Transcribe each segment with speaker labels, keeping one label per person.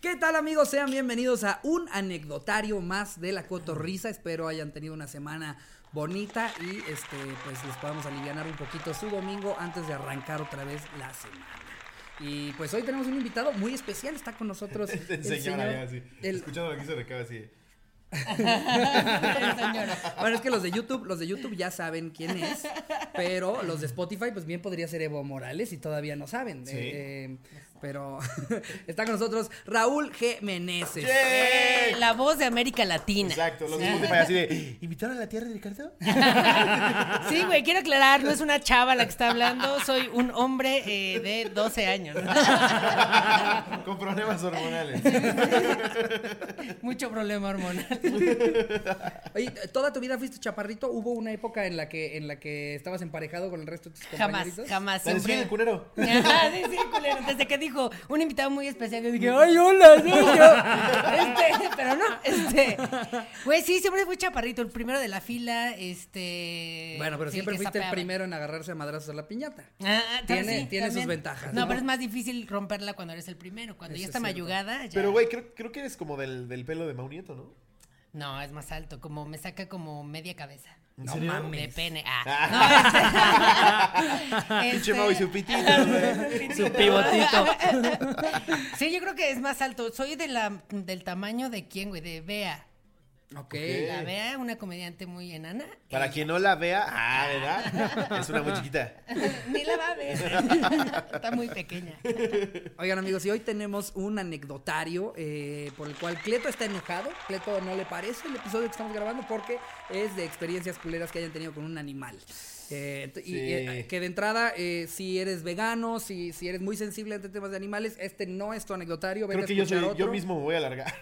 Speaker 1: ¿Qué tal amigos? Sean bienvenidos a un anecdotario más de la cotorrisa. Espero hayan tenido una semana bonita y este, pues les podamos aliviar un poquito su domingo antes de arrancar otra vez la semana. Y pues hoy tenemos un invitado muy especial, está con nosotros el
Speaker 2: Señora,
Speaker 1: señor...
Speaker 2: ya, así.
Speaker 1: el-
Speaker 2: Escuchando lo que hizo Ricardo, así.
Speaker 1: Bueno, es que los de YouTube, los de YouTube ya saben quién es, pero los de Spotify, pues bien podría ser Evo Morales y todavía no saben.
Speaker 2: Sí.
Speaker 1: Eh, eh, pero está con nosotros Raúl G. Meneses.
Speaker 2: ¡Yay!
Speaker 3: La voz de América Latina.
Speaker 2: Exacto, los de Spotify así de. ¿Invitaron a la tierra de Ricardo?
Speaker 3: Sí, güey, quiero aclarar, no es una chava la que está hablando, soy un hombre eh, de 12 años.
Speaker 2: Con problemas hormonales.
Speaker 3: Mucho problema hormonal.
Speaker 1: Oye, ¿toda tu vida fuiste chaparrito? ¿Hubo una época en la que, en la que estabas emparejado con el resto de tus
Speaker 3: Jamás,
Speaker 1: compañeritos?
Speaker 3: jamás.
Speaker 2: La decisión
Speaker 3: Siempre...
Speaker 2: del culero.
Speaker 3: Ah, sí, sí, culero. Desde que dijo un invitado muy especial, yo dije, ¡ay, hola! soy yo". Este, pero no, este. Güey, sí, siempre fui chaparrito, el primero de la fila, este.
Speaker 1: Bueno, pero
Speaker 3: el
Speaker 1: siempre
Speaker 3: que
Speaker 1: fuiste el
Speaker 3: sapeaba.
Speaker 1: primero en agarrarse a madrazos a la piñata.
Speaker 3: Ah, ah,
Speaker 1: Tiene-
Speaker 3: sí,
Speaker 1: tiene sus
Speaker 3: también.
Speaker 1: ventajas,
Speaker 3: No,
Speaker 1: ¿no?
Speaker 3: pero es más difícil romperla cuando eres el primero. Cuando
Speaker 1: Eso
Speaker 3: ya
Speaker 1: es
Speaker 3: está
Speaker 1: cierto.
Speaker 3: mayugada, ya.
Speaker 2: Pero, güey, creo, creo que eres como del, del pelo de Mau Nieto, ¿no?
Speaker 3: No, es más alto, como me saca como media cabeza.
Speaker 2: ¿En
Speaker 1: No
Speaker 2: serio?
Speaker 1: mames.
Speaker 3: De pene.
Speaker 2: Ah.
Speaker 3: Ah. No, este-
Speaker 2: Pinche Mau y su pitito, güey.
Speaker 1: Su pivotito.
Speaker 3: Sí, yo creo que es más alto. Soy de la, del tamaño de quién, güey, de Bea.
Speaker 1: Ok.
Speaker 2: Ok.
Speaker 3: La Bea, una comediante muy enana.
Speaker 2: Para quien no la vea, ah, ¿verdad? Es una muy chiquita.
Speaker 3: Ni la va a ver. Está muy pequeña.
Speaker 1: Oigan amigos, y hoy tenemos un anecdotario eh, por el cual Cleto está enojado. Cleto no le parece el episodio que estamos grabando porque es de experiencias culeras que hayan tenido con un animal. Eh, ent- y,
Speaker 2: Sí.
Speaker 1: eh, que de entrada, eh, si eres vegano, si, si eres muy sensible ante temas de animales, este no es tu anecdotario. Vete
Speaker 2: Creo
Speaker 1: a
Speaker 2: que yo, soy-
Speaker 1: escuchar
Speaker 2: yo
Speaker 1: otro.
Speaker 2: mismo me voy a alargar.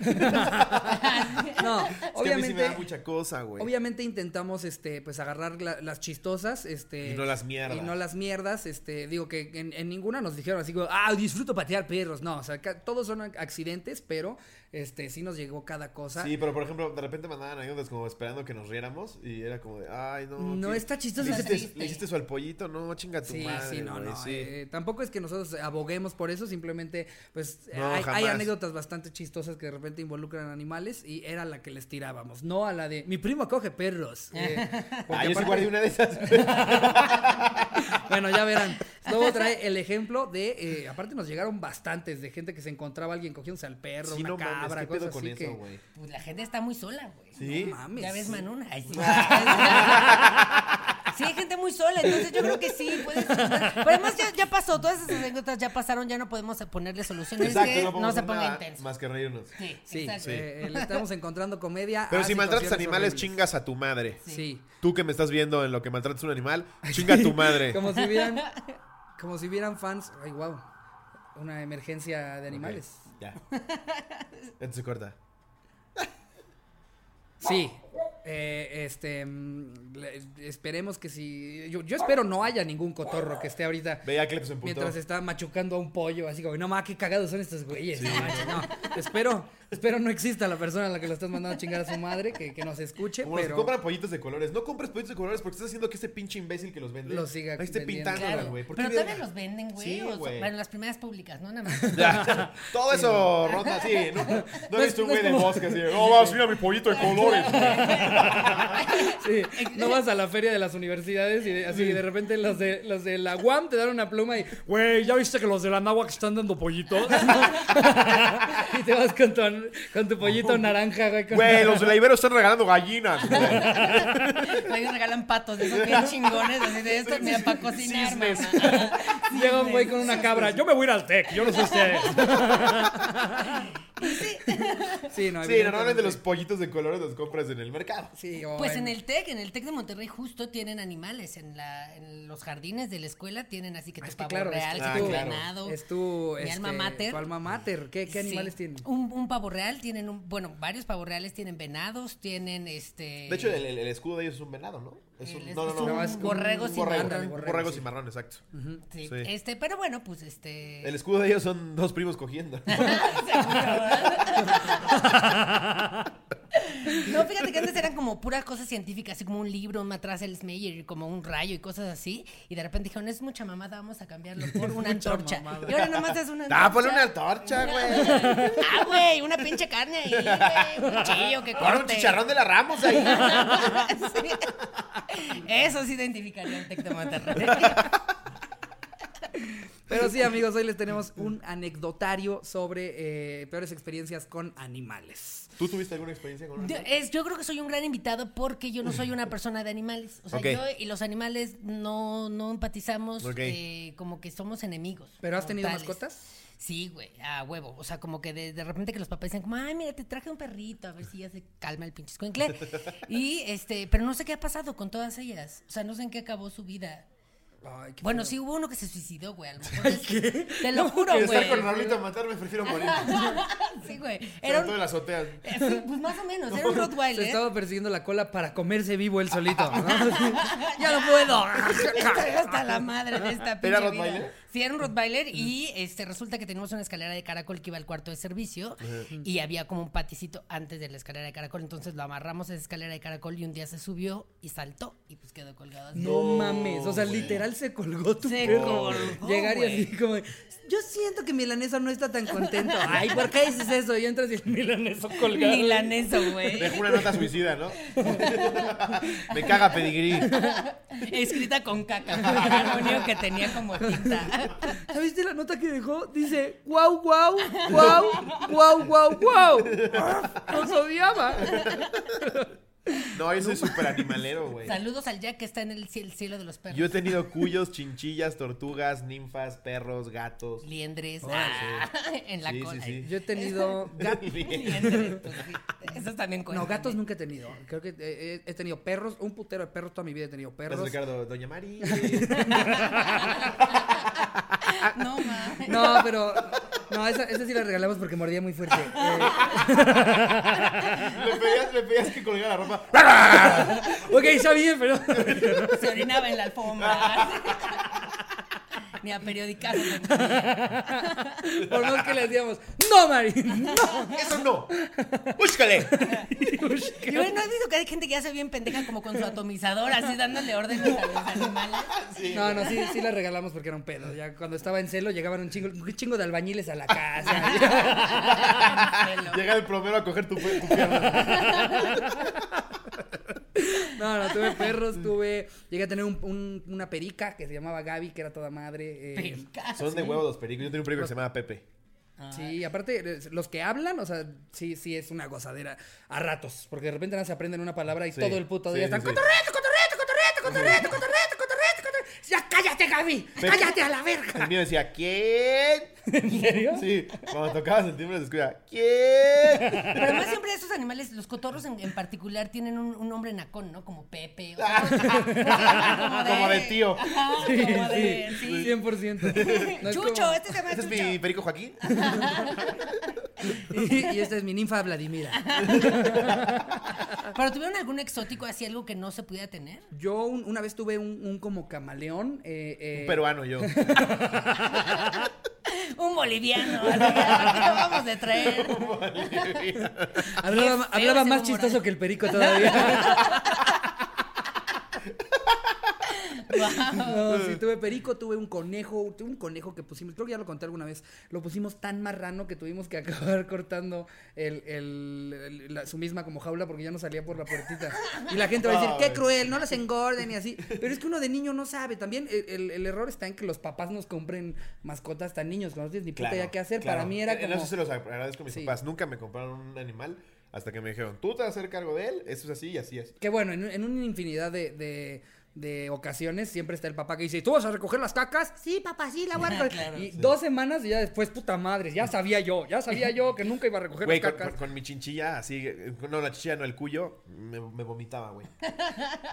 Speaker 1: No,
Speaker 2: Es que a mí sí me
Speaker 1: obviamente.
Speaker 2: da mucha cosa, güey.
Speaker 1: Obviamente intentamos este pues agarrar la- las chistosas, este
Speaker 2: Y no las mierdas.
Speaker 1: Y no las mierdas, este, digo que en, en ninguna nos dijeron así como, "Ah, disfruto patear perros." No, o sea, ca- todos son ac- accidentes, pero este sí nos llegó cada cosa.
Speaker 2: Sí, pero por ejemplo, de repente mandaban anécdotas como esperando que nos riéramos y era como de, ay, no.
Speaker 1: No
Speaker 2: ¿qué-
Speaker 1: está chistoso,
Speaker 2: ¿Le
Speaker 1: está
Speaker 2: hiciste,
Speaker 3: triste".
Speaker 2: le hiciste su al pollito? No, chinga tu
Speaker 1: Sí,
Speaker 2: madre.
Speaker 1: sí, no,
Speaker 2: güey,
Speaker 1: no.
Speaker 2: sí.
Speaker 1: eh, tampoco es que nosotros aboguemos por eso, simplemente, pues
Speaker 2: No,
Speaker 1: hay, hay
Speaker 2: jamás.
Speaker 1: anécdotas bastante chistosas que de repente involucran animales y era la que les tirábamos, no a la de mi primo coge perros. eh,
Speaker 2: Ah,
Speaker 1: porque
Speaker 2: yo sí
Speaker 1: aparte-
Speaker 2: guardé una de esas.
Speaker 1: Bueno, ya verán. Luego trae el ejemplo de. eh, aparte, nos llegaron bastantes de gente que se encontraba alguien cogiéndose al perro,
Speaker 2: Sí,
Speaker 1: una
Speaker 2: no
Speaker 1: cabra,
Speaker 2: mames, ¿qué
Speaker 1: cosas
Speaker 2: pedo con
Speaker 1: así que-
Speaker 2: eso, güey?
Speaker 3: Pues la gente está muy sola, güey.
Speaker 2: Sí.
Speaker 1: No mames.
Speaker 3: Ya ves, Manuna. Ay, sí.
Speaker 1: Sí.
Speaker 3: Sí, hay gente muy sola, entonces yo creo que sí. Puedes, pero además ya, ya pasó, todas esas anécdotas ya pasaron, ya no podemos ponerle soluciones que no,
Speaker 2: podemos
Speaker 3: se
Speaker 2: hacer
Speaker 3: ponga
Speaker 2: nada
Speaker 3: intenso.
Speaker 2: Más que reírnos.
Speaker 3: Sí,
Speaker 1: Sí, Ah,
Speaker 3: exacto.
Speaker 1: eh, le estamos encontrando comedia.
Speaker 2: Pero
Speaker 1: a
Speaker 2: si maltratas
Speaker 1: situaciones
Speaker 2: animales,
Speaker 1: horribles.
Speaker 2: chingas a tu madre.
Speaker 1: Sí.
Speaker 2: Tú que me estás viendo en lo que maltratas un animal, chinga a tu madre.
Speaker 1: Como si vieran. Como si vieran fans. Ay, wow. Una emergencia de animales.
Speaker 2: Ok, Ya. Esto se corta.
Speaker 1: Sí. eh, este. mm, le- Esperemos que si. Yo, yo espero no haya ningún cotorro que esté ahorita.
Speaker 2: Veía que le puso en punto.
Speaker 1: Mientras estaba machucando a un pollo, así como, no ma, qué cagados son estos güeyes. no manches, no. espero, espero no exista la persona a la que lo estás mandando a chingar a su madre, que, que nos escuche,
Speaker 2: Como los que
Speaker 1: Eh, pero.
Speaker 2: compran pollitos de colores. No compres pollitos de colores porque estás haciendo que ese pinche imbécil que los vende.
Speaker 1: Los siga
Speaker 2: Ahí esté
Speaker 1: vendiendo.
Speaker 2: pintándolas,
Speaker 3: Claro,
Speaker 2: güey. ¿Por
Speaker 3: pero
Speaker 2: qué
Speaker 3: todavía
Speaker 2: verga?
Speaker 3: los venden, güey.
Speaker 2: Sí,
Speaker 3: o sea,
Speaker 2: güey.
Speaker 3: bueno, las primeras públicas, ¿no? Nada más.
Speaker 2: Ya. Todo eso ronda así. No, no,
Speaker 1: No
Speaker 2: he
Speaker 1: es-
Speaker 2: visto un
Speaker 1: no es
Speaker 2: güey del
Speaker 1: como-
Speaker 2: bosque así. de, No vas, mira mi pollito de colores.
Speaker 1: Sí, no vas a la feria de las universidades y de- así de repente los de, los de la UAM te dan una pluma y, güey, ¿ya viste que los de la Nahua que están dando pollitos? y te vas con tu, an- con tu pollito naranja, güey. con-
Speaker 2: Güey, los de la Ibero están regalando gallinas. güey.
Speaker 3: Ahí regalan patos, de esos bien chingones, así de esto, mira, para cocinar,
Speaker 2: Cisnes.
Speaker 3: mamá.
Speaker 1: Llega un güey con una cabra, yo me voy a ir al TEC, yo no sé ustedes. sí, no,
Speaker 2: Sí, normalmente
Speaker 1: evidentemente.
Speaker 2: los pollitos de colores los compras en el mercado.
Speaker 1: Sí, o
Speaker 3: Pues en el TEC, en el TEC de Monterrey justo tienen animales, en, la, en los jardines de la escuela tienen así que
Speaker 1: Ah,
Speaker 3: tu
Speaker 1: Es que
Speaker 3: Pues
Speaker 1: claro,
Speaker 3: pavo real,
Speaker 1: es,
Speaker 3: que
Speaker 2: Ah,
Speaker 3: tu
Speaker 1: tu,
Speaker 2: claro.
Speaker 3: venado.
Speaker 1: es tu,
Speaker 3: mi
Speaker 1: este,
Speaker 3: alma mater.
Speaker 1: tu alma mater. ¿Qué, qué
Speaker 3: Sí.
Speaker 1: animales tienen?
Speaker 3: Un, un pavo real, tienen un, bueno, varios pavos reales, tienen venados, tienen este...
Speaker 2: De hecho, el, el- el escudo de ellos es un venado, ¿no? Es un,
Speaker 3: El-
Speaker 2: no, no,
Speaker 3: es
Speaker 2: no.
Speaker 3: un
Speaker 1: No, es un
Speaker 3: borrego
Speaker 2: un
Speaker 3: sin
Speaker 2: borrego,
Speaker 1: ándale,
Speaker 2: un
Speaker 1: borrego,
Speaker 2: borrego
Speaker 1: sí.
Speaker 2: sin marrón, exacto. Sí.
Speaker 3: Sí, Este, pero bueno, pues este...
Speaker 2: El escudo de ellos son dos primos cogiendo.
Speaker 3: Seguro, ¿verdad? no, No, fíjate que antes eran como puras cosas científicas, así como un libro, un matraz Elsmeyer, como un rayo y cosas así. Y de repente dijeron, es mucha mamada, vamos a cambiarlo por una antorcha.
Speaker 1: mamada.
Speaker 3: Y ahora nomás es una
Speaker 2: Ah, ponle una antorcha, güey.
Speaker 3: Ah, güey, una pinche carne ahí, güey. Un cuchillo que
Speaker 2: Pon un
Speaker 3: corte.
Speaker 2: chicharrón de la Ramos ahí.
Speaker 3: Sí. Eso sí identificaría un Tec de Monterrey.
Speaker 1: Pero sí, amigos, hoy les tenemos un anecdotario sobre eh, peores experiencias con animales.
Speaker 2: ¿Tú tuviste alguna experiencia con un
Speaker 3: Yo, eh,
Speaker 2: animal?
Speaker 3: es- yo creo que soy un gran invitado porque yo no soy una persona de animales. O sea,
Speaker 2: Ok.
Speaker 3: yo y los animales no, no empatizamos,
Speaker 2: Ok.
Speaker 3: eh, como que somos enemigos.
Speaker 1: ¿Pero has
Speaker 3: como
Speaker 1: tenido
Speaker 3: tales.
Speaker 1: mascotas?
Speaker 3: Sí, güey, a huevo. O sea, como que de, de repente que los papás dicen, como, ay, mira, te traje un perrito, a ver si ya se calma el pinche escuincle. Y este, pero no sé qué ha pasado con todas ellas. O sea, no sé en qué acabó su vida.
Speaker 1: Ay, qué
Speaker 3: Bueno,
Speaker 1: feo.
Speaker 3: sí hubo uno que se suicidó, güey. a lo mejor es- Te lo juro,
Speaker 2: Que estar
Speaker 3: güey.
Speaker 2: con Raulito a matarme, prefiero morir.
Speaker 3: sí, güey. Era
Speaker 2: Sobre todo
Speaker 3: un-
Speaker 2: en la azotea.
Speaker 3: eh, sí, pues más o menos, era un
Speaker 1: Se
Speaker 3: Rottweiler.
Speaker 1: estaba persiguiendo la cola para comerse vivo él solito. ¿no? ¡Ya no puedo!
Speaker 3: Estoy hasta la madre de esta pinche
Speaker 2: ¿Era
Speaker 3: vida.
Speaker 2: Rottweiler?
Speaker 3: Sí, era un Rottweiler y este, resulta que teníamos una escalera de caracol que iba al cuarto de servicio y había como un paticito antes de la escalera de caracol, entonces lo amarramos a esa escalera de caracol y un día se subió y saltó y pues quedó colgado así.
Speaker 1: No,
Speaker 2: No,
Speaker 1: mames, o sea,
Speaker 2: güey.
Speaker 1: literal se colgó tu
Speaker 3: Se
Speaker 1: perro.
Speaker 3: colgó,
Speaker 1: Llegar y así
Speaker 3: güey.
Speaker 1: como, yo siento que Milaneso no está tan contento. Ay, ¿por qué dices eso? Y entras y el Milaneso colgado.
Speaker 3: Milaneso, güey.
Speaker 2: Dejó una nota suicida, ¿no? Me caga pedigrí.
Speaker 3: Escrita con caca. porque Era lo único que tenía como tinta.
Speaker 1: ¿Ya viste la nota que dejó? Dice, guau, guau, guau, guau, guau, guau. Nos odiaba.
Speaker 2: No, yo soy súper animalero, güey.
Speaker 3: Saludos al Jack que está en el cielo, el cielo de los perros.
Speaker 2: Yo he tenido cuyos, chinchillas, tortugas, ninfas, perros, gatos.
Speaker 3: Liendres.
Speaker 2: Ah,
Speaker 3: ah, En la
Speaker 2: Sí, sí,
Speaker 3: cola.
Speaker 2: sí.
Speaker 1: Yo he tenido gatos.
Speaker 3: Liendres, pues, sí. Esos también
Speaker 1: No,
Speaker 3: cuentan,
Speaker 1: gatos
Speaker 3: ¿eh?
Speaker 1: nunca he tenido. Creo que eh, he tenido perros, un putero de perros toda mi vida he tenido
Speaker 2: Gracias,
Speaker 1: perros.
Speaker 2: Ricardo. Doña Mari.
Speaker 3: Ah, No, ma.
Speaker 1: No, pero. No, esa, esa sí la regalamos porque mordía muy fuerte. Eh,
Speaker 2: Le pedías, le pedías que colgara la ropa.
Speaker 1: ok, está bien, pero.
Speaker 3: Se orinaba en la alfombra. Ni a periódicas.
Speaker 1: Por más que le decíamos, ¡No, Mari!
Speaker 2: ¡Eso no! ¡Búscale!
Speaker 3: Y bueno, ¿has visto que hay gente que hace bien pendeja como con su atomizador, así dándole órdenes a los animales?
Speaker 2: Sí.
Speaker 1: No, no, sí, sí la regalamos porque era un pedo. Ya cuando estaba en celo llegaban un chingo, un chingo de albañiles a la casa.
Speaker 2: Llega el plomero a coger tu, pe- tu pierna.
Speaker 1: No, no, tuve perros, tuve. Llegué a tener un- un- una perica que se llamaba Gaby, que era toda madre. eh,
Speaker 3: Periódicas.
Speaker 2: Son de huevo los pericos. Yo tenía un perico que se llamaba Pepe.
Speaker 1: Sí, aparte, eh, los que hablan, o sea, sí, sí es una gozadera a ratos, porque de repente nada más se aprenden una palabra y
Speaker 2: Sí,
Speaker 1: todo el puto
Speaker 2: sí,
Speaker 1: día
Speaker 2: sí,
Speaker 1: están
Speaker 2: sí.
Speaker 1: cotorreto, cotorreto, cotorreto, cotorreto, cotorreto, cotorreto, cotorreto. Ya cállate, Gaby,
Speaker 2: Pepe.
Speaker 1: cállate a la verga.
Speaker 2: El mío decía, ¿quién?
Speaker 1: ¿En serio?
Speaker 2: Sí, cuando tocabas el timbre se escuchaba, ¿quién?
Speaker 3: Pero además siempre esos animales, los cotorros en, en particular, tienen un, un nombre nacón, ¿no? Como Pepe. o sea, como,
Speaker 2: Como de tío.
Speaker 3: Ajá,
Speaker 1: Sí,
Speaker 3: como de-
Speaker 1: sí,
Speaker 3: sí.
Speaker 1: 100%. No es
Speaker 3: Chucho,
Speaker 1: como-
Speaker 3: este se llama
Speaker 2: ¿Ese
Speaker 3: Chucho.
Speaker 2: es mi perico Joaquín?
Speaker 1: Ah, Y, y esta es mi ninfa Vladimira.
Speaker 3: ¿Pero tuvieron algún exótico así, algo que no se pudiera tener?
Speaker 1: Yo un- una vez tuve un, un como camaleón. eh, eh,
Speaker 2: Un peruano yo.
Speaker 3: Un boliviano. así, ¿a qué lo vamos de traer?
Speaker 1: Hablaba,
Speaker 3: Qué feo
Speaker 1: hablaba
Speaker 3: ese
Speaker 1: más
Speaker 3: Momorazo.
Speaker 1: chistoso que el perico todavía. No, sí, tuve perico, tuve un conejo, tuve un conejo que pusimos, creo que ya lo conté alguna vez, lo pusimos tan marrano que tuvimos que acabar cortando el, el- el- la- su misma como jaula porque ya no salía por la puertita. Y la gente va a decir,
Speaker 2: Ah,
Speaker 1: qué
Speaker 2: güey.
Speaker 1: cruel, no los engorden y así. Pero es que uno de niño no sabe. También el, el- el error está en que los papás nos compren mascotas tan niños, cuando no tienes ni puta idea qué hacer. Para mí era como...
Speaker 2: Eh, Eso se los agradezco a mis
Speaker 1: Sí.
Speaker 2: papás. Nunca me compraron un animal hasta que me dijeron, tú te vas a hacer cargo de él. Eso es así y así es.
Speaker 1: Que bueno, en, en una infinidad de, de- de ocasiones siempre está el papá que dice, ¿tú vas a recoger las cacas? Sí, papá, sí,
Speaker 3: Ah,
Speaker 1: la voy a recoger. y dos semanas y ya después, puta madre, ya sabía yo, ya sabía yo que nunca iba a recoger
Speaker 2: Güey,
Speaker 1: las
Speaker 2: con,
Speaker 1: cacas.
Speaker 2: con- con mi chinchilla, así, eh, no, la chinchilla no, el cuyo, me, me vomitaba, güey.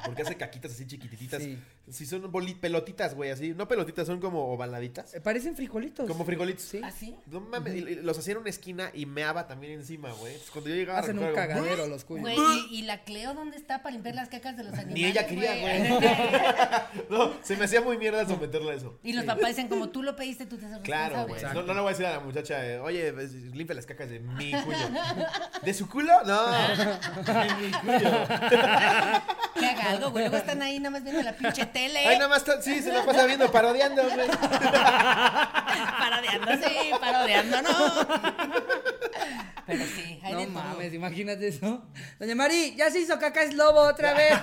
Speaker 2: Porque hace caquitas así chiquitititas.
Speaker 1: Sí.
Speaker 2: Si son boli- pelotitas, güey, así. No pelotitas, son como ovaladitas.
Speaker 1: Eh, Parecen frijolitos.
Speaker 2: Como frijolitos.
Speaker 1: Sí.
Speaker 3: ¿Así?
Speaker 2: No mames, y- y los hacía en una esquina y meaba también encima, güey. Entonces, Cuando yo llegaba a
Speaker 1: Hacen un
Speaker 2: recoger, algo,
Speaker 1: cagadero los cuyos.
Speaker 3: Güey, ¿y, y la Cleo dónde está para limpiar las cacas de los animales?
Speaker 2: Ni ella quería,
Speaker 3: güey.
Speaker 2: güey. No, se me hacía muy mierda someterla a eso.
Speaker 3: Y los papás dicen, como tú lo pediste, tú te haces
Speaker 2: Claro,
Speaker 3: responsable.
Speaker 2: güey.
Speaker 1: Exacto.
Speaker 2: No, no le voy a decir a la muchacha, eh, oye, pues, limpia las cacas de mi cuyo. ¿De su culo? No. De mi cuyo.
Speaker 3: Que haga algo, güey. Luego están ahí nada más viendo la pinche tele.
Speaker 2: Ay, nada más, está- sí, se la pasa viendo, parodiando, güey.
Speaker 3: Parodeando, sí, parodeando, no. Pero sí, hay
Speaker 1: No
Speaker 3: de todo.
Speaker 1: mames, imagínate eso. Doña Mari, ya se hizo caca es lobo otra vez.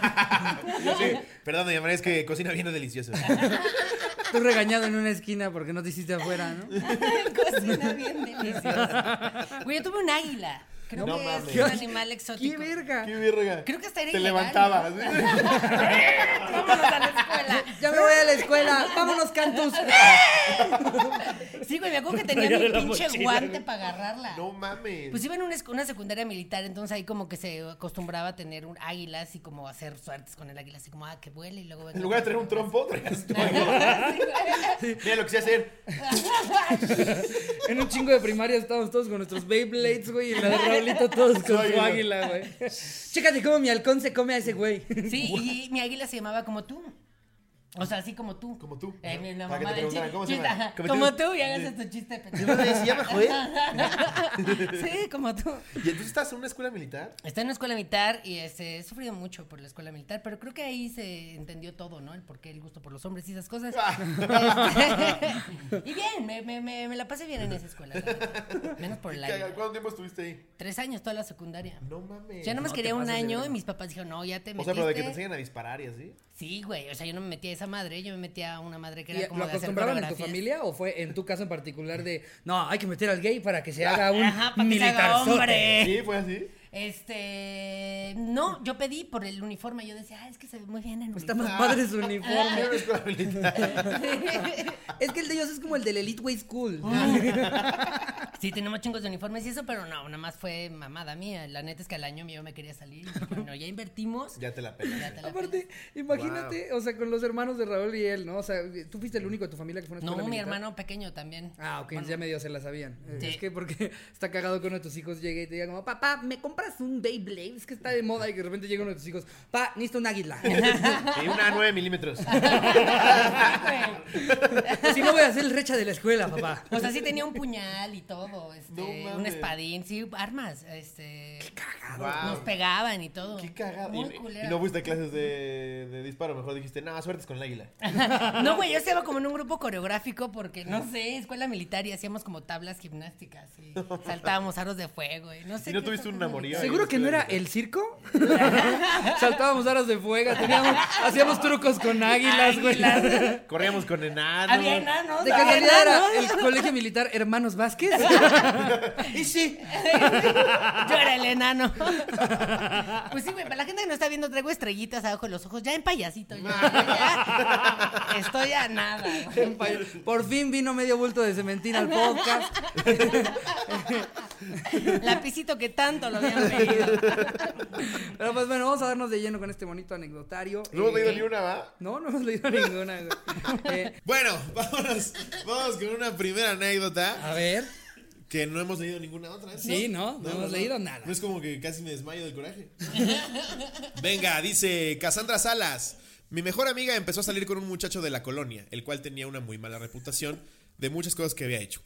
Speaker 2: Yo sí. Perdón, doña María, es que cocina bien delicioso.
Speaker 1: Tú regañado en una esquina porque no te hiciste afuera, ¿no?
Speaker 3: Cocina bien deliciosa. Güey, yo tuve un águila. Creo
Speaker 2: No
Speaker 3: que
Speaker 2: mames.
Speaker 3: es un animal exótico.
Speaker 1: ¡Qué verga!
Speaker 2: Qué verga.
Speaker 3: Creo que hasta era
Speaker 2: Te
Speaker 3: ilegal,
Speaker 2: levantabas.
Speaker 3: ¿no?
Speaker 2: ¿sí?
Speaker 3: Vámonos a la escuela.
Speaker 1: Ya me voy a la escuela. Vámonos, Cantus.
Speaker 3: Sí, güey, me acuerdo que tenía mi
Speaker 4: Regálale la
Speaker 3: pinche
Speaker 4: mochila,
Speaker 3: guante para agarrarla.
Speaker 2: No mames.
Speaker 3: Pues iba en una, esc- una secundaria militar, entonces ahí como que se acostumbraba a tener un águila, así como hacer suertes con el águila, así como, ah, que vuele y luego venga.
Speaker 2: En lugar de traer un trompo, traías tú. Mira lo que sé hacer.
Speaker 1: En un chingo de primaria estábamos todos con nuestros Beyblades, güey. Y en la de Raulito todos con
Speaker 2: Soy
Speaker 1: su
Speaker 2: yo.
Speaker 1: águila, güey. Chécate cómo mi halcón se come a ese güey.
Speaker 3: Sí, y mi águila se llamaba como tú. O sea, así como tú.
Speaker 2: Como tú.
Speaker 3: Eh, mi- la
Speaker 2: Para que
Speaker 3: mamá
Speaker 2: te
Speaker 3: del
Speaker 2: preguntaran,
Speaker 3: chiste.
Speaker 2: ¿cómo se
Speaker 3: chiste,
Speaker 2: llama?
Speaker 3: ajá,
Speaker 2: Como
Speaker 3: Como
Speaker 2: tú.
Speaker 3: tú, y hagas tu chiste, pendejo.
Speaker 2: ¿Se llama Joel?
Speaker 3: Sí, como tú.
Speaker 2: ¿Y entonces estás en una escuela militar?
Speaker 3: Está en una escuela militar y este, he sufrido mucho por la escuela militar, pero creo que ahí se entendió todo, ¿no? El porqué, el gusto por los hombres y esas cosas.
Speaker 2: Ah.
Speaker 3: Este, y bien, me, me- me- me la pasé bien en esa escuela. la verdad. Menos por el
Speaker 2: ¿Qué-
Speaker 3: año.
Speaker 2: ¿Cuánto tiempo estuviste ahí?
Speaker 3: Tres años toda la secundaria.
Speaker 2: No mames.
Speaker 3: Ya nomás
Speaker 1: no te
Speaker 3: quería un
Speaker 1: pases de
Speaker 3: año
Speaker 1: verga.
Speaker 3: y mis papás dijeron, no, ya te
Speaker 2: O
Speaker 3: metiste.
Speaker 2: sea, pero de que te enseñan a disparar y así.
Speaker 3: Sí, güey, o sea, yo no me metía a esa madre, yo me metía a una madre que
Speaker 1: ¿Y
Speaker 3: era como
Speaker 1: ¿Lo
Speaker 3: de hacer
Speaker 1: acostumbraban en tu
Speaker 3: coreografías.
Speaker 1: familia o fue en tu caso en particular de no, hay que meter al gay para que se haga un
Speaker 3: Ajá, para que se haga
Speaker 1: militarzote"?
Speaker 3: hombre. Eh.
Speaker 2: Sí, fue así.
Speaker 3: Este, no, yo pedí por el uniforme, yo decía, ah, es que se ve muy bien en
Speaker 1: Está
Speaker 3: uniforme.
Speaker 1: más padre su
Speaker 3: Ah.
Speaker 1: uniforme.
Speaker 2: Era una escuela militar.
Speaker 1: Es que el de ellos es como el del Elite Way School.
Speaker 3: Ah. Sí, tenemos chingos de uniformes y eso, pero no, nada más fue mamada mía. La neta es que al año mío me quería salir. Bueno, ya invertimos.
Speaker 2: Ya te la pelas.
Speaker 3: Ya te la
Speaker 1: Aparte, imagínate, o sea, con los hermanos de Raúl y él, ¿no? O sea, tú fuiste el único de tu familia que fue a una
Speaker 3: No,
Speaker 1: escuela
Speaker 3: mi
Speaker 1: militar?
Speaker 3: hermano pequeño también.
Speaker 1: Ah, ok, ya medio se la sabían. Eh,
Speaker 3: Sí.
Speaker 1: Es que porque está cagado que uno de tus hijos llegue y te diga como, papá, ¿me compras un Beyblade? Es que está de moda y que de repente llega uno de tus hijos, pa, necesito un águila.
Speaker 2: Sí, una 9 milímetros.
Speaker 1: O si no voy a hacer el recha de la escuela, papá.
Speaker 3: O sea, sí tenía un puñal y todo, este,
Speaker 2: No mames.
Speaker 3: un espadín, sí, armas, este, nos
Speaker 2: Wow.
Speaker 3: pegaban y todo.
Speaker 2: Qué cagado.
Speaker 3: Muy
Speaker 2: Y,
Speaker 3: culero.
Speaker 2: y no fuiste a clases de, de disparo, mejor dijiste, nada, suertes con el águila.
Speaker 3: Ah, No, güey, yo estaba como en un grupo coreográfico porque, no sé, escuela militar y hacíamos como tablas gimnásticas y saltábamos aros de fuego y no sé.
Speaker 2: ¿Y no
Speaker 3: qué
Speaker 2: tuviste un
Speaker 3: tantas
Speaker 2: amorío?
Speaker 1: ¿Seguro que no era el circo? Saltábamos aras de fuego, teníamos, hacíamos trucos con águilas, güey.
Speaker 3: Águilas.
Speaker 2: Corríamos con enanos.
Speaker 3: Había enanos.
Speaker 1: De
Speaker 3: había
Speaker 1: casualidad
Speaker 3: enanos.
Speaker 1: era el colegio militar Hermanos Vázquez. y sí.
Speaker 3: Yo era el enano. Pues sí, güey, para la gente que no está viendo, traigo estrellitas abajo de los ojos, ya en payasito. ya, ya. estoy a nada. güey.
Speaker 1: Por fin vino medio bulto de cementina al podcast.
Speaker 3: Lapicito que tanto lo habían pedido.
Speaker 1: Pero pues bueno, vamos a darnos de lleno con este bonito anecdotario.
Speaker 2: No hemos
Speaker 1: Eh,
Speaker 2: leído ni una, ¿va?
Speaker 1: No, no hemos leído ninguna. güey. Eh,
Speaker 2: Bueno, vámonos, vamos con una primera anécdota
Speaker 1: a ver.
Speaker 2: que no hemos leído ninguna otra.
Speaker 1: Sí, no, no hemos leído nada.
Speaker 2: No es como que casi me desmayo del coraje. Venga, dice Cassandra Salas. Mi mejor amiga empezó a salir con un muchacho de la colonia, el cual tenía una muy mala reputación de muchas cosas que había hecho.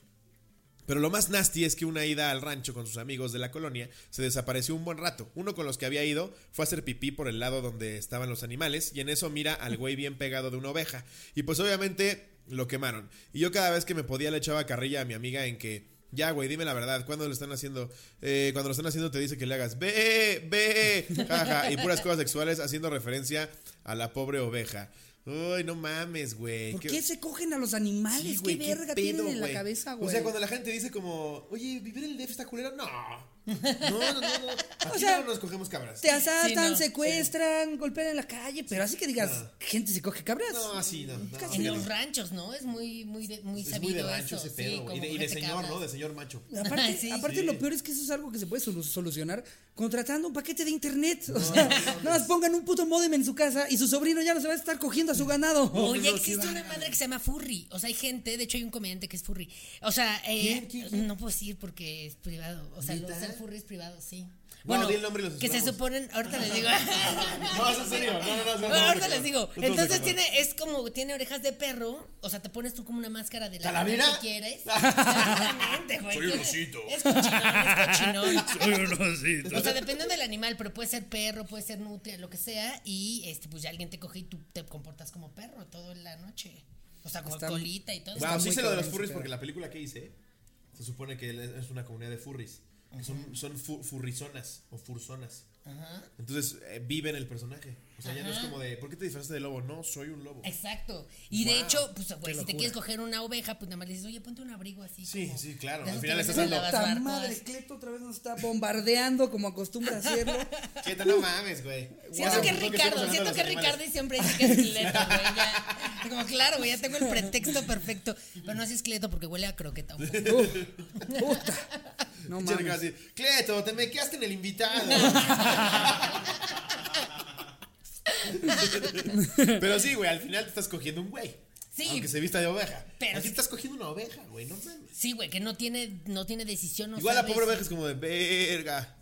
Speaker 2: Pero lo más nasty es que una ida al rancho con sus amigos de la colonia se desapareció un buen rato. Uno con los que había ido fue a hacer pipí por el lado donde estaban los animales y en eso mira al güey bien pegado de una oveja. Y pues obviamente lo quemaron. Y yo cada vez que me podía le echaba carrilla a mi amiga en que... Ya, güey, dime la verdad, ¿cuándo lo están haciendo? Eh, cuando lo están haciendo te dice que le hagas ve, ve, jaja, y puras cosas sexuales haciendo referencia a la pobre oveja. Uy, no mames, güey.
Speaker 1: ¿Por qué se cogen a los animales?
Speaker 2: Sí,
Speaker 1: ¿Qué
Speaker 2: güey,
Speaker 1: verga
Speaker 2: pedo,
Speaker 1: tienen en la
Speaker 2: güey?
Speaker 1: cabeza, güey?
Speaker 2: O sea, cuando la gente dice como, oye, vivir en el DF está culero, no. No, no, no, no. Aquí
Speaker 1: sea,
Speaker 2: no nos cogemos cabras.
Speaker 1: Te asaltan,
Speaker 3: Sí, no,
Speaker 1: secuestran, golpean en la calle, pero así que digas, gente se coge cabras.
Speaker 2: Ah. No, así, no. no,
Speaker 1: Casi
Speaker 3: En
Speaker 2: fíjate.
Speaker 3: los ranchos, ¿no? Es muy, muy, de- muy
Speaker 2: es muy
Speaker 3: sabido
Speaker 2: de rancho
Speaker 3: eso.
Speaker 2: ese pedo,
Speaker 3: sí,
Speaker 2: güey.
Speaker 3: como
Speaker 2: Y de, y
Speaker 3: que
Speaker 2: de
Speaker 3: te
Speaker 2: señor,
Speaker 3: cabras.
Speaker 2: ¿no? De señor macho.
Speaker 1: Aparte,
Speaker 3: Sí.
Speaker 1: aparte
Speaker 2: Sí.
Speaker 1: lo peor es que eso es algo que se puede solu- solucionar contratando un paquete de internet. O sea, nada más pongan un puto modem en su casa y su sobrino ya no se va a estar cogiendo a su ganado.
Speaker 3: Oye, existe una madre que se llama Furry. O sea, hay gente, de hecho hay un comediante que es Furry. O sea, eh, no puedo decir porque es privado. O sea, lo- ser Furry es privado, sí.
Speaker 2: No, di el nombre y los
Speaker 3: que se
Speaker 2: esperamos.
Speaker 3: suponen, ahorita les digo.
Speaker 2: No, es en serio. No, no, no. es broma,
Speaker 3: Bueno, ahorita
Speaker 2: Ricardo.
Speaker 3: les digo.
Speaker 2: No te vas a
Speaker 3: Entonces
Speaker 2: acabar.
Speaker 3: tiene, es como, tiene orejas de perro. O sea, te pones tú como una máscara de la
Speaker 2: ¿Calavera?
Speaker 3: que quieres. Exactamente, güey.
Speaker 4: Soy un osito.
Speaker 3: Es cochinón, es cochinón.
Speaker 4: Soy un osito.
Speaker 3: O sea, dependiendo del animal, pero puede ser perro, puede ser nutria, lo que sea. Y este, pues ya alguien te coge y tú te comportas como perro toda la noche. O sea, con
Speaker 1: Está-
Speaker 3: colita y todo.
Speaker 1: Está
Speaker 2: Wow, sí
Speaker 1: muy
Speaker 2: sé lo de los
Speaker 1: cabrón,
Speaker 2: furries
Speaker 1: sí,
Speaker 2: porque
Speaker 1: pero-
Speaker 2: la película que hice se supone que es una comunidad de furries. que son son fu- furrizonas o furzonas. Entonces eh, viven el personaje. O sea, ya no es como de, ¿por qué te disfrazaste de lobo? No, soy un lobo.
Speaker 3: Exacto. Y de
Speaker 2: Wow,
Speaker 3: hecho, pues, güey, si te
Speaker 1: locura.
Speaker 3: quieres coger una oveja, pues nada más le dices, oye, ponte un abrigo así.
Speaker 2: Sí,
Speaker 3: como
Speaker 2: sí, claro.
Speaker 3: de
Speaker 2: Al
Speaker 3: esos
Speaker 2: final
Speaker 3: que
Speaker 2: le estás
Speaker 3: venden en
Speaker 2: dando-
Speaker 3: las
Speaker 1: Puta
Speaker 3: barcas.
Speaker 1: madre, Cleto otra vez nos está bombardeando como acostumbra hacerlo.
Speaker 2: Siete, no mames, güey.
Speaker 3: Siento
Speaker 2: Wow,
Speaker 3: que
Speaker 2: creo
Speaker 3: Ricardo,
Speaker 2: estamos
Speaker 3: siento
Speaker 2: hablando de
Speaker 3: que
Speaker 2: los animales.
Speaker 3: Ricardo siempre dice que es esqueleto, güey. ya. Como claro, güey, ya tengo el pretexto perfecto. Pero no es esqueleto porque huele a croqueta un poco.
Speaker 1: Uf, puta. No
Speaker 2: Pinche Ricardo
Speaker 1: mames.
Speaker 2: así, Cleto, te me quedaste en el invitado. Pero sí, güey, al final te estás cogiendo un güey.
Speaker 3: Sí.
Speaker 2: Aunque se vista de oveja.
Speaker 3: Pero
Speaker 2: Aquí
Speaker 3: sí.
Speaker 2: estás cogiendo una oveja, güey, no mames.
Speaker 3: Sí, güey, que no tiene, no tiene decisión. No
Speaker 2: Igual la
Speaker 3: sabe
Speaker 2: pobre
Speaker 3: si-
Speaker 2: oveja es como de verga.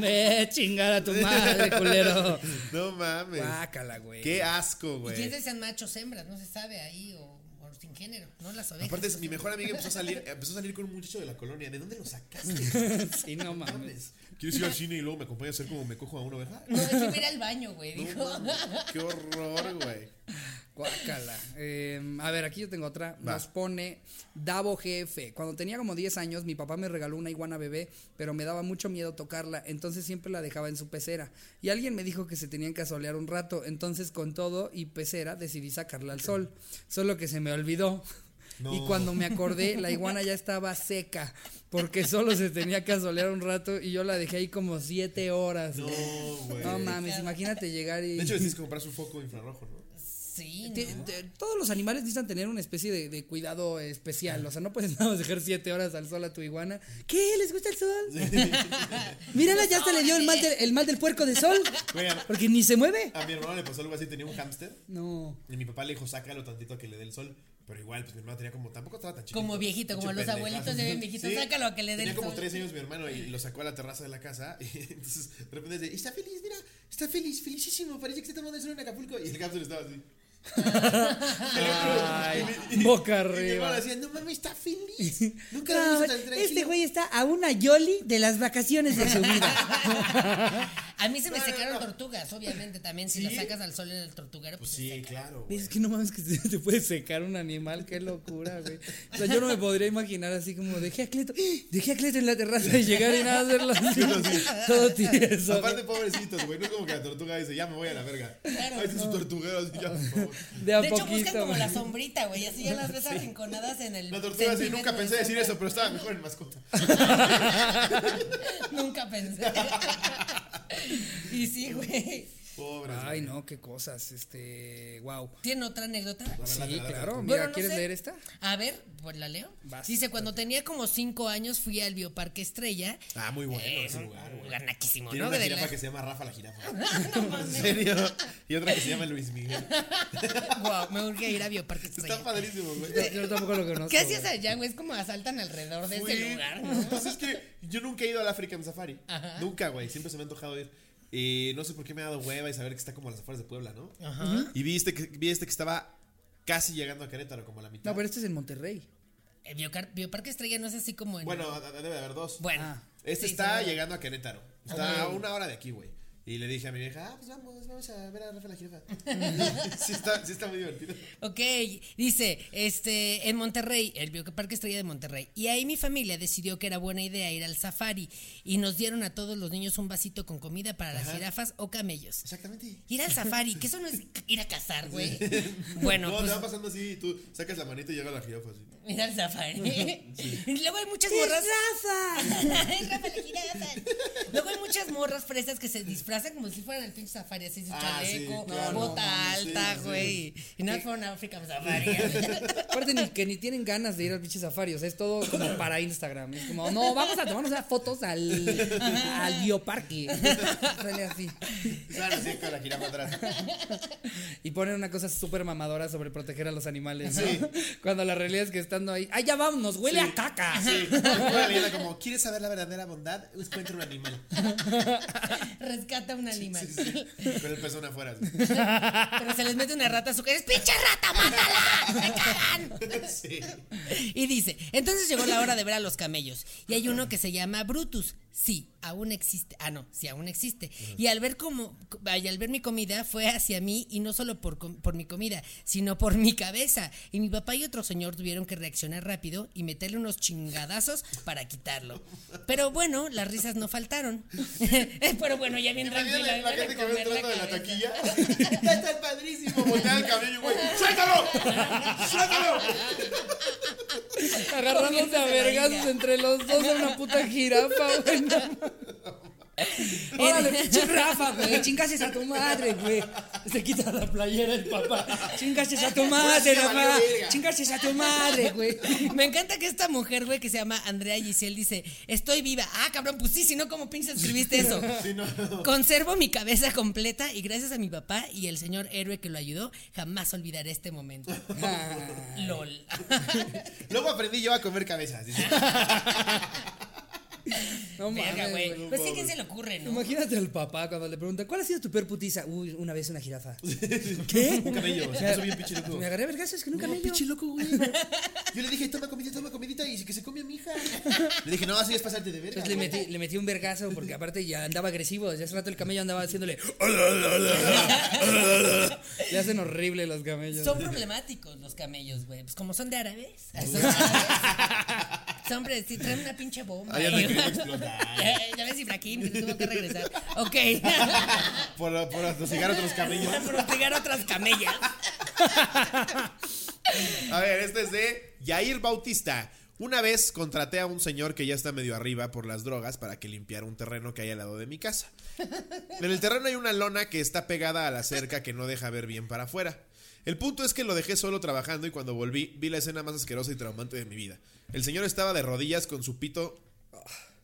Speaker 1: Ve, chingar a tu madre, culero.
Speaker 2: No mames.
Speaker 1: Guácala, güey.
Speaker 2: Qué asco,
Speaker 3: Y quién sabe
Speaker 2: güey.
Speaker 3: si sean machos, hembras, no se sabe ahí o, o sin género, no las ovejas.
Speaker 2: Aparte, mi mejor amiga empezó a salir, empezó a salir con un muchacho de la colonia. ¿De dónde lo sacaste?
Speaker 1: Sí, no mames.
Speaker 2: ¿Quieres ir al cine y luego me acompañas a hacer como me cojo a una oveja?
Speaker 3: No, es que mira al baño, güey,
Speaker 2: No
Speaker 3: dijo.
Speaker 2: mames, Qué horror, güey.
Speaker 1: Guácala. Eh, a ver, aquí yo tengo otra.
Speaker 2: Va.
Speaker 1: Nos pone Davo GF. Cuando tenía como 10 años, mi papá me regaló una iguana bebé, pero me daba mucho miedo tocarla, entonces siempre la dejaba en su pecera. Y alguien me dijo que se tenían que asolear un rato, entonces con todo y pecera decidí sacarla al sol. Solo que se me olvidó.
Speaker 2: No.
Speaker 1: Y cuando me acordé, la iguana ya estaba seca, porque solo se tenía que asolear un rato y yo la dejé ahí como 7 horas.
Speaker 2: No, güey.
Speaker 1: No mames, imagínate llegar y...
Speaker 2: De hecho, decís comprar su foco infrarrojo, ¿no?
Speaker 3: Sí,
Speaker 1: Te-
Speaker 3: ¿no?
Speaker 1: te- todos los animales necesitan tener una especie de, de cuidado especial. O sea, no puedes nada más dejar siete horas al sol a tu iguana. ¿Qué? ¿Les gusta el sol? Mírala, ya hasta le dio el mal, del- el mal del puerco de sol.
Speaker 2: Güey, a-
Speaker 1: Porque ni se mueve.
Speaker 2: A mi hermano le pasó algo así, tenía un hámster.
Speaker 1: No.
Speaker 2: Y mi papá le dijo, sácalo tantito a que le dé el sol. Pero igual, pues mi hermano tenía como, tampoco estaba tan chiquito.
Speaker 3: Como viejito, como
Speaker 2: Pinche
Speaker 3: los abuelitos de bien viejitos, sácalo a que le dé
Speaker 2: Tenía
Speaker 3: el
Speaker 2: como
Speaker 3: sol.
Speaker 2: tres años mi hermano y lo sacó a la terraza de la casa. Y entonces, de repente dice, está feliz, mira, está feliz, felicísimo, parece que está tomando el sol en Acapulco. Y el hámster estaba así. Te lo juro.
Speaker 1: Ay,
Speaker 2: Y mi- y-
Speaker 1: boca
Speaker 2: y Mi
Speaker 1: arriba.
Speaker 2: hermano decía, no mames, está feliz. Nunca lo he
Speaker 1: No,
Speaker 2: visto tan tranquilo.
Speaker 1: este güey está a una Yoli de las vacaciones de su vida.
Speaker 3: A mí se me
Speaker 2: No, no,
Speaker 3: secaron
Speaker 2: no.
Speaker 3: tortugas, obviamente, también. Si
Speaker 2: ¿Sí?
Speaker 3: las sacas al sol en el tortuguero,
Speaker 2: Pues
Speaker 3: pues,
Speaker 2: sí,
Speaker 3: se seca.
Speaker 2: claro. güey.
Speaker 1: Es que no mames que se te puede secar un animal, qué locura, güey. O sea, yo no me podría imaginar así como dejé a Cleto, dejé a Cleto en la terraza y llegar y nada hacerlo así, todo tieso.
Speaker 2: Aparte, pobrecitos, güey. No es como que la tortuga dice, ya me voy a la verga. Ahí está su tortuguero, así, ya, por favor.
Speaker 1: De a
Speaker 3: de hecho,
Speaker 1: poquito.
Speaker 3: buscan como
Speaker 1: güey.
Speaker 3: la sombrita, güey. Así ya las ves arrinconadas en el.
Speaker 2: La tortuga así,
Speaker 3: centímetro
Speaker 2: nunca pensé
Speaker 3: de
Speaker 2: decir eso,
Speaker 3: sombra.
Speaker 2: pero estaba mejor en mascota.
Speaker 3: Nunca pensé. y sí, güey.
Speaker 2: Pobre.
Speaker 1: Ay, no, qué cosas. Este, wow.
Speaker 3: ¿Tiene otra anécdota?
Speaker 1: Sí, claro.
Speaker 3: Bueno,
Speaker 1: Mira,
Speaker 3: no
Speaker 1: ¿quieres
Speaker 3: sé.
Speaker 1: leer esta?
Speaker 3: A ver, pues la leo.
Speaker 1: Vas.
Speaker 3: Dice, cuando tenía como cinco años fui al Bioparque Estrella.
Speaker 2: Ah, muy bueno
Speaker 3: Eh,
Speaker 2: ese
Speaker 3: un
Speaker 2: lugar, güey.
Speaker 3: lugar naquísimo,
Speaker 2: Tiene
Speaker 3: ¿no?
Speaker 2: una
Speaker 3: De
Speaker 2: jirafa
Speaker 3: la-
Speaker 2: que se llama Rafa la jirafa.
Speaker 3: Ah,
Speaker 2: ¿En serio? Y otra que se llama Luis Miguel.
Speaker 3: Guau, me urge ir a Bioparque
Speaker 2: Está
Speaker 3: Estrella.
Speaker 2: padrísimo, güey.
Speaker 1: Yo, yo tampoco lo conozco.
Speaker 3: ¿Qué hacías
Speaker 1: güey.
Speaker 3: allá, güey? Es como asaltan alrededor de ese
Speaker 2: Fui-
Speaker 3: lugar, ¿no?
Speaker 2: Pues es que yo nunca he ido al African Safari.
Speaker 3: Ajá.
Speaker 2: Nunca, güey. Siempre se me ha antojado ir. Eh, no sé por qué me ha dado hueva y saber que está como a las afueras de Puebla, ¿no?
Speaker 3: Ah.
Speaker 2: Y vi este, que, vi este que estaba casi llegando a Querétaro, como a la mitad.
Speaker 1: No, pero este es en Monterrey.
Speaker 3: El Eh, Biocar- Bioparque Estrella no es así como en.
Speaker 2: Bueno, a- a- debe de haber dos.
Speaker 3: Bueno.
Speaker 1: Ah.
Speaker 2: Este
Speaker 3: Sí,
Speaker 2: está
Speaker 3: sí, sí.
Speaker 2: llegando a Querétaro. Está a
Speaker 3: Ok.
Speaker 2: una hora de aquí, güey. Y le dije a mi vieja, ah, pues vamos, vamos a ver a Rafa la jirafa. sí, está, sí está muy divertido.
Speaker 3: Ok, dice, este, en Monterrey, el Bioparque Estrella de Monterrey. Y ahí mi familia decidió que era buena idea ir al safari y nos dieron a todos los niños un vasito con comida para las jirafas o camellos.
Speaker 2: Exactamente.
Speaker 3: Ir al safari, que eso no es ir a cazar, güey. Bueno,
Speaker 2: no,
Speaker 3: pues
Speaker 2: te va pasando así y tú sacas la manita y llega la jirafa así.
Speaker 3: ir al safari. Y Luego hay muchas morras.
Speaker 1: Rafa!
Speaker 3: Ay, Rafa, la jirafa. Luego hay muchas morras fresas que se disfrazan hacen como si fueran el pinche safari, así su
Speaker 2: Ah,
Speaker 3: chaleco,
Speaker 2: sí, claro.
Speaker 3: bota
Speaker 2: No mames, sí,
Speaker 3: alta,
Speaker 2: sí.
Speaker 3: güey. Y no fueron a África Safari.
Speaker 1: Aparte, ni, que ni tienen ganas de ir al pinche safari. O sea, es todo como para Instagram. Es como, no, vamos a tomarnos unas fotos al, al bioparque. Sale así.
Speaker 2: Sale así con la jirafa atrás.
Speaker 1: Y ponen una cosa súper mamadora sobre proteger a los animales. ¿no?
Speaker 2: Sí.
Speaker 1: Cuando la realidad es que estando ahí, ¡ay, ya vámonos! ¡Huele a caca!
Speaker 2: Sí. Una leyenda como, ¿quieres saber la verdadera bondad? Encuentra un animal.
Speaker 3: Rescata un animal.
Speaker 2: Sí, sí. Pero el pezón afuera. así.
Speaker 3: Pero se les mete una rata a su cara. ¡Es pinche rata, mátala! ¡Me cagan!
Speaker 2: Sí.
Speaker 3: Y dice, entonces llegó la hora de ver a los camellos. Y hay uno que se llama Brutus. Sí, aún existe. Ah, no, sí, aún existe. Y al ver como, y al ver mi comida, fue hacia mí y no solo por, com- por mi comida, sino por mi cabeza. Y mi papá y otro señor tuvieron que reaccionar rápido y meterle unos chingadazos para quitarlo. Pero bueno, las risas no faltaron. Pero bueno, ya bien tranquila.
Speaker 2: Imagínate la
Speaker 3: van a
Speaker 2: gente que ve
Speaker 3: comer la
Speaker 2: entrando de la
Speaker 3: cabeza.
Speaker 2: taquilla. Ya está padrísimo. Voltea al cabello, güey. ¡Suéltalo! ¡Suéltalo!
Speaker 1: Agarrándose a vergazos entre los dos de una puta jirafa, güey. no mames. Órale, pinche Rafa, güey. Chingases a tu madre, güey. Se quita la playera el papá. Chingases a tu madre,
Speaker 2: Ya valió
Speaker 1: papá.
Speaker 2: verga.
Speaker 1: Chingases a tu madre, güey.
Speaker 3: Me encanta que esta mujer, güey, que se llama Andrea Giselle, dice, estoy viva. Ah, cabrón, pues sí, si no, ¿cómo pinches escribiste eso?
Speaker 2: Sí, no.
Speaker 3: Conservo mi cabeza completa y gracias a mi papá y el señor héroe que lo ayudó, jamás olvidaré este momento.
Speaker 1: Ah,
Speaker 3: LOL.
Speaker 2: Luego aprendí yo a comer cabezas. dice.
Speaker 1: No
Speaker 3: Verga,
Speaker 1: mames, güey.
Speaker 3: güey. Pues sí, ¿quién se le ocurre, no?
Speaker 1: Imagínate al papá cuando le pregunta, ¿cuál ha sido tu peor putiza? Uy, una vez una jirafa. ¿Qué?
Speaker 2: Un camello, se
Speaker 1: Me-
Speaker 2: puso bien pinche loco.
Speaker 1: Me agarré a vergazos con un
Speaker 2: No,
Speaker 1: camello.
Speaker 2: pinche loco, güey. Yo le dije, toma comidita, toma comidita y que se come a mi hija. Le dije, no, así es pasarte de verga.
Speaker 1: Entonces le
Speaker 2: güey.
Speaker 1: metí, le metí un vergazo porque aparte ya andaba agresivo. Desde hace rato el camello andaba haciéndole. Le hacen horrible los camellos.
Speaker 3: Son problemáticos los camellos, güey. Pues como son de árabes. Son árabes. Son, hombre, si traen una pinche bomba.
Speaker 2: Ah, ya te
Speaker 3: güey.
Speaker 2: quería explotar.
Speaker 3: Ya, ya ves, Ifraquín, que tuvo que regresar. Ok.
Speaker 2: Por, por atosigar otros camellos.
Speaker 3: Para proteger otras camellas.
Speaker 2: A ver, este es de Yair Bautista. Una vez contraté a un señor que ya está medio arriba por las drogas para que limpiara un terreno que hay al lado de mi casa. En el terreno hay una lona que está pegada a la cerca que no deja ver bien para afuera. El punto es que lo dejé solo trabajando y cuando volví vi la escena más asquerosa y traumante de mi vida. El señor estaba de rodillas con su pito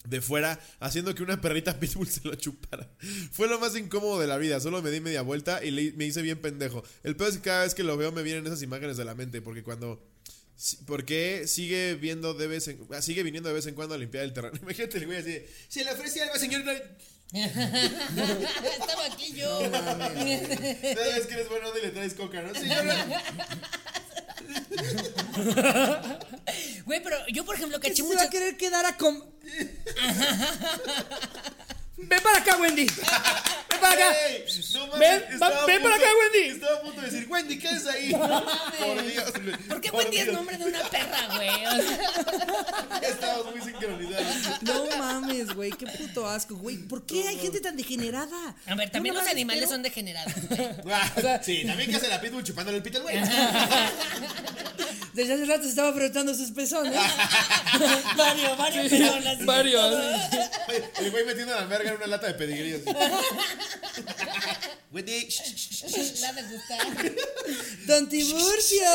Speaker 2: de fuera, haciendo que una perrita pitbull se lo chupara. Fue lo más incómodo de la vida, solo me di media vuelta y le- me hice bien pendejo. El peor es que cada vez que lo veo me vienen esas imágenes de la mente, porque cuando... si- Porque sigue viendo de vez en, ah, sigue viniendo de vez en cuando a limpiar el terreno. Imagínate el güey así de, se le ofrece algo, señor. No,
Speaker 3: Estaba aquí yo.
Speaker 2: cada vez que eres bueno y le traes coca, ¿no? Señor,
Speaker 3: Güey, pero yo, por ejemplo,
Speaker 1: ¿Qué se
Speaker 3: caché
Speaker 1: va
Speaker 3: muchas.
Speaker 1: a querer quedar a com... ¡Ven para acá, Wendy! ¡Ven para acá!
Speaker 2: ¡Ey! No mames,
Speaker 1: Ven,
Speaker 2: estaba
Speaker 1: va-
Speaker 2: a
Speaker 1: ven para
Speaker 2: punto-
Speaker 1: acá, Wendy.
Speaker 2: Estaba a punto de decir, Wendy, ¿qué es ahí? Por Dios.
Speaker 3: ¿Por qué
Speaker 2: por
Speaker 3: Wendy es
Speaker 2: Dios.
Speaker 3: nombre de una perra, güey? O sea,
Speaker 2: Estábamos muy sincronizados.
Speaker 1: No mames, güey, qué puto asco, güey. ¿Por qué hay gente tan degenerada?
Speaker 3: a ver, también
Speaker 1: Yo
Speaker 3: los
Speaker 1: nomás
Speaker 3: animales
Speaker 1: espero-
Speaker 3: son degenerados, güey.
Speaker 2: Ah, sí, también que hace la pitbull chupándole el pito al güey.
Speaker 1: Desde hace rato se estaba frotando sus pezones.
Speaker 3: Mario, Mario, personas.
Speaker 2: El güey metiendo la verga en una lata de pedigríos. Wendy, shh, shh, shh.
Speaker 3: La de gustar.
Speaker 1: ¡Don Tiburcio!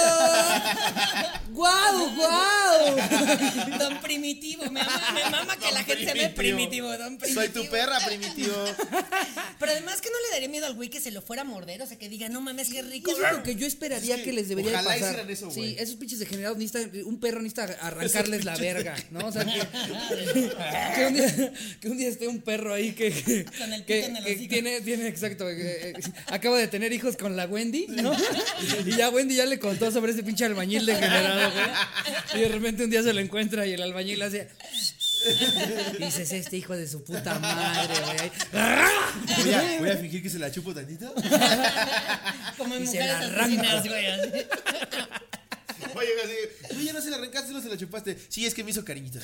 Speaker 1: ¡Guau, guau!
Speaker 3: Don Primitivo, me ama, me mama que
Speaker 2: Don
Speaker 3: la gente se ve primitivo, Don Primitivo.
Speaker 2: Soy tu perra, primitivo.
Speaker 3: Pero además que no le daría miedo al güey que se lo fuera a morder, o sea, que diga, no mames, qué rico.
Speaker 1: Es lo que yo esperaría
Speaker 2: Es que
Speaker 1: que, les debería de
Speaker 2: ojalá
Speaker 1: pasar.
Speaker 2: hicieran eso, güey.
Speaker 1: sí, esos pinches degenerados necesitan, un perro necesita arrancarles la verga, ¿no? O sea, que, que un día, que un día esté un perro ahí que, que,
Speaker 3: Con el pito
Speaker 1: que-
Speaker 3: en el
Speaker 1: que
Speaker 3: hocico.
Speaker 1: tiene, tiene, exacto, que, eh, acaba de tener hijos con la Wendy, ¿no? Y ya Wendy ya le contó sobre ese pinche albañil degenerado, güey. Y de repente un día se lo encuentra y el albañil hace... Y dices, este hijo de su puta madre, güey.
Speaker 2: Voy a, voy a fingir que se la chupo tantito.
Speaker 3: Como en
Speaker 1: Y se
Speaker 3: mujeres
Speaker 1: la arranca.
Speaker 3: asesinas, güey. así.
Speaker 2: Oye, así. Tú ya no se la arrancaste, solo se la chupaste. Sí, es que me hizo cariñitos.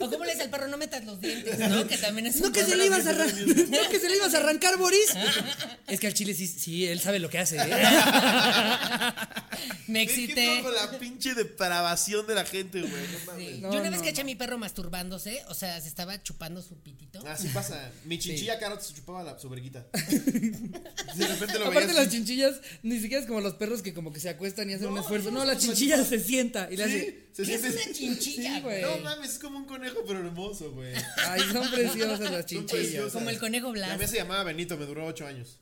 Speaker 3: O como le dice al perro, no metas los dientes, ¿no? Que también es
Speaker 1: No
Speaker 3: un
Speaker 1: que, se
Speaker 3: problema.
Speaker 1: le ibas a arran- no que se le ibas a arrancar, Boris. Es que al chile sí, sí, él sabe lo que hace. ¿eh?
Speaker 3: Me
Speaker 2: ¿Qué- qué
Speaker 3: excité.
Speaker 2: pedo con la pinche depravación de la gente, güey. No mames.
Speaker 3: Sí.
Speaker 1: No,
Speaker 3: Yo una
Speaker 1: no,
Speaker 3: vez que eché
Speaker 1: no.
Speaker 3: a mi perro masturbándose, o sea, se estaba chupando su pitito.
Speaker 2: Así pasa. Mi chinchilla Carot se chupaba la sobreguita. De repente lo
Speaker 1: Aparte
Speaker 2: veías.
Speaker 1: las chinchillas, ni siquiera es como los perros que como que se acuestan y hacen un esfuerzo. No,
Speaker 2: es
Speaker 1: la
Speaker 2: como-
Speaker 1: chinchilla se sienta y le hace...
Speaker 2: Sí, se
Speaker 3: ¿Qué es
Speaker 2: siente-
Speaker 3: una chinchilla,
Speaker 1: Sí, güey.
Speaker 2: No
Speaker 3: güey?
Speaker 2: mames, es como un conejo, pero hermoso, güey.
Speaker 1: Ay, son preciosas las
Speaker 2: Son
Speaker 1: chinchillas.
Speaker 2: preciosas.
Speaker 3: Como el conejo
Speaker 2: La
Speaker 3: Blas.
Speaker 2: mía se llamaba Benito, me duró ocho años.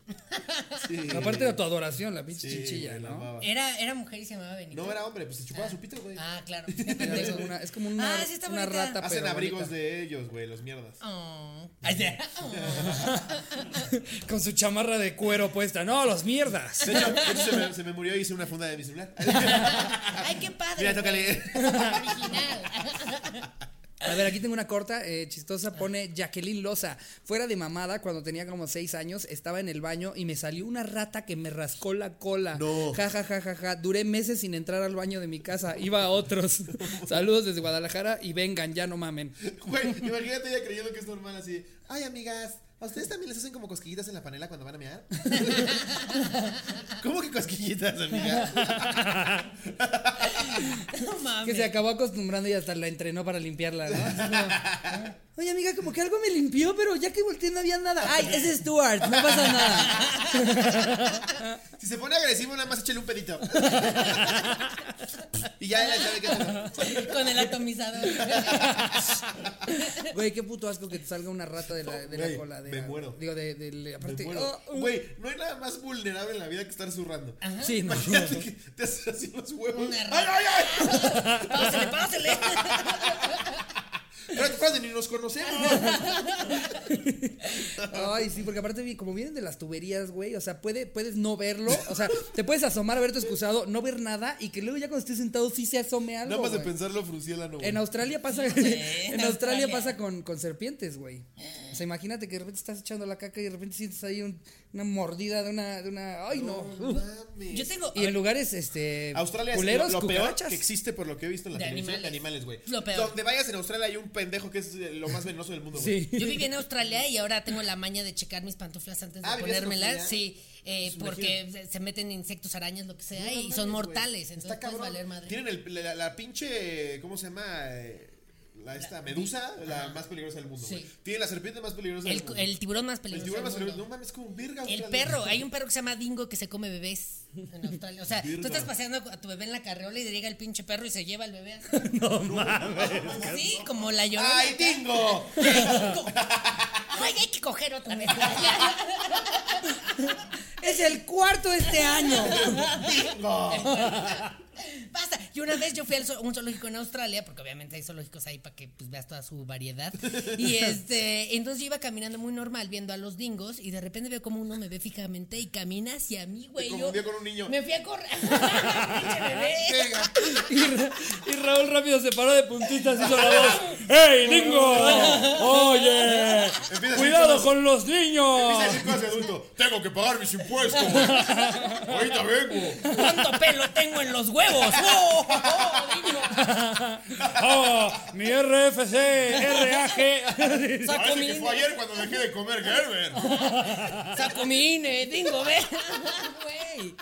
Speaker 2: Sí.
Speaker 1: Aparte de tu adoración, la pinche
Speaker 2: Sí,
Speaker 1: chinchilla,
Speaker 2: güey, la
Speaker 1: ¿no?
Speaker 2: amaba.
Speaker 3: Era, era mujer y se llamaba Benito.
Speaker 2: No era hombre, pues se chupaba su pito, güey.
Speaker 3: Ah, claro.
Speaker 1: Mira, Es como una, es como una,
Speaker 3: Ah, sí está
Speaker 1: una
Speaker 3: bonita.
Speaker 1: rata, pero
Speaker 2: Hacen abrigos
Speaker 1: bonita.
Speaker 2: de ellos, güey, los mierdas.
Speaker 3: Oh. Ay, sí. Oh.
Speaker 1: Con su chamarra de cuero puesta. No, los mierdas.
Speaker 2: De hecho, de hecho, se, me, se me murió y hice una funda de mi celular.
Speaker 3: Ay, qué padre.
Speaker 2: Mira, tócale.
Speaker 3: güey. Original.
Speaker 1: A ver, aquí tengo una corta, eh, chistosa, pone Jacqueline Loza. Fuera de mamada, cuando tenía como seis años, estaba en el baño y me salió una rata que me rascó la cola.
Speaker 2: No.
Speaker 1: Ja, ja, ja, ja, ja. Duré meses sin entrar al baño de mi casa. Iba a otros. Saludos desde Guadalajara y vengan, ya no mamen.
Speaker 2: Güey, imagínate ella creyendo que es normal así. Ay, amigas, ¿a ustedes también les hacen como cosquillitas en la panela cuando van a mear? ¿Cómo que cosquillitas, amiga?
Speaker 3: No mames.
Speaker 1: Que se acabó acostumbrando y hasta la entrenó para limpiarla, ¿no? Así como, Oye, amiga, como que algo me limpió, pero ya que volteé no había nada. Ay, es Stuart, no pasa nada.
Speaker 2: Si se pone agresivo, nada más échale un pedito. y ya ella sabe que
Speaker 3: Con el atomizador.
Speaker 1: Güey, qué puto asco que te salga una rata de la, de la
Speaker 2: Güey,
Speaker 1: cola. De
Speaker 2: me
Speaker 1: la-
Speaker 2: muero.
Speaker 1: Digo, de, de, aparte. oh,
Speaker 2: Me muero. Güey, no hay nada más vulnerable en la vida que estar zurrando.
Speaker 1: Ah, sí, no.
Speaker 2: Imagínate que te haces así los huevos.
Speaker 3: Una
Speaker 2: ¡Ay,
Speaker 3: rata.
Speaker 2: ay, ay!
Speaker 3: Pásale, pásale.
Speaker 2: Pero te acuerdas de ni nos conocemos.
Speaker 1: Ah, Ay, sí, porque aparte, vi- como vienen de las tuberías, güey, o sea, puede, puedes no verlo, o sea, te puedes asomar a ver tu excusado, no ver nada y que luego ya cuando estés sentado sí se asome algo.
Speaker 2: Nada más de
Speaker 1: güey. Eh,
Speaker 2: pensarlo, Fruciela no. güey.
Speaker 1: En Australia pasa.
Speaker 3: güey,
Speaker 1: en
Speaker 3: en
Speaker 1: Australia
Speaker 3: Australia.
Speaker 1: pasa con, con serpientes, güey. O sea, imagínate que de repente estás echando la caca y de repente sientes ahí un- una mordida de una. De una ay, no.
Speaker 2: No mames.
Speaker 3: Yo tengo.
Speaker 1: Y en lugares, este.
Speaker 2: Australia
Speaker 1: culeros,
Speaker 2: es lo- lo, peor
Speaker 1: cucarachas.
Speaker 2: que existe por lo que he visto en la
Speaker 3: De
Speaker 2: televisión de
Speaker 3: animales.
Speaker 2: animales, güey.
Speaker 3: Lo peor.
Speaker 2: Donde vayas en Australia hay un pendejo que es eh, lo más venenoso del mundo, güey.
Speaker 1: Sí.
Speaker 3: Yo viví en Australia y ahora tengo la maña de checar mis pantuflas antes de
Speaker 2: Ah, ¿vivías en
Speaker 3: ponérmelas.
Speaker 2: Australia?
Speaker 3: Sí, eh,
Speaker 2: Pues
Speaker 3: porque se- se meten insectos, arañas, lo que sea,
Speaker 2: No
Speaker 3: y
Speaker 2: mames,
Speaker 3: son
Speaker 2: güey.
Speaker 3: mortales. Entonces
Speaker 2: Está
Speaker 3: puedes
Speaker 2: cabrón.
Speaker 3: valer madre.
Speaker 2: Tienen el- la, la pinche. ¿Cómo se llama? Eh, La, esta medusa, la más peligrosa del mundo,
Speaker 3: Sí.
Speaker 2: güey. Tienen la serpiente más peligrosa
Speaker 3: El,
Speaker 2: del mundo.
Speaker 3: el tiburón más peligroso.
Speaker 2: El tiburón
Speaker 3: del
Speaker 2: más peligroso. No
Speaker 3: mundo.
Speaker 2: mames, como verga.
Speaker 3: El
Speaker 2: Australia.
Speaker 3: perro, hay un perro que se llama Dingo que se come bebés en Australia. O sea,
Speaker 2: Virga.
Speaker 3: tú estás paseando a tu bebé en la carriola y llega el pinche perro y se lleva al bebé así.
Speaker 1: No mames.
Speaker 3: Sí, como la llorona.
Speaker 2: ¡Ay, tingo!
Speaker 3: Güey, hay que coger otra vez.
Speaker 1: Es el cuarto de este año.
Speaker 2: ¡Tingo!
Speaker 3: Basta. Y una vez yo fui a un zoológico en Australia, porque obviamente hay zoológicos ahí para que pues, veas toda su variedad. Y este, entonces yo iba caminando muy normal viendo a los dingos y de repente veo como uno me ve fijamente y camina hacia mí, güey. Yo
Speaker 2: confundió con un niño.
Speaker 3: Me fui a correr. Pinche bebé.
Speaker 2: Venga.
Speaker 1: Y, Ra- y Raúl rápido se paró de puntitas y hizo la voz. ¡Hey, Dingo! ¡Oye!
Speaker 2: Empieza a
Speaker 1: ¡Cuidado
Speaker 2: decir
Speaker 1: con los niños!
Speaker 2: Dice el chico hacia adulto: Tengo que pagar mis impuestos. Ahorita vengo.
Speaker 3: ¿Cuánto pelo tengo en los huevos? ¡Oh, oh, oh, niño!
Speaker 1: ¡Oh! ¡Mi RFC! ¡RAG!
Speaker 3: Saco
Speaker 2: Parece
Speaker 3: mi,
Speaker 2: que fue ayer cuando dejé de comer Gerber.
Speaker 3: saco mi INE, dingo, ve. Güey.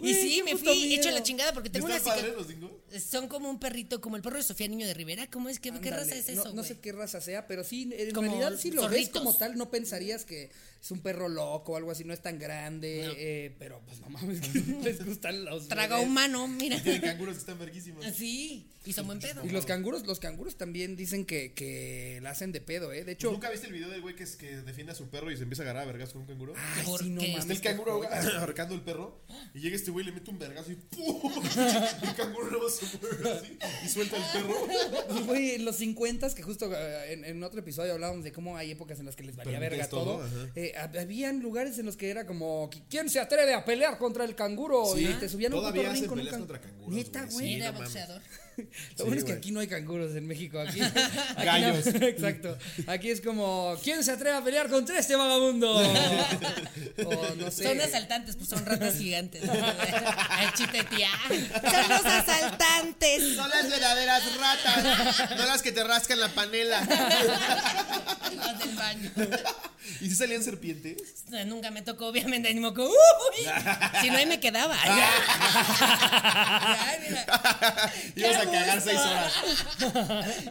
Speaker 1: Güey,
Speaker 3: Y sí,
Speaker 1: qué
Speaker 3: me
Speaker 1: puto
Speaker 3: fui
Speaker 1: miedo.
Speaker 3: hecho la chingada porque tengo una
Speaker 2: ¿Están padres
Speaker 3: cica-
Speaker 2: los dingos?
Speaker 3: Son como un perrito, como el perro de Sofía Niño de Rivera. ¿Cómo es? ¿Qué, qué
Speaker 1: Ándale.
Speaker 3: raza es
Speaker 1: No-
Speaker 3: eso,
Speaker 1: No,
Speaker 3: güey?
Speaker 1: sé qué raza sea, pero sí, en
Speaker 3: Como
Speaker 1: realidad si lo ves
Speaker 3: zorritos.
Speaker 1: como tal, no pensarías que es un perro loco o algo así, no es tan grande, eh, pero pues no mames, que les gustan los
Speaker 3: Traga
Speaker 1: bebés.
Speaker 3: humano, mira.
Speaker 2: Tienen canguros que están verguísimos.
Speaker 3: Así. Y son buen pedo.
Speaker 1: Y los canguros, los canguros también dicen que, que la hacen de pedo, ¿eh? De hecho,
Speaker 2: ¿Nunca viste el video del güey que, es- que defiende a su perro y se empieza a agarrar a vergas con un canguro?
Speaker 1: Ay,
Speaker 3: ¿Por
Speaker 1: sí, no
Speaker 3: qué?
Speaker 1: mames,
Speaker 2: Está el
Speaker 1: qué
Speaker 2: canguro
Speaker 1: joya.
Speaker 2: ahorcando el perro y llega este güey y le mete un vergazo y ¡pum! El canguro luego se mueve así y suelta el perro.
Speaker 1: Y, Güey, en los 50 que justo eh, en, en otro episodio hablábamos de cómo hay épocas en las que les valía
Speaker 2: Permites
Speaker 1: verga
Speaker 2: todo,
Speaker 1: todo.
Speaker 2: ajá.
Speaker 1: eh, hab- habían lugares en los que era como, ¿quién se atreve a pelear contra el canguro?
Speaker 2: Sí.
Speaker 1: y te subían a un
Speaker 2: Todavía
Speaker 1: puto ring
Speaker 2: hacen
Speaker 1: con un
Speaker 2: peleas
Speaker 1: canguro.
Speaker 2: contra canguros,
Speaker 1: Neta,
Speaker 2: güey,
Speaker 1: güey.
Speaker 2: sí.
Speaker 3: Mira,
Speaker 2: no mames.
Speaker 3: boxeador.
Speaker 1: Lo bueno es que
Speaker 2: güey.
Speaker 1: aquí no hay canguros en México. Aquí, aquí
Speaker 2: Gallos.
Speaker 1: no- exacto. Aquí es como, ¿quién se atreve a pelear contra este vagabundo? o no sé.
Speaker 3: Son asaltantes, pues son ratas gigantes. Al chiste, tía. Son los asaltantes.
Speaker 2: Son las verdaderas ratas, no las que te rascan la panela.
Speaker 3: las del baño.
Speaker 2: ¿Y si salían serpientes?
Speaker 3: Nunca me tocó, obviamente, ni moco. ¡Uy! Si no, ahí me quedaba. Ay, mira.
Speaker 2: Ibas a
Speaker 3: Qué
Speaker 2: cagar
Speaker 3: gusto.
Speaker 2: seis horas.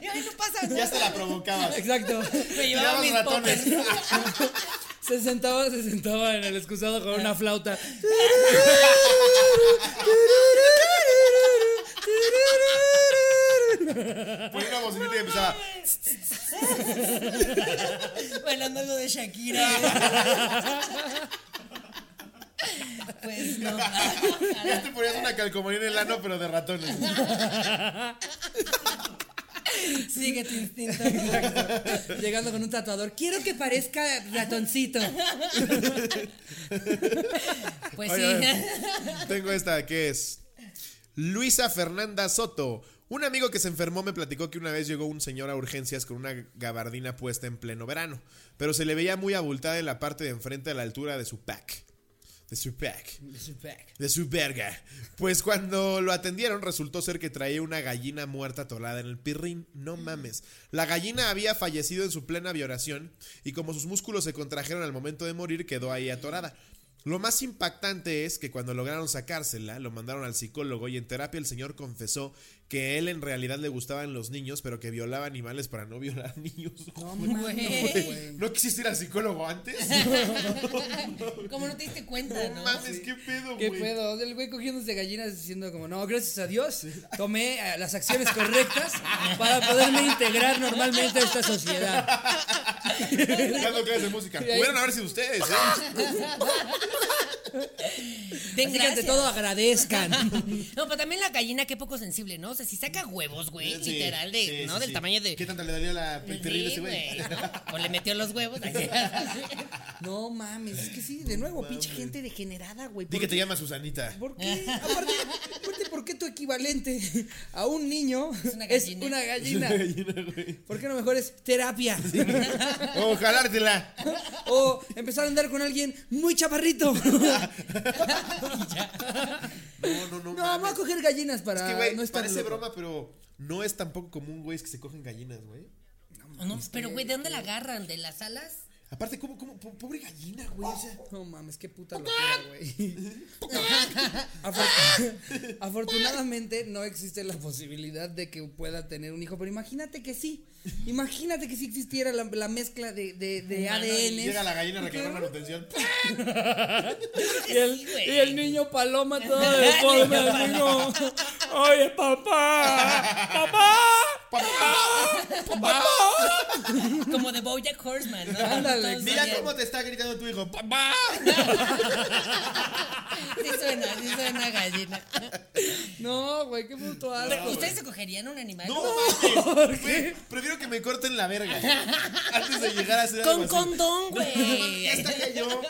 Speaker 3: Y ahí no pasa
Speaker 2: Ya
Speaker 3: nada.
Speaker 2: hasta la provocabas.
Speaker 1: Exacto.
Speaker 3: Me
Speaker 2: Tirabas
Speaker 3: llevaba mis
Speaker 2: ratones.
Speaker 3: potes.
Speaker 1: Se sentaba, se sentaba en el excusado con una flauta.
Speaker 2: Ponía una bocinita y empezaba.
Speaker 3: Bailando algo de Shakira. Pues no.
Speaker 2: Ya te ponías "Este una calcomanía en el ano, pero de ratones.
Speaker 3: Sigue tu instinto.
Speaker 1: Llegando con un tatuador. Quiero que parezca ratoncito.
Speaker 3: Pues
Speaker 2: Oye, a
Speaker 3: sí.
Speaker 2: ver, Tengo esta que es Luisa Fernanda Soto. Un amigo que se enfermó me platicó que una vez llegó un señor a urgencias con una gabardina puesta en pleno verano, pero se le veía muy abultada en la parte de enfrente a la altura de su pack. De su pack. De su verga. Pues cuando lo atendieron resultó ser que traía una gallina muerta atorada en el pirrín. No
Speaker 1: Mm.
Speaker 2: mames. La gallina había fallecido en su plena violación y como sus músculos se contrajeron al momento de morir quedó ahí atorada. Lo más impactante es que cuando lograron sacársela, lo mandaron al psicólogo y en terapia el señor confesó que él en realidad le gustaban los niños, pero que violaba animales para no violar niños.
Speaker 1: No
Speaker 3: Güey.
Speaker 1: mames, güey.
Speaker 2: ¿No quisiste ir al psicólogo antes?
Speaker 3: ¿Cómo no te diste cuenta,
Speaker 2: No
Speaker 3: no?
Speaker 2: mames, qué pedo,
Speaker 1: ¿Qué
Speaker 2: güey.
Speaker 1: pedo? El güey cogiéndose gallinas diciendo como, no, gracias a Dios, tomé eh, las acciones correctas para poderme integrar normalmente a esta sociedad.
Speaker 2: Dando clases de música. Pudieron haber sido ustedes, ¿eh?
Speaker 3: Den
Speaker 1: Así que ante
Speaker 3: gracias.
Speaker 1: todo agradezcan.
Speaker 3: No, pero también la gallina, qué poco sensible, ¿no? O sea, si saca huevos, güey,
Speaker 2: Sí,
Speaker 3: literal, de,
Speaker 2: sí,
Speaker 3: ¿no?
Speaker 2: sí,
Speaker 3: Del
Speaker 2: sí.
Speaker 3: tamaño de. Pues
Speaker 2: ¿Qué tanto le dolió la, el terrible
Speaker 3: Sí,
Speaker 2: ese güey?
Speaker 3: güey, ¿no? O le metió los huevos.
Speaker 1: No mames, es que sí, de nuevo, pinche gente degenerada, güey.
Speaker 2: Di
Speaker 1: ¿Por
Speaker 2: que te
Speaker 1: qué?
Speaker 2: llama Susanita.
Speaker 1: ¿Por qué? Aparte, aparte, ¿por qué tu equivalente a un niño es
Speaker 3: una
Speaker 1: una
Speaker 3: gallina.
Speaker 1: gallina? ¿Por qué no mejor es terapia?
Speaker 2: O jalártela.
Speaker 1: O empezar a andar con alguien muy chaparrito.
Speaker 2: No, no, no.
Speaker 1: No, vamos a coger gallinas para
Speaker 2: Es que, güey,
Speaker 1: no estar
Speaker 2: parece
Speaker 1: loco.
Speaker 2: broma, pero no es tampoco común, güey, es que se cogen gallinas, güey.
Speaker 3: No,
Speaker 2: Este,
Speaker 3: pero, güey, ¿de dónde la agarran? ¿De las alas?
Speaker 2: Aparte, ¿cómo, cómo? Po- Pobre gallina, güey. o sea,
Speaker 1: No mames, qué puta locura, güey. Afor- Afortunadamente no existe la posibilidad de que pueda tener un hijo, pero imagínate que sí. Imagínate que sí existiera la, la mezcla de, de, de
Speaker 3: Humano y-
Speaker 1: ADN.
Speaker 2: llega la gallina a reclamar la manutención.
Speaker 1: Y el,
Speaker 3: Sí, güey.
Speaker 1: y el niño paloma todo deforme, así como, Oye, papá, papá, papá.
Speaker 3: Como de Bojack Horseman, ¿no?
Speaker 1: Ándale,
Speaker 3: Todos
Speaker 2: Mira
Speaker 3: oyen.
Speaker 2: cómo te está gritando tu hijo. ¡Papá!
Speaker 3: Sí suena, sí suena gallina.
Speaker 1: No, güey, qué puto
Speaker 3: Pero,
Speaker 1: asco.
Speaker 3: ¿Ustedes se cogerían un animal?
Speaker 2: ¡No mames!
Speaker 1: ¿Por
Speaker 2: Güey, Prefiero que me corten la verga. Antes de llegar a hacer algo
Speaker 3: Con
Speaker 2: así.
Speaker 3: condón,
Speaker 2: Ya
Speaker 3: güey.
Speaker 2: estaría yo.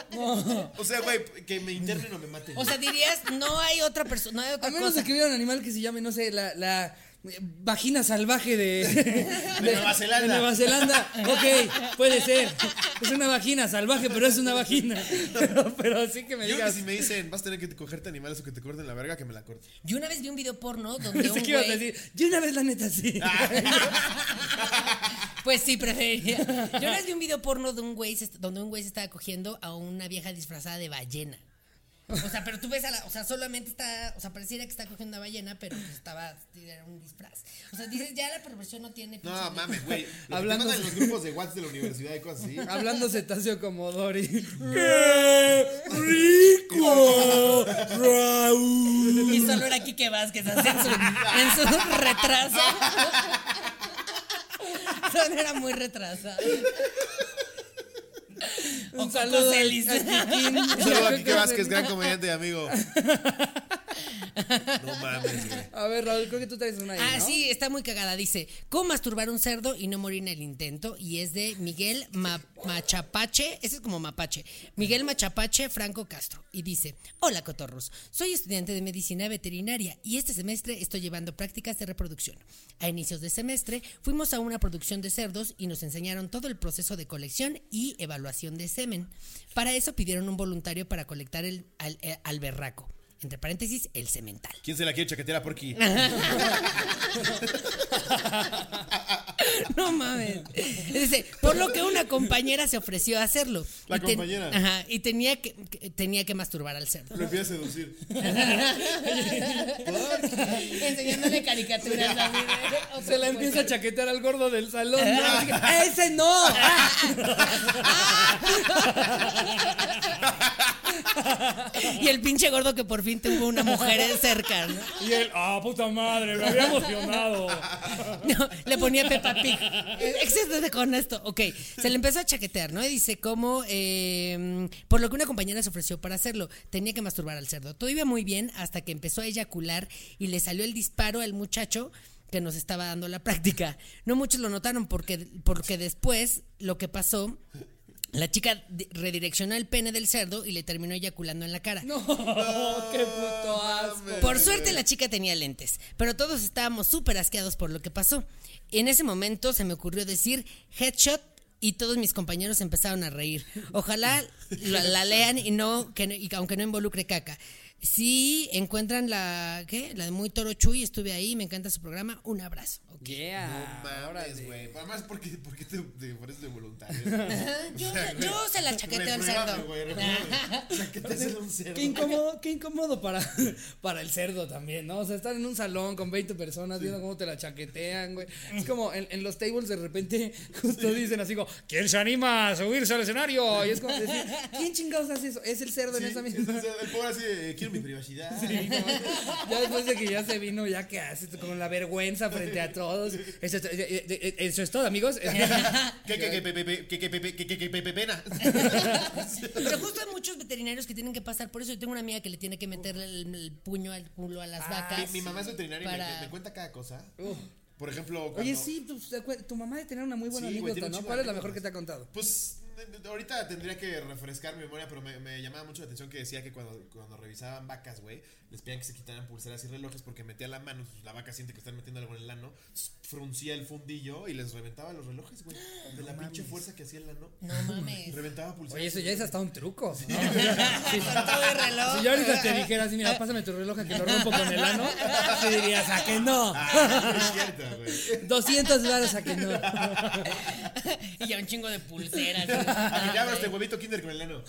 Speaker 2: O sea, güey, que me internen o me maten.
Speaker 3: O sea, dirías, no hay otra persona, no hay
Speaker 1: A
Speaker 3: otra
Speaker 1: menos
Speaker 3: cosa.
Speaker 1: de que hubiera un animal que se llame, no sé, la, la eh, vagina salvaje de,
Speaker 2: De Nueva Zelanda.
Speaker 1: de Nueva Zelanda. Ok, puede ser. Es una vagina salvaje, pero es una vagina. Pero, pero sí que me
Speaker 2: Yo creo que
Speaker 1: digas.
Speaker 2: si me dicen, vas a tener que cogerte animales o que te corten la verga, que me la corten.
Speaker 3: Yo una vez vi un video porno donde
Speaker 1: Pensé
Speaker 3: un
Speaker 1: que ibas a
Speaker 3: güey...
Speaker 1: decir, yo una vez la neta sí.
Speaker 2: Ah.
Speaker 3: Pues sí, preferiría. Yo una vez vi un video porno de un güey se est- donde un güey se estaba cogiendo a una vieja disfrazada de ballena. O sea, pero tú ves a la, o sea, solamente está, o sea, pareciera que está cogiendo una ballena, pero pues estaba era un disfraz. O sea, dices, ya la perversión no tiene
Speaker 2: No,
Speaker 3: pinche-
Speaker 2: mames, güey. Hablando
Speaker 1: Hablando-
Speaker 2: de los grupos de WhatsApp de la universidad y cosas así.
Speaker 3: Ah,
Speaker 1: Hablando cetáceo como Dory. ¡Qué rico! Raúl.
Speaker 3: Y solo era Kike Vázquez así en su, en su retraso. Solo era muy retrasado. O
Speaker 1: Un
Speaker 3: Coco
Speaker 1: saludo al-
Speaker 3: Celis.
Speaker 1: al Kikín.
Speaker 2: Un saludo a Kike Vázquez, gran comediante y amigo. No mames, güey.
Speaker 1: A ver, Raúl, creo que tú traes una ahí,
Speaker 3: Ah,
Speaker 1: ¿no?
Speaker 3: sí, está muy cagada. Dice, ¿cómo masturbar un cerdo y no morir en el intento? Y es de Miguel Ma- Machapache, ese es como Mapache, Miguel Machapache Franco Castro. Y dice, hola cotorros, soy estudiante de medicina veterinaria y este semestre estoy llevando prácticas de reproducción. A inicios de semestre fuimos a una producción de cerdos y nos enseñaron todo el proceso de colección y evaluación de semen. Para eso pidieron un voluntario para colectar el al, eh, alberraco, entre paréntesis, el semental.
Speaker 2: ¿Quién se la quiere chaquetear a Porky?
Speaker 3: No No mames. Dice, por lo que una compañera se ofreció a hacerlo.
Speaker 2: La
Speaker 3: Y ten-
Speaker 2: compañera.
Speaker 3: Ajá, y tenía que, que- tenía que masturbar al cerdo.
Speaker 2: Lo empieza a seducir.
Speaker 3: Enseñándole caricaturas a ¿eh?
Speaker 1: Se la empieza a chaquetear al gordo del salón. ¿no?
Speaker 3: Ah,
Speaker 5: ¡Ese no!
Speaker 3: Y el pinche gordo que por fin tuvo una mujer cerca, ¿no?
Speaker 1: Y él, ah, puta madre, me había emocionado.
Speaker 3: No, le ponía Peppa Pig. Eh, Excédete con esto. Ok, se le empezó a chaquetear, ¿no? Y dice cómo, eh, por lo que una compañera se ofreció para hacerlo, tenía que masturbar al cerdo. Todo iba muy bien hasta que empezó a eyacular y le salió el disparo al muchacho que nos estaba dando la práctica. No muchos lo notaron porque, porque después lo que pasó... La chica de- redireccionó el pene del cerdo y le terminó eyaculando en la cara.
Speaker 1: qué puto asco.
Speaker 3: Por suerte la chica tenía lentes, pero todos estábamos súper asqueados por lo que pasó. En ese momento se me ocurrió decir headshot y todos mis compañeros empezaron a reír. Ojalá la, la lean y no, que no- y aunque no involucre caca. Si encuentran la, ¿qué? La de Muy Toro Chuy, estuve ahí, me encanta su programa. Un abrazo.
Speaker 5: Yeah.
Speaker 2: Mames, güey. Además, ¿por qué, por qué te, te ofreces de voluntario?
Speaker 3: Yo, yo se la chaqueteo al
Speaker 2: Repruébame,
Speaker 3: cerdo.
Speaker 2: güey, repruébame. Chaqueteas en un cerdo.
Speaker 1: Qué incómodo, qué incómodo para, para el cerdo también, ¿no? O sea, estar en un salón con 20 personas viendo cómo te la chaquetean, güey. Es como en, en los tables de repente justo dicen así como, ¿quién se anima a subirse al escenario? Y es como decir, ¿quién chingados hace eso? Es el cerdo
Speaker 2: Sí,
Speaker 1: en esa
Speaker 2: es
Speaker 1: misma.
Speaker 2: un cerdo. El pobre así, de, quiero mi privacidad.
Speaker 1: Ya después de que ya se vino, ya que hace con la vergüenza frente a todos. Eso es, eh, eh, eso es todo, amigos.
Speaker 2: ¿Qué, qué, qué, pe- pe- qué, qué, pe- qué, qué, qué, pe- pe- pena?
Speaker 3: Pero justo hay muchos veterinarios que tienen que pasar por eso. Yo tengo una amiga que le tiene que meter el, el puño al culo a las
Speaker 2: Mi,
Speaker 3: vacas.
Speaker 2: Ah, mi mamá es veterinaria y me-
Speaker 3: Para-
Speaker 2: me, cuenta cada cosa. Por ejemplo, cuando,
Speaker 5: Oye, sí, tu,
Speaker 1: pues,
Speaker 5: se acuer- tu mamá de tener una muy buena
Speaker 2: Sí, güey,
Speaker 5: anécdota,
Speaker 2: tiene un
Speaker 5: ¿no?
Speaker 2: chingo
Speaker 5: ¿Cuál
Speaker 2: de
Speaker 5: es la mejor que
Speaker 2: anécdotas.
Speaker 5: te ha contado?
Speaker 2: Pues de- de- ahorita tendría que refrescar mi memoria, pero me, me llamaba mucho la atención que decía que cuando, cuando revisaban vacas, güey, les pedían que se quitaran pulseras y relojes porque metía la mano, pues, la vaca siente que están metiendo algo en el ano, s- fruncía el fundillo y les reventaba los relojes, güey, de la pinche fuerza que hacía el ano.
Speaker 3: No mames.
Speaker 2: Reventaba pulseras.
Speaker 1: Oye, eso ya es hasta un truco. ¿no?
Speaker 3: Todo el reloj.
Speaker 1: Si yo ahorita te dijera así, mira, pásame tu reloj a que lo rompo con el ano, te dirías, ¿a que no?
Speaker 2: Ah, es cierto, güey.
Speaker 1: 200 dólares a que no.
Speaker 3: y ya un chingo de pulseras.
Speaker 2: A
Speaker 1: Ah,
Speaker 2: que ya abras
Speaker 3: ¿no?
Speaker 2: este huevito kinder con el ano.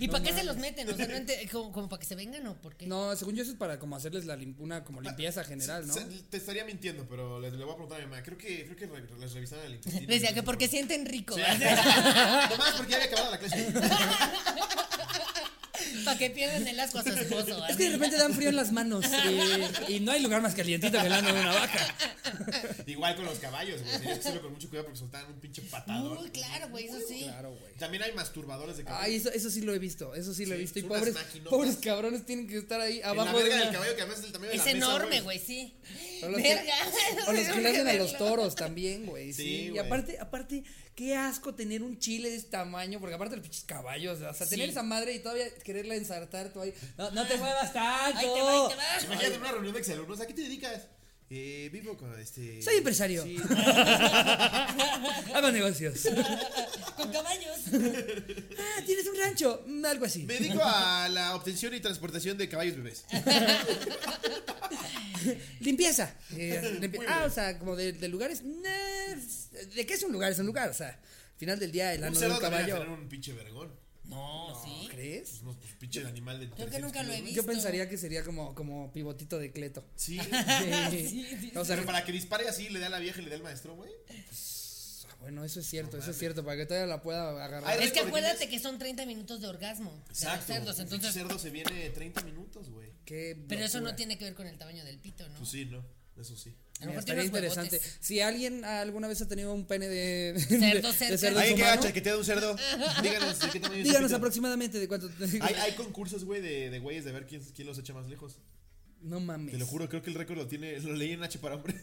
Speaker 3: ¿Y para qué se los meten? O sea, no ente- como, como para que se vengan o por qué.
Speaker 1: No, según yo eso es para como hacerles la lim- una como limpieza general, ¿no?
Speaker 2: Se- Te estaría mintiendo, pero les, le voy a preguntar a mi mamá. Creo que, creo que re- les revisaron el intestino.
Speaker 3: Le Decía que porque sienten rico.
Speaker 2: Sí. Nomás porque ya había acabado la clase.
Speaker 3: Para que pierdan el asco a su esposo.
Speaker 1: Es que de
Speaker 3: así.
Speaker 1: repente dan frío en las manos y, y no hay lugar más calientito que el ano de una vaca.
Speaker 2: Igual con los caballos, güey. Tenías que hacerlo con mucho cuidado porque soltaban un pinche patadón.
Speaker 3: Muy claro, güey, eso sí.
Speaker 1: Claro, güey.
Speaker 2: También hay masturbadores de caballo.
Speaker 1: Ay, eso, eso sí lo he visto, eso sí lo he
Speaker 2: Sí,
Speaker 1: visto. Y
Speaker 2: son unas
Speaker 1: pobres,
Speaker 2: maquinotas.
Speaker 1: pobres cabrones tienen que estar ahí
Speaker 2: En la
Speaker 1: abajo de
Speaker 2: verga del
Speaker 1: una...
Speaker 2: caballo que además es del tamaño de
Speaker 3: Es
Speaker 2: la mesa,
Speaker 3: enorme, güey, sí.
Speaker 1: O los que-
Speaker 3: Verga.
Speaker 1: O los que le hacen a los
Speaker 3: Verlo.
Speaker 1: toros también, güey. Sí,
Speaker 2: Sí,
Speaker 1: Y
Speaker 2: güey.
Speaker 1: aparte, aparte, qué asco tener un chile de este tamaño, porque aparte los pinches caballos, o sea, tener
Speaker 3: Sí.
Speaker 1: esa madre y todavía quererla ensartar tú ahí. No, no te muevas tanto.
Speaker 3: Ahí te va, ahí te va.
Speaker 2: Imagínate en una reunión de exalumnos, ¿a qué te dedicas? Eh, vivo con este...
Speaker 1: Soy empresario.
Speaker 2: Sí.
Speaker 1: Hago negocios.
Speaker 3: Con caballos.
Speaker 1: Ah, tienes un rancho, Mm, algo así.
Speaker 2: Me dedico a la obtención y transportación de caballos bebés.
Speaker 1: Limpieza. Eh, limpie- Ah, o sea, como de, de lugares. nah, ¿De qué es un lugar? Es un lugar, o sea, al final del día el
Speaker 2: Un
Speaker 1: ano de un
Speaker 2: cerdo también
Speaker 1: caballo.
Speaker 2: va a tener un pinche vergón.
Speaker 3: No, sí.
Speaker 1: ¿Crees?
Speaker 2: Es un pues, pinche animal de...
Speaker 3: Creo que nunca lo he visto.
Speaker 1: Yo pensaría que sería como, como pivotito de cleto.
Speaker 2: Sí.
Speaker 1: O sea,
Speaker 2: Pero para que dispare así, le da a la vieja y le da al maestro, güey.
Speaker 1: ah, Bueno, eso es cierto, eso es cierto, para que todavía la pueda agarrar.
Speaker 2: Ay,
Speaker 3: Es que
Speaker 2: Porque
Speaker 3: acuérdate que son 30 minutos de orgasmo. de los
Speaker 2: Exacto. pues,
Speaker 3: cerdos,
Speaker 2: El
Speaker 3: entonces.
Speaker 2: cerdo se viene 30 minutos, güey.
Speaker 1: Qué
Speaker 3: Pero eso no
Speaker 1: locura.
Speaker 3: tiene que ver con el tamaño del pito, ¿no?
Speaker 2: Pues sí, no. Eso sí.
Speaker 3: A lo mejor tiene
Speaker 1: Estaría
Speaker 3: unos
Speaker 1: interesante.
Speaker 3: huevotes.
Speaker 1: Si alguien alguna vez ha tenido un pene de, de-
Speaker 3: Cerdo,
Speaker 1: de
Speaker 3: cerca.
Speaker 1: cerdo en
Speaker 2: ¿Alguien
Speaker 1: su
Speaker 2: que
Speaker 1: mano,
Speaker 2: haga chaquetea de un cerdo? Díganos de qué tamaño es su
Speaker 1: díganos
Speaker 2: pito.
Speaker 1: aproximadamente de cuánto.
Speaker 2: Hay, hay concursos, güey, de, de güeyes de ver quién, quién los echa más lejos.
Speaker 1: no mames.
Speaker 2: Te lo juro, creo que el récord lo tiene. Lo leí en H para hombres.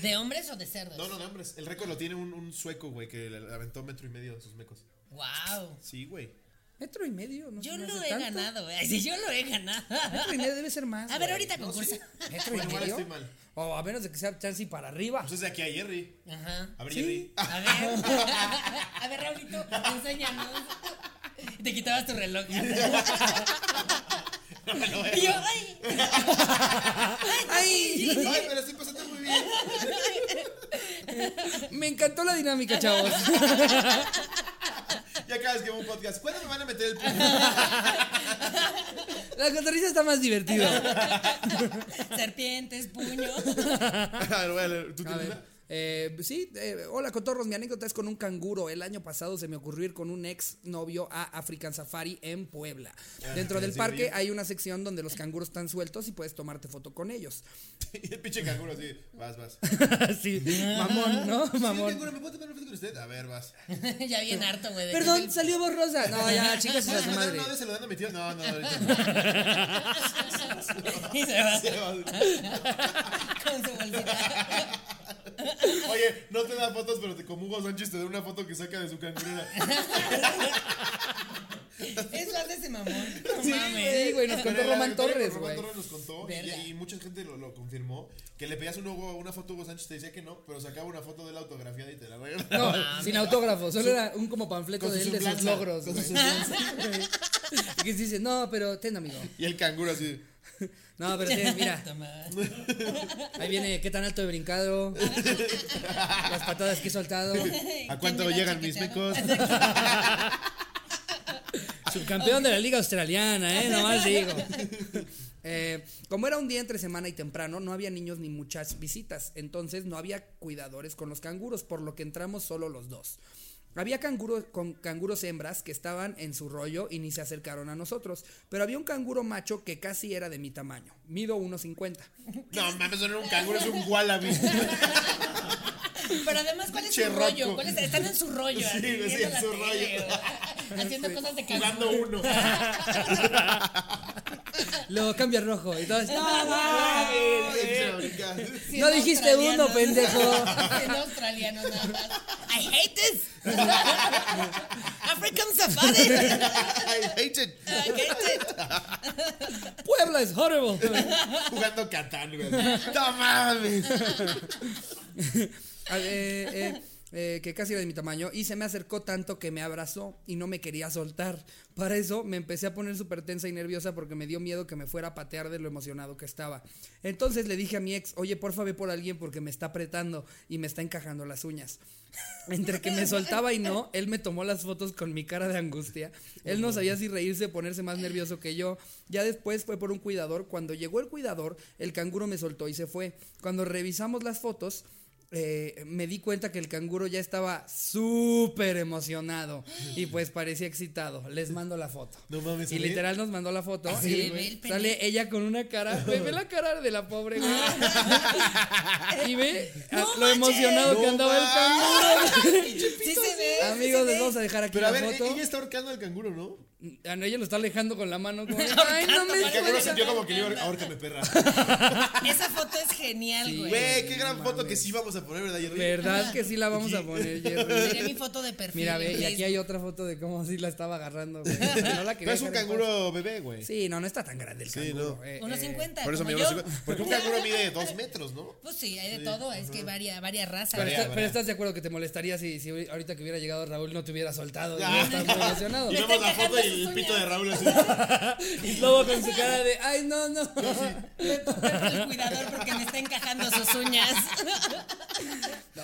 Speaker 3: ¿De hombres o de cerdos?
Speaker 2: No, no, de hombres. El récord lo tiene un, un sueco, güey, que le aventó metro y medio a sus mecos.
Speaker 3: Wow.
Speaker 2: Sí, güey.
Speaker 1: Metro y medio, no
Speaker 3: Yo
Speaker 1: se me
Speaker 3: lo
Speaker 1: hace
Speaker 3: he
Speaker 1: tanto. Ah,
Speaker 3: ganado, güey. Sí, yo lo he ganado.
Speaker 1: Metro y medio debe ser más.
Speaker 3: A ver,
Speaker 1: güey.
Speaker 3: ahorita concursa.
Speaker 1: Metro y
Speaker 2: Bueno, igual
Speaker 1: medio.
Speaker 2: estoy mal.
Speaker 1: O a menos de que sea chance y para arriba.
Speaker 2: Entonces de aquí a Jerry.
Speaker 3: Ajá.
Speaker 2: A ver,
Speaker 1: Sí.
Speaker 2: Jerry.
Speaker 3: A ver. A ver, Raulito, enséñanos. Te quitabas tu reloj. Y yo, ay.
Speaker 2: Ah, eh. Ay, me lo estoy pasando muy bien.
Speaker 4: me encantó la dinámica, chavos.
Speaker 2: Ya cada vez que veo un podcast, ¿cuándo me van a meter el puño?
Speaker 4: La cotorriza está más divertida.
Speaker 3: Serpientes, puño.
Speaker 2: Ah, lo voy a leer. ¿Tú
Speaker 1: A
Speaker 2: tienes
Speaker 1: ver.
Speaker 2: una?
Speaker 1: eh, sí, eh, hola cotorros, mi anécdota es con un canguro. El año pasado se me ocurrió ir con un ex novio a African Safari en Puebla. Dentro del
Speaker 2: Ah, sí,
Speaker 1: parque
Speaker 2: bien.
Speaker 1: hay una sección donde los canguros están sueltos y puedes tomarte foto con ellos.
Speaker 2: Y el pinche canguro así, vas, vas.
Speaker 4: sí, mamón, ¿no?
Speaker 2: Mamón.
Speaker 4: Mamón.
Speaker 2: canguro, ¿me puedo tomar una foto con usted? A ver, vas.
Speaker 3: ya bien harto, güey. de que
Speaker 1: Perdón, salió borrosa. No, ya, chicas,
Speaker 2: ¿Puedo
Speaker 1: a su
Speaker 2: mandar
Speaker 1: madre.
Speaker 2: un audio saludando a mi tío? No, no, ahorita no.
Speaker 3: Y se va
Speaker 2: Sí, vas.
Speaker 3: con su bolsita.
Speaker 2: Oye, no te da fotos, pero te, como Hugo Sánchez te da una foto que saca de su cangurera.
Speaker 3: Eso hace ese mamón. No
Speaker 2: Sí,
Speaker 3: mames.
Speaker 4: Sí, güey, nos
Speaker 2: Pero
Speaker 4: contó
Speaker 2: la
Speaker 4: Roman
Speaker 2: historia
Speaker 4: Torres,
Speaker 2: que
Speaker 4: güey.
Speaker 2: Roman Torres nos contó
Speaker 3: Verga.
Speaker 2: y, y mucha gente lo, lo confirmó. Que le pedías un Hugo- una foto a Hugo Sánchez, te decía que no, pero sacaba una foto de la autografiada y te la regalaba.
Speaker 4: No, sin autógrafo, solo era un como panfleto
Speaker 2: Con
Speaker 4: de
Speaker 2: su
Speaker 4: él de sus
Speaker 2: semblanza,
Speaker 4: logros.
Speaker 2: con
Speaker 4: güey.
Speaker 2: su semblanza.
Speaker 4: Y que dice, no, pero ten amigo.
Speaker 2: Y el canguro así.
Speaker 4: No, pero
Speaker 1: Eh,
Speaker 4: ten, mira,
Speaker 3: Toma.
Speaker 4: ahí viene qué tan alto he brincado, las patadas que he soltado,
Speaker 2: ¿A cuánto
Speaker 3: ¿Quién me la
Speaker 2: llegan mis
Speaker 3: chaqueteaba?
Speaker 2: mecos?
Speaker 4: subcampeón de la liga australiana, eh, nomás digo.
Speaker 1: Eh, como era un día entre semana y temprano, no había niños ni muchas visitas, entonces no había cuidadores con los canguros, por lo que entramos solo los dos. Había canguros con canguros hembras que estaban en su rollo y ni se acercaron a nosotros, pero había un canguro macho que casi era de mi tamaño, mido 1.50.
Speaker 2: No mames, no era un canguro, es un wallaby.
Speaker 3: Pero además, ¿cuál es su
Speaker 2: Che, Rocco.
Speaker 3: rollo? ¿Cuál es? Están en su rollo.
Speaker 2: Sí,
Speaker 3: así,
Speaker 2: sí,
Speaker 3: viendo
Speaker 2: en
Speaker 3: la
Speaker 2: su
Speaker 3: tele,
Speaker 2: rollo.
Speaker 3: güey, Haciendo cosas de
Speaker 2: Jugando
Speaker 3: canguro.
Speaker 2: uno.
Speaker 4: Lo cambia a rojo, entonces, no,
Speaker 2: Ay,
Speaker 4: No dijiste
Speaker 3: australianos.
Speaker 4: uno, pendejo.
Speaker 3: Siendo australiano nada más. I hate this. African safari.
Speaker 2: hate it.
Speaker 3: I hate it.
Speaker 4: Puebla es horrible.
Speaker 2: Jugando Catán, güey. No mames.
Speaker 1: A- eh, eh, eh, que casi era de mi tamaño, y se me acercó tanto que me abrazó y no me quería soltar. Para eso me empecé a poner súper tensa y nerviosa porque me dio miedo que me fuera a patear de lo emocionado que estaba. Entonces le dije a mi ex, oye, porfa, ve por alguien porque me está apretando y me está encajando las uñas. Entre que me soltaba y no, él me tomó las fotos con mi cara de angustia. Él no sabía si reírse o ponerse más nervioso que yo. Ya después fue por un cuidador. Cuando llegó el cuidador, el canguro me soltó y se fue. Cuando revisamos las fotos, eh, me di cuenta que el canguro ya estaba súper emocionado y pues parecía excitado. Les mando la foto.
Speaker 2: No mames,
Speaker 1: Y
Speaker 2: ¿sale? Ah,
Speaker 1: literal nos mandó la foto.
Speaker 3: Así,
Speaker 1: y
Speaker 3: güey, el pene.
Speaker 1: sale ella con una cara. güey, ve la cara de la pobre, güey. y ve a-
Speaker 3: No
Speaker 1: lo
Speaker 3: manches.
Speaker 4: Lo
Speaker 1: emocionado que
Speaker 2: No
Speaker 1: andaba el
Speaker 2: ma-
Speaker 1: canguro.
Speaker 3: Sí se ve. sí
Speaker 1: Amigos,
Speaker 3: se
Speaker 1: les
Speaker 3: ve.
Speaker 1: vamos a dejar aquí
Speaker 2: Pero a
Speaker 1: la
Speaker 2: ver,
Speaker 1: foto.
Speaker 2: ella está ahorcando al canguro, ¿no?
Speaker 4: Ah, no, ella lo está alejando con la mano. Como, Ay, no me
Speaker 2: El canguro
Speaker 4: suelta.
Speaker 2: sintió como que le iba a ahorcarme, perra.
Speaker 3: Esa foto es genial, güey.
Speaker 2: Güey, qué gran foto que sí vamos a poner, ¿verdad, Jerry?
Speaker 4: ¿Verdad que sí la vamos a poner, Jerry?
Speaker 3: Sería mi foto de perfil.
Speaker 4: Mira,
Speaker 3: en
Speaker 4: ve, y aquí
Speaker 3: Facebook.
Speaker 4: hay otra foto de cómo sí la estaba agarrando, güey. No la
Speaker 2: Pero
Speaker 4: quería
Speaker 2: es un
Speaker 4: dejar en paz.
Speaker 2: canguro bebé, güey.
Speaker 1: Sí, no, no está tan grande el
Speaker 2: Sí,
Speaker 1: canguro.
Speaker 2: no.
Speaker 1: eh,
Speaker 3: Unos
Speaker 1: eh,
Speaker 3: 50.
Speaker 2: Por eso me
Speaker 3: como
Speaker 2: dio
Speaker 3: yo.
Speaker 2: Porque un canguro mide dos metros, ¿no?
Speaker 3: Pues sí, hay de todo. Es que varia, varias razas.
Speaker 4: Pero,
Speaker 2: Varía,
Speaker 4: está-
Speaker 2: varía.
Speaker 4: pero estás de acuerdo que te molestaría si, si ahorita que hubiera llegado Raúl no te hubiera soltado y
Speaker 2: Ah.
Speaker 4: no estás muy emocionado.
Speaker 2: Y
Speaker 3: Le
Speaker 2: vemos
Speaker 3: está
Speaker 2: la foto
Speaker 3: encajando
Speaker 2: y
Speaker 3: sus
Speaker 2: el pito
Speaker 3: uñas.
Speaker 2: de Raúl así.
Speaker 4: Y luego con su cara de, ay, no, no.
Speaker 3: El cuidador porque me está encajando sus uñas.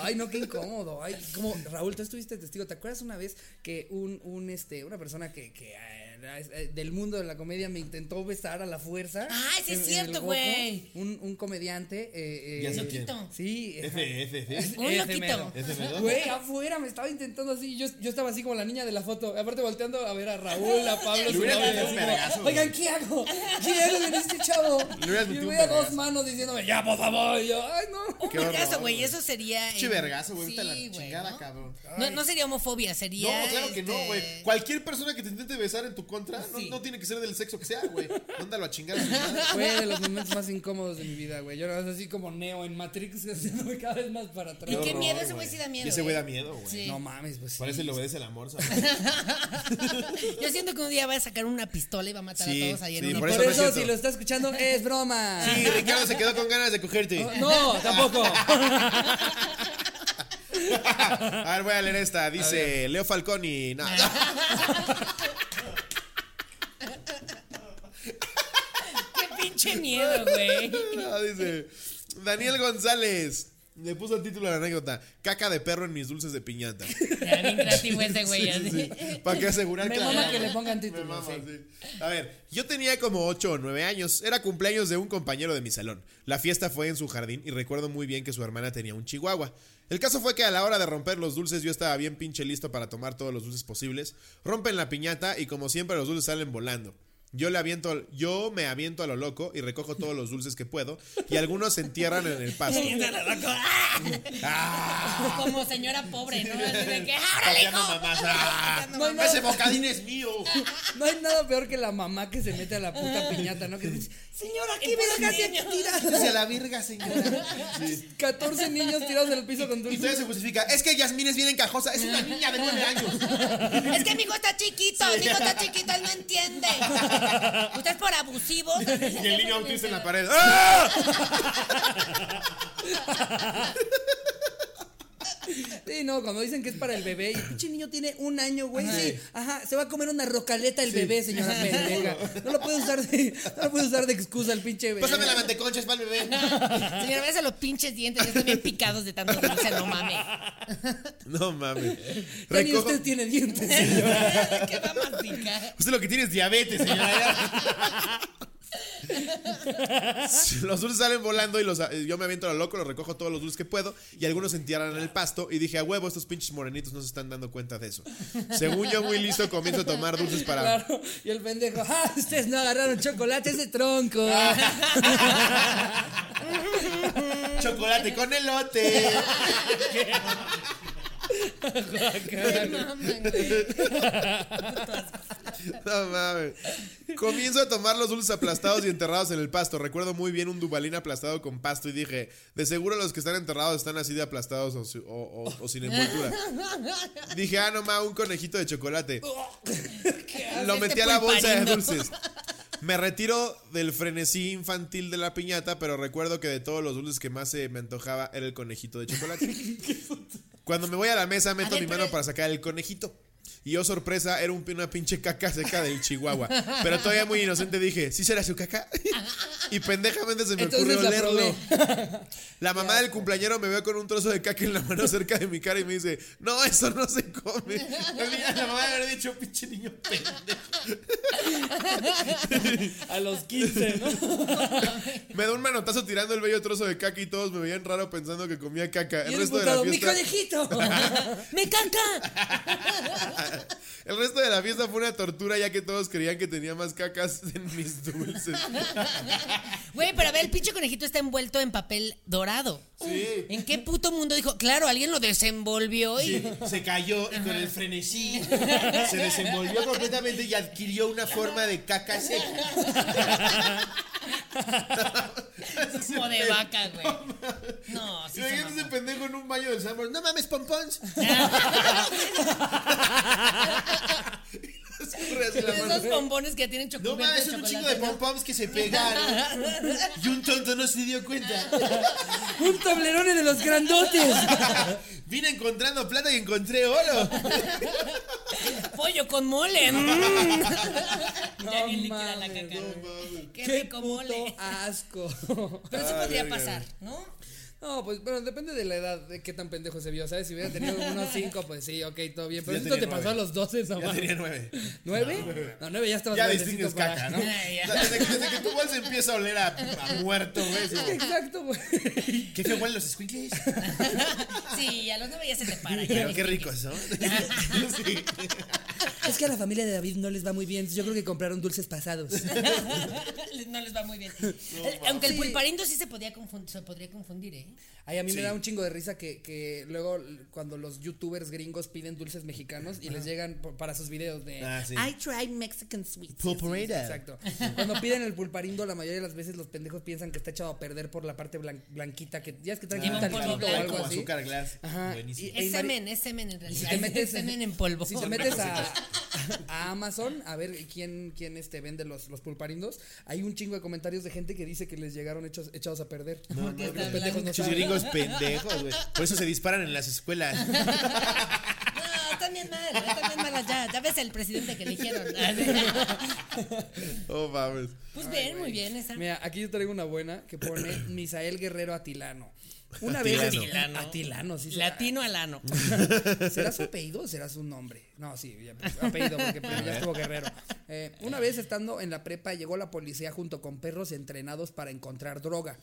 Speaker 1: Ay, no, qué incómodo. Ay, como Raúl, tú estuviste testigo. ¿Te acuerdas una vez que un, un este, una persona que, que eh, es, eh, del mundo de la comedia me intentó besar a la fuerza?
Speaker 3: Ay, sí es
Speaker 1: En- en
Speaker 3: cierto,
Speaker 1: el Joco?
Speaker 3: güey.
Speaker 1: Un, un comediante. Eh, eh,
Speaker 2: Ya sé
Speaker 1: eh,
Speaker 2: quién.
Speaker 3: Loquito.
Speaker 1: Sí, ajá.
Speaker 2: F, F, F.
Speaker 3: Un
Speaker 4: Ese
Speaker 3: loquito.
Speaker 4: mero.
Speaker 2: F, ¿verdad?
Speaker 4: Güey, afuera me estaba intentando así. Yo, yo estaba así como la niña de la foto. Aparte, volteando a ver a Raúl, a Pablo,
Speaker 2: Le
Speaker 4: su
Speaker 2: hubiera
Speaker 4: novia,
Speaker 2: metido un
Speaker 4: así como,
Speaker 2: vergazo,
Speaker 4: Oigan, ¿qué hago? ¿Qué hago con este chavo?
Speaker 2: hubieras
Speaker 4: Y
Speaker 2: metido un
Speaker 4: hubiera dos
Speaker 2: vergazo.
Speaker 4: manos diciéndome, ya, por favor. Y yo, ay, no.
Speaker 3: Un
Speaker 2: Qué horror,
Speaker 3: vergazo, güey.
Speaker 2: güey.
Speaker 3: Eso sería.
Speaker 2: Pinche
Speaker 3: eh,
Speaker 2: vergazo, güey. Vete a la
Speaker 3: sí, güey,
Speaker 2: chingada,
Speaker 3: ¿no?
Speaker 2: cabrón.
Speaker 3: No, no sería homofobia,
Speaker 2: No,
Speaker 3: sería.
Speaker 2: claro que no,
Speaker 3: este,
Speaker 2: güey. Cualquier persona que te intente besar en tu contra, no,
Speaker 3: Sí.
Speaker 2: no tiene que ser del sexo que sea, güey. Mándalo a chingar. a su madre.
Speaker 4: Fue de los momentos más incómodos de mi vida, güey. Yo era así como Neo en Matrix, haciéndome cada vez más para atrás.
Speaker 3: Y qué
Speaker 2: horror,
Speaker 3: miedo, ese güey sí da miedo.
Speaker 2: Y ese güey
Speaker 3: eh.
Speaker 2: da miedo, güey.
Speaker 3: Sí.
Speaker 1: No mames, pues sí.
Speaker 2: Parece le obedece la morsa.
Speaker 3: Yo siento que un día va a sacar una pistola y va a matar
Speaker 2: Sí,
Speaker 3: a todos ahí en
Speaker 2: sí,
Speaker 3: una
Speaker 2: por
Speaker 4: Por
Speaker 2: eso no es
Speaker 4: eso,
Speaker 2: cierto.
Speaker 4: si lo está escuchando, es broma.
Speaker 2: Sí, Ricardo se quedó con ganas de cogerte.
Speaker 3: Oh,
Speaker 4: No, tampoco.
Speaker 2: A ver, voy a leer esta. Dice Leo Falconi. No,
Speaker 3: Qué pinche miedo, güey.
Speaker 2: no, dice Daniel González. Le puso el título a la anécdota: Caca de perro en mis dulces de piñata.
Speaker 3: Ya, bien creativo ese güey. así.
Speaker 2: Para que asegurar
Speaker 1: este Me
Speaker 2: la-
Speaker 1: mama que le pongan
Speaker 2: Me
Speaker 1: título,
Speaker 2: mama,
Speaker 1: sí.
Speaker 2: sí. A ver, yo tenía como 8 o 9 años. Era cumpleaños de un compañero de mi salón. La fiesta fue en su jardín y recuerdo muy bien que su hermana tenía un chihuahua. El caso fue que a la hora de romper los dulces yo estaba bien pinche listo para tomar todos los dulces posibles. Rompen la piñata y como siempre los dulces salen volando. Yo le aviento, yo me aviento a lo loco y recojo todos los dulces que puedo y algunos se entierran en el pasto.
Speaker 1: ¡Ah!
Speaker 2: Ah.
Speaker 3: Como señora pobre, ¿no? Así de que, ¡ábrale,
Speaker 2: Pateando
Speaker 3: hijo!
Speaker 2: mamás, ah,
Speaker 1: No, no.
Speaker 2: ese bocadín es mío.
Speaker 1: No hay nada peor que la mamá que se mete a la puta piñata, ¿no? Que dice, señora, aquí verga se aquí tiradas.
Speaker 2: a la virga, señora.
Speaker 1: 14 niños tirados del piso con
Speaker 2: Y
Speaker 1: dulces.
Speaker 2: todavía se justifica. Es que Yasmín es bien encajosa. Es una niña de nueve años.
Speaker 3: Es que mi hijo está chiquito, mi hijo está chiquito, él no entiende. Usted es por abusivo.
Speaker 2: Y el niño autista en la pared. ¡Ah!
Speaker 1: Sí, no, cuando dicen que es para el bebé y el pinche niño tiene un año, güey. Sí, ajá, se va a comer una rocaleta el bebé, señora pendeja. No lo puede usar de, no lo puede usar de excusa el pinche bebé.
Speaker 2: Pásame la manteconcha, es para el bebé.
Speaker 3: Señora, váyase los pinches dientes, ya están bien picados de tanto dulce, no mames.
Speaker 2: No mames.
Speaker 1: Ya ni
Speaker 2: Recojo-
Speaker 1: usted tiene dientes.
Speaker 3: ¿Qué va a masticar?
Speaker 2: Usted lo que tiene es diabetes, señora. los dulces salen volando y los, yo me aviento a lo loco, los recojo todos los dulces que puedo y algunos se entierran en el pasto y dije, a huevo, estos pinches morenitos no se están dando cuenta de eso. Según yo, muy listo, comienzo a tomar dulces para...
Speaker 1: Claro. Y el pendejo, ah, ustedes no agarraron chocolate, ese tronco.
Speaker 2: Chocolate con elote. No mames. Comienzo a tomar los dulces aplastados y enterrados en el pasto. Recuerdo muy bien un dubalín aplastado con pasto y dije, de seguro los que están enterrados están así de aplastados o, si- o- o- o sin envoltura. Dije, ah, no ma, un conejito de chocolate. Lo
Speaker 3: Este
Speaker 2: metí a la bolsa de
Speaker 3: pulparindo.
Speaker 2: dulces. Me retiro del frenesí infantil de la piñata, pero recuerdo que de todos los dulces que más se me antojaba era el conejito de chocolate. Cuando me voy a la mesa, meto
Speaker 3: ver,
Speaker 2: mi
Speaker 3: pero-
Speaker 2: mano para sacar el conejito. Y yo, sorpresa, era un- una pinche caca seca del Chihuahua. Pero todavía muy inocente dije, ¿sí será su caca? Y pendejamente se me
Speaker 1: Entonces
Speaker 2: ocurrió
Speaker 1: la
Speaker 2: leerlo.
Speaker 1: probé.
Speaker 2: La mamá del cumpleañero me veo con un trozo de caca en la mano cerca de mi cara y me dice, no, eso no se come. La mamá debe haber dicho, pinche niño pendejo.
Speaker 1: A los 15, ¿no?
Speaker 2: Me da un manotazo tirando el bello trozo de caca y todos me veían raro pensando que comía caca.
Speaker 1: Y
Speaker 2: El
Speaker 1: el
Speaker 2: resto de la
Speaker 1: diputado, mi conejito.
Speaker 2: fiesta...
Speaker 3: ¡Me caca!
Speaker 2: El resto de la fiesta fue una tortura ya que todos creían que tenía más cacas en mis dulces.
Speaker 3: Güey, pero a ver, el pinche conejito está envuelto en papel dorado.
Speaker 2: Sí.
Speaker 3: ¿En qué puto mundo dijo? Claro, alguien lo desenvolvió y.
Speaker 2: Se cayó y con el frenesí se desenvolvió completamente y adquirió una forma de caca seca.
Speaker 3: Como de vaca, güey. No, sí. se
Speaker 2: Imagínate ese pendejo en un baño del Sambor. No mames, pompons. Se corre así la
Speaker 3: mamó.
Speaker 2: mano.
Speaker 3: Esos bombones que tienen
Speaker 2: No
Speaker 3: chocolate.
Speaker 2: mames, son un chingo de pompoms que se pegaron. Y un tonto no se dio cuenta.
Speaker 1: Un tablerón de los grandotes.
Speaker 2: Vine encontrando plata y encontré oro.
Speaker 3: Pollo con mole. mm. ya ni le queda la
Speaker 1: mames,
Speaker 3: caca.
Speaker 2: No
Speaker 3: güey.
Speaker 2: mames.
Speaker 3: Qué,
Speaker 1: Qué
Speaker 3: rico
Speaker 1: puto
Speaker 3: mole.
Speaker 1: asco.
Speaker 3: Pero eso
Speaker 2: Ah,
Speaker 3: podría
Speaker 2: verga.
Speaker 3: pasar, ¿no?
Speaker 1: No, pues bueno, depende de la edad, de qué tan pendejo se vio, ¿sabes? Si hubiera tenido unos 5, pues sí, ok, todo bien. Pero
Speaker 2: Ya
Speaker 1: esto te
Speaker 2: tenía
Speaker 1: pasó a
Speaker 2: nueve.
Speaker 1: los 12, ¿no?
Speaker 2: Ya tenía nueve.
Speaker 1: ¿Nueve? No, nueve ya estabas
Speaker 2: Ya
Speaker 1: grandecito
Speaker 2: distingues
Speaker 1: para-
Speaker 2: caca, ¿no?
Speaker 3: Ay, ya.
Speaker 2: Desde que, desde que tu bolsa empieza a oler a, a muerto, güey.
Speaker 1: Sí, Exacto, pues. güey.
Speaker 2: ¿Qué feo huelen los squinkles?
Speaker 3: Sí, a los nueve ya se te para. ya
Speaker 2: Pero
Speaker 3: ni-
Speaker 2: qué ricos, ¿no? Sí.
Speaker 1: Es que a la familia de David no les va muy bien. Yo creo que compraron dulces pasados.
Speaker 3: no les va muy bien. El- Aunque el pulparindo sí se podía confundir, se podría confundir, ¿eh?
Speaker 1: Ay, a mí
Speaker 2: Sí.
Speaker 1: me da un chingo de risa que, que luego l- cuando los youtubers gringos piden dulces mexicanos y les llegan por- para sus videos de
Speaker 2: Ah, sí.
Speaker 1: I tried Mexican sweets.
Speaker 2: Pulparito.
Speaker 1: Exacto. Cuando piden el pulparindo, la mayoría de las veces los pendejos piensan que está echado a perder por la parte blan- blanquita que ya es que trae
Speaker 3: Lleva
Speaker 1: un
Speaker 3: un polvo
Speaker 1: talquito o
Speaker 3: blanco.
Speaker 1: algo
Speaker 2: Ah, Como
Speaker 1: así.
Speaker 2: azúcar glass.
Speaker 1: Ajá.
Speaker 2: Buenísimo.
Speaker 1: Y-
Speaker 3: Es
Speaker 1: y Mari-
Speaker 3: semen, es semen en realidad.
Speaker 1: si te metes-
Speaker 3: es semen en polvo.
Speaker 1: Si te metes a, a Amazon a ver quién, quién este vende los, los pulparindos, hay un chingo de comentarios de gente que dice que les llegaron hechos, echados a perder. Porque
Speaker 3: mames.
Speaker 1: los pendejos no
Speaker 2: Muchos
Speaker 1: saben.
Speaker 2: gringos pendejos, güey. Por eso se disparan en las escuelas.
Speaker 3: No, está están bien mal, ¿eh? están bien malas ya. Ya ves el presidente que eligieron.
Speaker 2: Oh, mames.
Speaker 3: Pues bien, muy bien esa.
Speaker 1: Mira, aquí yo traigo una buena que pone Misael Guerrero Atilano. Una vez.
Speaker 2: Atilano.
Speaker 1: Atilano. Atilano, sí. será.
Speaker 3: Latino al ano.
Speaker 1: ¿Será su apellido o será su nombre? No, sí, ya- pues, apellido, porque primero ya estuvo Guerrero. Eh, una vez estando en la prepa, llegó la policía junto con perros entrenados para encontrar droga.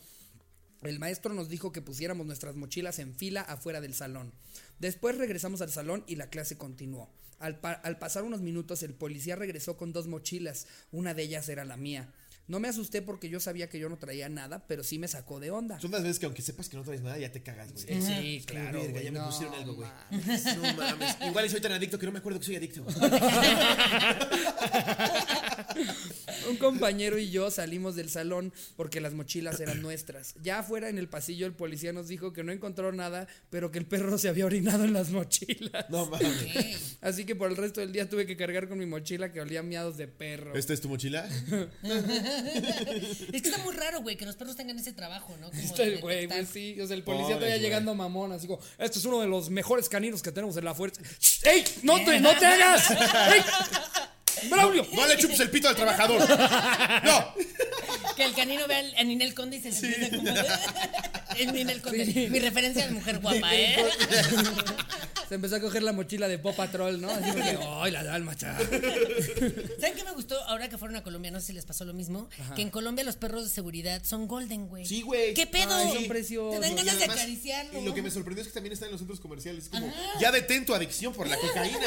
Speaker 1: El maestro nos dijo que pusiéramos nuestras mochilas en fila afuera del salón. Después regresamos al salón y la clase continuó. Al, pa- al pasar unos minutos, el policía regresó con dos mochilas. Una de ellas era la mía. No me asusté porque yo sabía que yo no traía nada, pero sí me sacó de onda. Eh,
Speaker 2: Son las veces que aunque sepas que no traes nada, ya te cagas, güey.
Speaker 1: Sí, sí,
Speaker 2: Es como,
Speaker 1: claro.
Speaker 2: verga,
Speaker 1: güey,
Speaker 2: ya me
Speaker 1: no,
Speaker 2: pusieron algo, güey.
Speaker 1: ma.
Speaker 2: No mames. Igual y soy tan adicto que no me acuerdo que soy adicto. güey.
Speaker 1: Un compañero y yo salimos del salón porque las mochilas eran nuestras. Ya afuera en el pasillo el policía nos dijo que no encontró nada, pero que el perro se había orinado en las mochilas.
Speaker 2: No mames.
Speaker 1: Así que por el resto del día tuve que cargar con mi mochila que olía a miados de perro.
Speaker 2: ¿Esta es tu mochila?
Speaker 3: Es que está muy raro, güey, que los perros tengan ese trabajo, ¿no? Como
Speaker 1: Está el
Speaker 3: de
Speaker 1: güey,
Speaker 3: detectar.
Speaker 1: pues sí. O sea, el policía
Speaker 2: Pobres,
Speaker 1: todavía
Speaker 2: güey.
Speaker 1: llegando mamón, así como, este es uno de los mejores caninos que tenemos en la fuerza. ¡Shh! ¡Ey! ¡No te, no te hagas! ¡Ey! ¡Braulio!
Speaker 2: No le chupes el pito al trabajador. No.
Speaker 3: Que el canino vea al- a Ninel Conde y se siente como. Es Ninel Conde. Mi referencia de mujer guapa, ¿eh?
Speaker 1: Se empezó a coger la mochila de Pop Patrol, ¿no? Así como que, ¡ay, la alma, chaval!
Speaker 3: ¿Saben qué me gustó ahora que fueron a Colombia? No sé si les pasó lo mismo. Que en Colombia los perros de seguridad son golden, güey.
Speaker 2: Sí, güey.
Speaker 3: ¿Qué pedo?
Speaker 1: Ay, son preciosos.
Speaker 3: Te dan
Speaker 2: Y
Speaker 3: ganas de
Speaker 2: además,
Speaker 3: acariciarlo.
Speaker 2: Y lo que me sorprendió es que también está en los centros comerciales. Es como, ya detén tu adicción por la cocaína.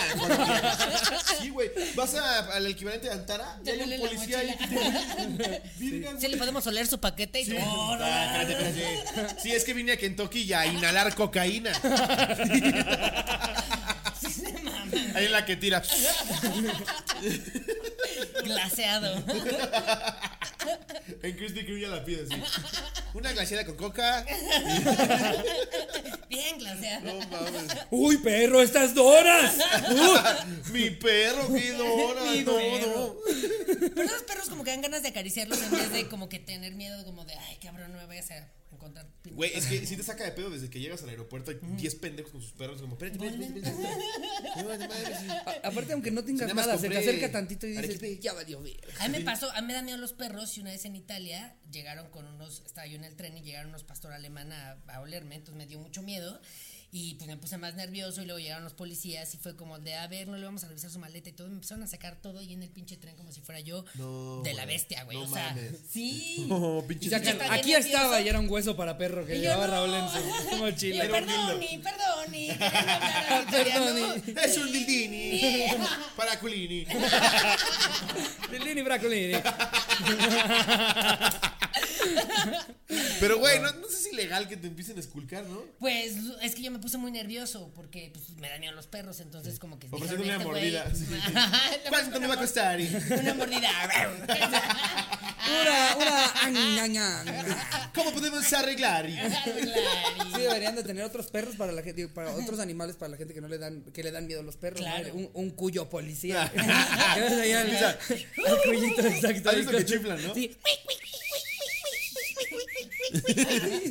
Speaker 2: sí, güey. Vas a- al equivalente de Antara, ya
Speaker 3: Ya
Speaker 2: hay
Speaker 3: huele
Speaker 2: un
Speaker 3: la
Speaker 2: policía ahí. Virga,
Speaker 3: Sí,
Speaker 2: güey.
Speaker 3: le podemos oler su paquete y
Speaker 2: Sí.
Speaker 3: todo.
Speaker 2: Ah, espérate, espérate. Sí, es que vine a Kentucky y a inhalar cocaína.
Speaker 3: Sí, se mama.
Speaker 2: Ahí en la que tira.
Speaker 3: Glaseado.
Speaker 2: En Krispy Kreme ya la pide, sí. Una glaciada con coca.
Speaker 3: Bien glaseado.
Speaker 2: No mames.
Speaker 1: ¡Uy, perro, estas doras!
Speaker 2: Mi perro, qué dona.
Speaker 3: Mi
Speaker 2: no,
Speaker 3: perro.
Speaker 2: no.
Speaker 3: Pero esos perros como que dan ganas de acariciarlos en vez de como que tener miedo como de, ay, cabrón, no me vayas a encontrar.
Speaker 2: Güey, es que si te saca de pedo desde que llegas al aeropuerto. Hay
Speaker 3: Mm.
Speaker 2: 10 pendejos con sus perros. Como, espérate, espérate, espérate, espérate. No, no mames.
Speaker 1: A- Aparte, aunque no tengas
Speaker 2: Si nada más
Speaker 1: nada, se te
Speaker 2: compré
Speaker 1: acerca tantito y dices,
Speaker 2: arequipe.
Speaker 1: ya valió verga".
Speaker 3: A mí me pasó, a mí me dan miedo los perros y una vez en Italia llegaron con unos, estaba yo en el tren y llegaron unos pastor alemán a, a olerme, entonces me dio mucho miedo y pues me puse más nervioso y luego llegaron los policías y fue como de, a ver, no le vamos a revisar su maleta y todo, me empezaron a sacar todo y en el pinche tren como si fuera yo
Speaker 2: No,
Speaker 3: de la
Speaker 2: güey.
Speaker 3: bestia, güey,
Speaker 2: No
Speaker 3: o sea,
Speaker 2: mames.
Speaker 3: sí.
Speaker 2: No,
Speaker 1: Y
Speaker 2: pinche.
Speaker 1: sacan,
Speaker 3: está bien
Speaker 1: aquí
Speaker 3: nervioso".
Speaker 1: estaba y era un hueso para perro
Speaker 2: Eh,
Speaker 1: que
Speaker 3: Y
Speaker 1: llevaba
Speaker 3: no.
Speaker 1: Raúl en su
Speaker 3: Y yo,
Speaker 1: mochila.
Speaker 3: perdoni, perdoni, queriendo
Speaker 2: Ah,
Speaker 3: hablar al italiano.
Speaker 2: Es un dildini. Para culini.
Speaker 1: Lilini Bracolini.
Speaker 2: Pero, güey, no, no sé si es ilegal que te empiecen a esculcar, ¿no?
Speaker 3: Pues es que yo me puse muy nervioso porque pues, me dañan los perros, entonces como que...
Speaker 2: Ofreciendo
Speaker 3: dijeron,
Speaker 2: una
Speaker 3: "Este
Speaker 2: mordida.
Speaker 3: güey-
Speaker 2: Sí, sí, sí.
Speaker 3: Le
Speaker 2: ¿Cuánto
Speaker 3: ofrezco
Speaker 2: me va a costar?
Speaker 3: Una, una mordida.
Speaker 1: Una, una, ang, ang, ang.
Speaker 2: ¿Cómo podemos arreglar?
Speaker 1: Sí, deberían de tener otros perros para la gente, para otros animales para la gente que no le dan, que le dan miedo a los perros.
Speaker 3: Claro.
Speaker 1: ¿no? Un, un cuyo policía. Que ves allá el- el cuyito, exacto,
Speaker 2: ¿Has visto
Speaker 1: ahí
Speaker 2: que
Speaker 1: con-
Speaker 2: chiflan, no?
Speaker 1: Sí.
Speaker 2: Y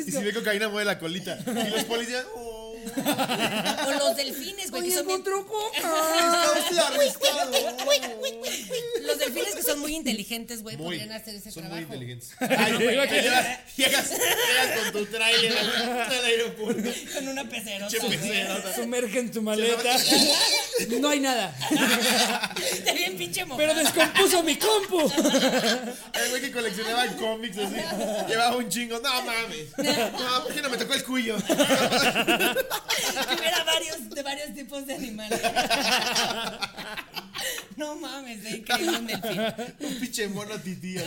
Speaker 2: si ve cocaína, mueve la colita. Y los policías. ¡Oh!
Speaker 3: o los delfines, güey, que
Speaker 1: Oye,
Speaker 3: son bien-
Speaker 1: encontró coca.
Speaker 2: ¡Está usted arrestado!
Speaker 3: los delfines que son muy inteligentes, güey,
Speaker 2: Muy,
Speaker 3: podrían hacer ese
Speaker 2: son muy
Speaker 3: trabajo.
Speaker 2: inteligentes. Ay, no, güey, llegas, llegas, llegas con tu tráiler al al aeropuerto.
Speaker 3: Con una pecerota.
Speaker 2: Che,
Speaker 3: güey.
Speaker 2: pecero.
Speaker 1: Sumerge en tu maleta. No hay nada.
Speaker 3: Está bien pinche
Speaker 1: Pero
Speaker 3: mojado.
Speaker 1: descompuso mi compu.
Speaker 2: El güey que coleccionaba cómics así. Llevaba un chingo. No mames. No, ¿por qué no me tocó el cuyo?
Speaker 3: Era varios, de varios tipos de animales. No mames, de increíble un delfín.
Speaker 2: Un pinche mono titía.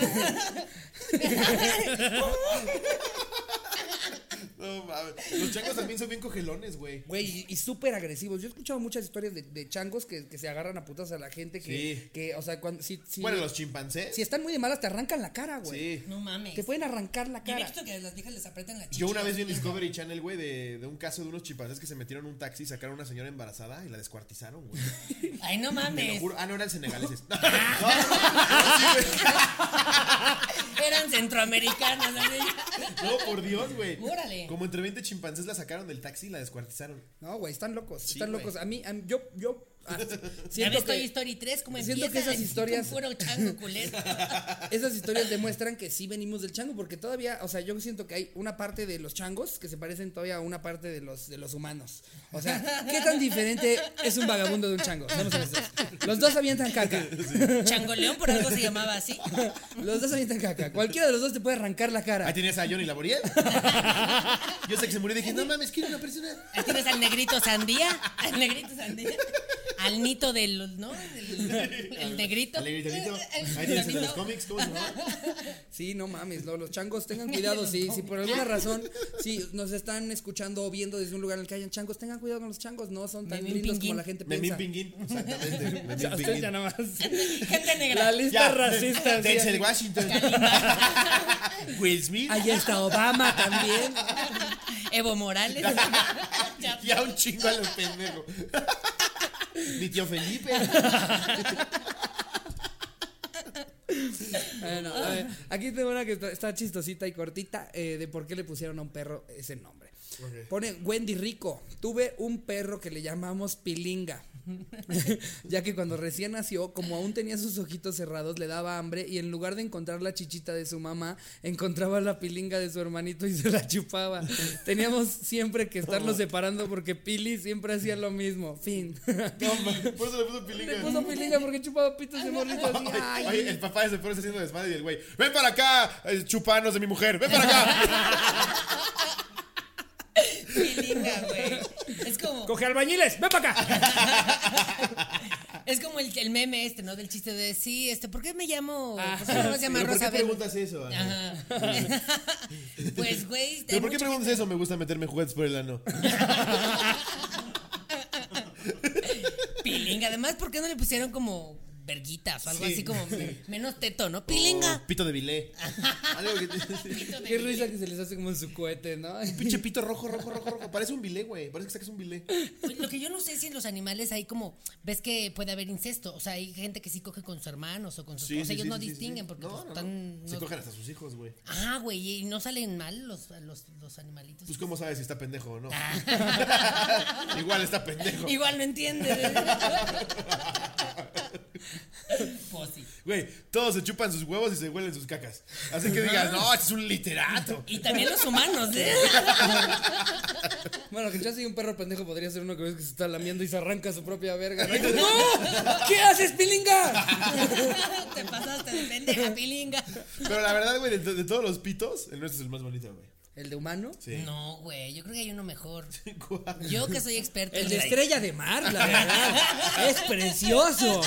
Speaker 2: No mames. Los changos también son bien cogelones, güey.
Speaker 1: Güey, y- y súper agresivos. Yo he escuchado muchas historias de, de changos que, que se agarran a putas a la gente que,
Speaker 2: Sí.
Speaker 1: que o sea, cuando si, si,
Speaker 2: Bueno, los chimpancés.
Speaker 1: si están muy de malas te arrancan la cara, güey.
Speaker 2: Sí.
Speaker 3: No mames.
Speaker 1: Te pueden arrancar la
Speaker 3: Yo he
Speaker 1: cara.
Speaker 3: visto que a las viejas les aprietan la chicha.
Speaker 2: Yo una vez vi en Discovery Channel, güey, de, de un caso de unos chimpancés que se metieron en un taxi, sacaron a una señora embarazada y la descuartizaron, güey.
Speaker 3: Ay, no
Speaker 2: Te lo
Speaker 3: mames.
Speaker 2: juro. Ah, no, eran senegaleses. No,
Speaker 3: Eran centroamericanas. así.
Speaker 2: no, por Dios, güey.
Speaker 3: Órale.
Speaker 2: Como entre 20 chimpancés la sacaron del taxi y la descuartizaron.
Speaker 1: No, güey, están locos,
Speaker 2: Sí,
Speaker 1: están
Speaker 2: güey.
Speaker 1: locos. A mí, a mí- yo, yo Ah,
Speaker 3: Ya
Speaker 1: siento
Speaker 3: ves Toy
Speaker 1: que
Speaker 3: Story 3, como
Speaker 1: siento
Speaker 3: empieza,
Speaker 1: que esas
Speaker 3: necesito un
Speaker 1: historias-
Speaker 3: puro chango culero.
Speaker 1: esas historias demuestran que sí venimos del chango, porque todavía, o sea, yo siento que hay una parte de los changos que se parecen todavía a una parte de los, de los humanos. O sea, ¿qué tan diferente es un vagabundo de un chango? Vamos a ver dos. Los dos avientan caca.
Speaker 3: Changoleón por algo se llamaba así.
Speaker 1: Los dos avientan caca. Cualquiera de los dos te puede arrancar la cara.
Speaker 2: Ahí tenías a Johnny Laboriel. Yo sé que se murió y dije, no mames, quiero una persona.
Speaker 3: Ahí tienes al negrito sandía, al negrito sandía, al nito del, ¿no? El, el negrito.
Speaker 2: Alegre, Tonito.
Speaker 3: El
Speaker 2: Ahí tienes el de los
Speaker 3: Tonito.
Speaker 2: cómics, ¿cómo se llama?
Speaker 1: Sí, no mames, no, los changos tengan cuidado, sí, si por alguna razón, si nos están escuchando o viendo desde un lugar en el que hayan changos, tengan cuidado con los changos, no son tan
Speaker 3: Memín
Speaker 1: lindos
Speaker 3: Pinguín.
Speaker 1: como la gente piensa.
Speaker 2: Memín Pinguín. Exactamente. Memín
Speaker 1: Ya, usted
Speaker 2: Pinguín.
Speaker 1: ya nada más.
Speaker 3: Gente negra.
Speaker 1: La lista racista. sí.
Speaker 2: Denzel Washington. Will Smith.
Speaker 1: Ahí está Obama también.
Speaker 3: Evo Morales.
Speaker 2: Ya un chingo a los pendejos. Mi tío Felipe.
Speaker 1: Bueno, a ver, aquí tengo una que está, está chistosita y cortita eh, de por qué le pusieron a un perro ese nombre. Pone Wendy Rico. Tuve un perro que le llamamos Pilinga. ya que cuando recién nació, como aún tenía sus ojitos cerrados, le daba hambre y en lugar de encontrar la chichita de su mamá, encontraba la pilinga de su hermanito y se la chupaba. Teníamos siempre que estarlo separando porque Pili siempre hacía lo mismo. Fin.
Speaker 2: No, man, por eso le puso
Speaker 1: Le
Speaker 2: pilinga.
Speaker 1: puso Pilinga porque chupaba pitos de morrito así. Ay,
Speaker 2: Oye, el papá de ese perro está haciendo desmadre y el güey, ven para acá, eh, chupanos de mi mujer, ven para acá.
Speaker 3: Pilinga, güey. Es como.
Speaker 1: ¡Coge albañiles! ¡Ven para acá!
Speaker 3: Es como el, el meme este, ¿no? Del chiste de, sí, este, ¿por qué me llamo?
Speaker 1: Ah.
Speaker 3: pues, ¿Cómo se llama
Speaker 2: ¿Pero ¿Por
Speaker 3: Rosa
Speaker 2: qué
Speaker 3: Bello?
Speaker 2: preguntas eso? Ana?
Speaker 3: Ajá. pues, güey.
Speaker 2: ¿Pero
Speaker 3: hay
Speaker 2: por qué
Speaker 3: mucha
Speaker 2: preguntas eso? Me gusta meterme juguetes por el ano.
Speaker 3: gente- Pilinga. Además, ¿por qué no le pusieron como verguitas o algo
Speaker 2: Sí. Oh.
Speaker 3: así como me- menos teto, ¿no? Pilinga.
Speaker 2: O Pito de bilé. Algo que te-
Speaker 1: Qué risa que se les hace como en su cohete, ¿no?
Speaker 2: Pinche pito rojo, rojo, rojo, rojo. Parece un bilé, güey. Parece que sacas un bilé.
Speaker 3: Pues, Lo que yo no sé es si en los animales hay como, ves que puede haber incesto, o sea, hay gente que sí coge con sus hermanos o con sus... o sea, ellos no
Speaker 2: sí, sí, sí.
Speaker 3: distinguen porque
Speaker 2: No,
Speaker 3: pues,
Speaker 2: no, no.
Speaker 3: están...
Speaker 2: Se
Speaker 3: no-
Speaker 2: cogen hasta sus hijos, güey.
Speaker 3: Ah, güey, y no salen mal los, los, los animalitos.
Speaker 2: Pues, ¿cómo sabes si está pendejo o no? Igual está pendejo.
Speaker 3: Ah. Igual no entiendes. pues sí.
Speaker 2: Güey, todos se chupan sus huevos y se huelen sus cacas. Así que digas, no, este es un literato.
Speaker 3: Y también los humanos, ¿eh?
Speaker 1: Bueno, que yo soy un perro pendejo, podría ser uno que ves que se está lamiendo y se arranca su propia verga. ¿no? ¡No! ¿Qué haces, pilinga?
Speaker 3: Te pasaste de pendeja, pilinga.
Speaker 2: Pero la verdad, güey, de, de todos los pitos, el nuestro es el más bonito, güey.
Speaker 1: ¿El de humano?
Speaker 2: Sí.
Speaker 3: No, güey, yo creo que hay uno mejor.
Speaker 2: ¿Cuál?
Speaker 3: Yo que soy experto.
Speaker 1: El
Speaker 3: en
Speaker 1: de
Speaker 3: la-
Speaker 1: estrella de mar, la verdad. Es precioso.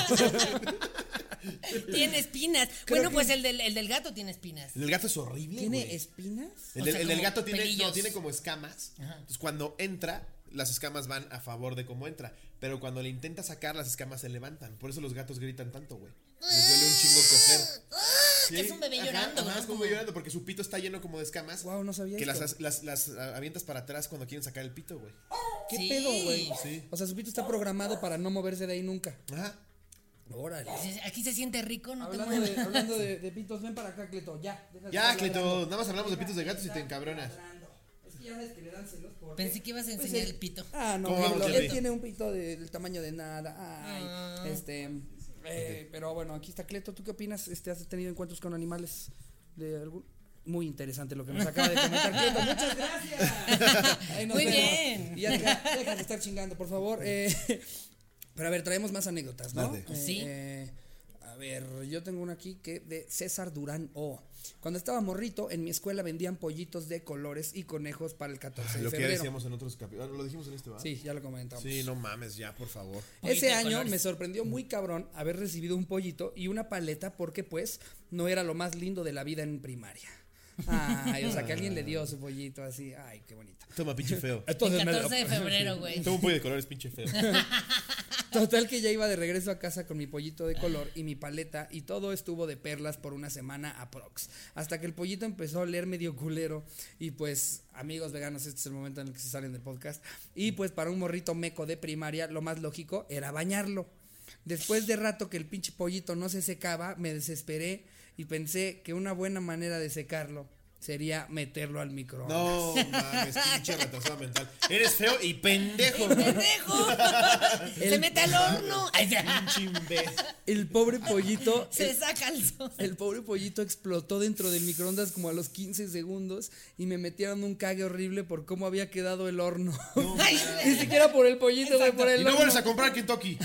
Speaker 3: Tiene espinas. bueno, pues el del, el del gato tiene espinas.
Speaker 2: El del gato es horrible,
Speaker 1: ¿Tiene
Speaker 2: güey.
Speaker 1: espinas?
Speaker 2: El,
Speaker 3: o
Speaker 2: del-
Speaker 3: sea,
Speaker 2: el del
Speaker 3: como
Speaker 2: gato tiene, no,
Speaker 3: pelillos.
Speaker 2: tiene como escamas. Entonces, cuando entra, las escamas van a favor de cómo entra. Pero cuando le intenta sacar, las escamas se levantan. Por eso los gatos gritan tanto, güey. Les duele un chingo coger.
Speaker 3: que es un bebé llorando,
Speaker 2: Ajá,
Speaker 3: ¿no?
Speaker 2: es como llorando porque su pito está lleno como de escamas.
Speaker 1: Guau, no sabía
Speaker 2: Que
Speaker 1: esto.
Speaker 2: las, las, las avientas para atrás cuando quieren sacar el pito, güey.
Speaker 1: ¿Qué
Speaker 3: Sí.
Speaker 1: pedo, güey?
Speaker 2: Sí.
Speaker 1: O sea, su pito está programado para no moverse de ahí nunca.
Speaker 2: Ajá.
Speaker 1: Órale.
Speaker 3: Aquí se siente rico, no te
Speaker 1: Hablando
Speaker 3: muevas.
Speaker 1: de, hablando de, de pitos, ven para acá, Cleto, ya. deja de
Speaker 2: Ya,
Speaker 1: estar
Speaker 2: Cleto,
Speaker 1: ladrando.
Speaker 2: nada más hablamos de pitos de gatos y te encabronas.
Speaker 1: Es que ya sabes que le dan celos por.
Speaker 3: Pensé que
Speaker 1: Pues
Speaker 3: ibas a enseñar el pito.
Speaker 1: Ah, no,
Speaker 2: ¿Cómo vamos,
Speaker 1: él, él
Speaker 2: Jerry?
Speaker 1: tiene un pito de- del tamaño de nada. Ay,
Speaker 3: Ah.
Speaker 1: este. eh, pero bueno, aquí está Cleto. ¿Tú qué opinas? Este, ¿Has tenido encuentros con animales de algún.? Muy interesante lo que nos acaba de comentar Cleto. Muchas gracias. Ahí nos
Speaker 3: Muy
Speaker 1: vemos.
Speaker 3: bien.
Speaker 1: Y ya deja, deja de estar chingando, por favor. Eh, pero a ver, traemos más anécdotas, ¿no?
Speaker 2: Dale.
Speaker 1: Eh,
Speaker 3: Pues Sí.
Speaker 1: eh, a ver, yo tengo una aquí que de César Durán O. Cuando estaba morrito, en mi escuela vendían pollitos de colores y conejos para el 14 de
Speaker 2: Lo que ya
Speaker 1: febrero.
Speaker 2: decíamos en otros capítulos. Lo dijimos en este, ¿va?
Speaker 1: Sí, ya lo comentamos.
Speaker 2: Sí, no mames, ya, por favor.
Speaker 1: Ese
Speaker 3: de
Speaker 1: año
Speaker 3: colores.
Speaker 1: me sorprendió muy cabrón haber recibido un pollito y una paleta porque pues no era lo más lindo de la vida en primaria. Ay, o sea, que alguien le dio su pollito así. Ay, qué bonito.
Speaker 2: Toma, pinche feo.
Speaker 3: El 14 de febrero, güey.
Speaker 2: Toma un pollo de colores, pinche feo.
Speaker 1: Total que ya iba de regreso a casa con mi pollito de color y mi paleta y todo estuvo de perlas por una semana aprox. Hasta que el pollito empezó a oler medio culero y pues amigos veganos, este es el momento en el que se salen del podcast. Y pues para un morrito meco de primaria lo más lógico era bañarlo. Después de rato que el pinche pollito no se secaba, me desesperé y pensé que una buena manera de secarlo sería meterlo al microondas.
Speaker 2: No, mames, pinche retrasado mental. Eres feo y pendejo.
Speaker 3: ¡Pendejo! Se mete al horno. Ay, se-
Speaker 2: Pinche imbécil.
Speaker 1: El pobre pollito.
Speaker 3: Se saca el sol.
Speaker 1: El pobre pollito explotó dentro del microondas como a los 15 segundos y me metieron un cague horrible por cómo había quedado el horno.
Speaker 3: Ay,
Speaker 1: Ni siquiera por el pollito, güey, por el
Speaker 2: Y no
Speaker 1: horno.
Speaker 2: vuelves a comprar Kentucky.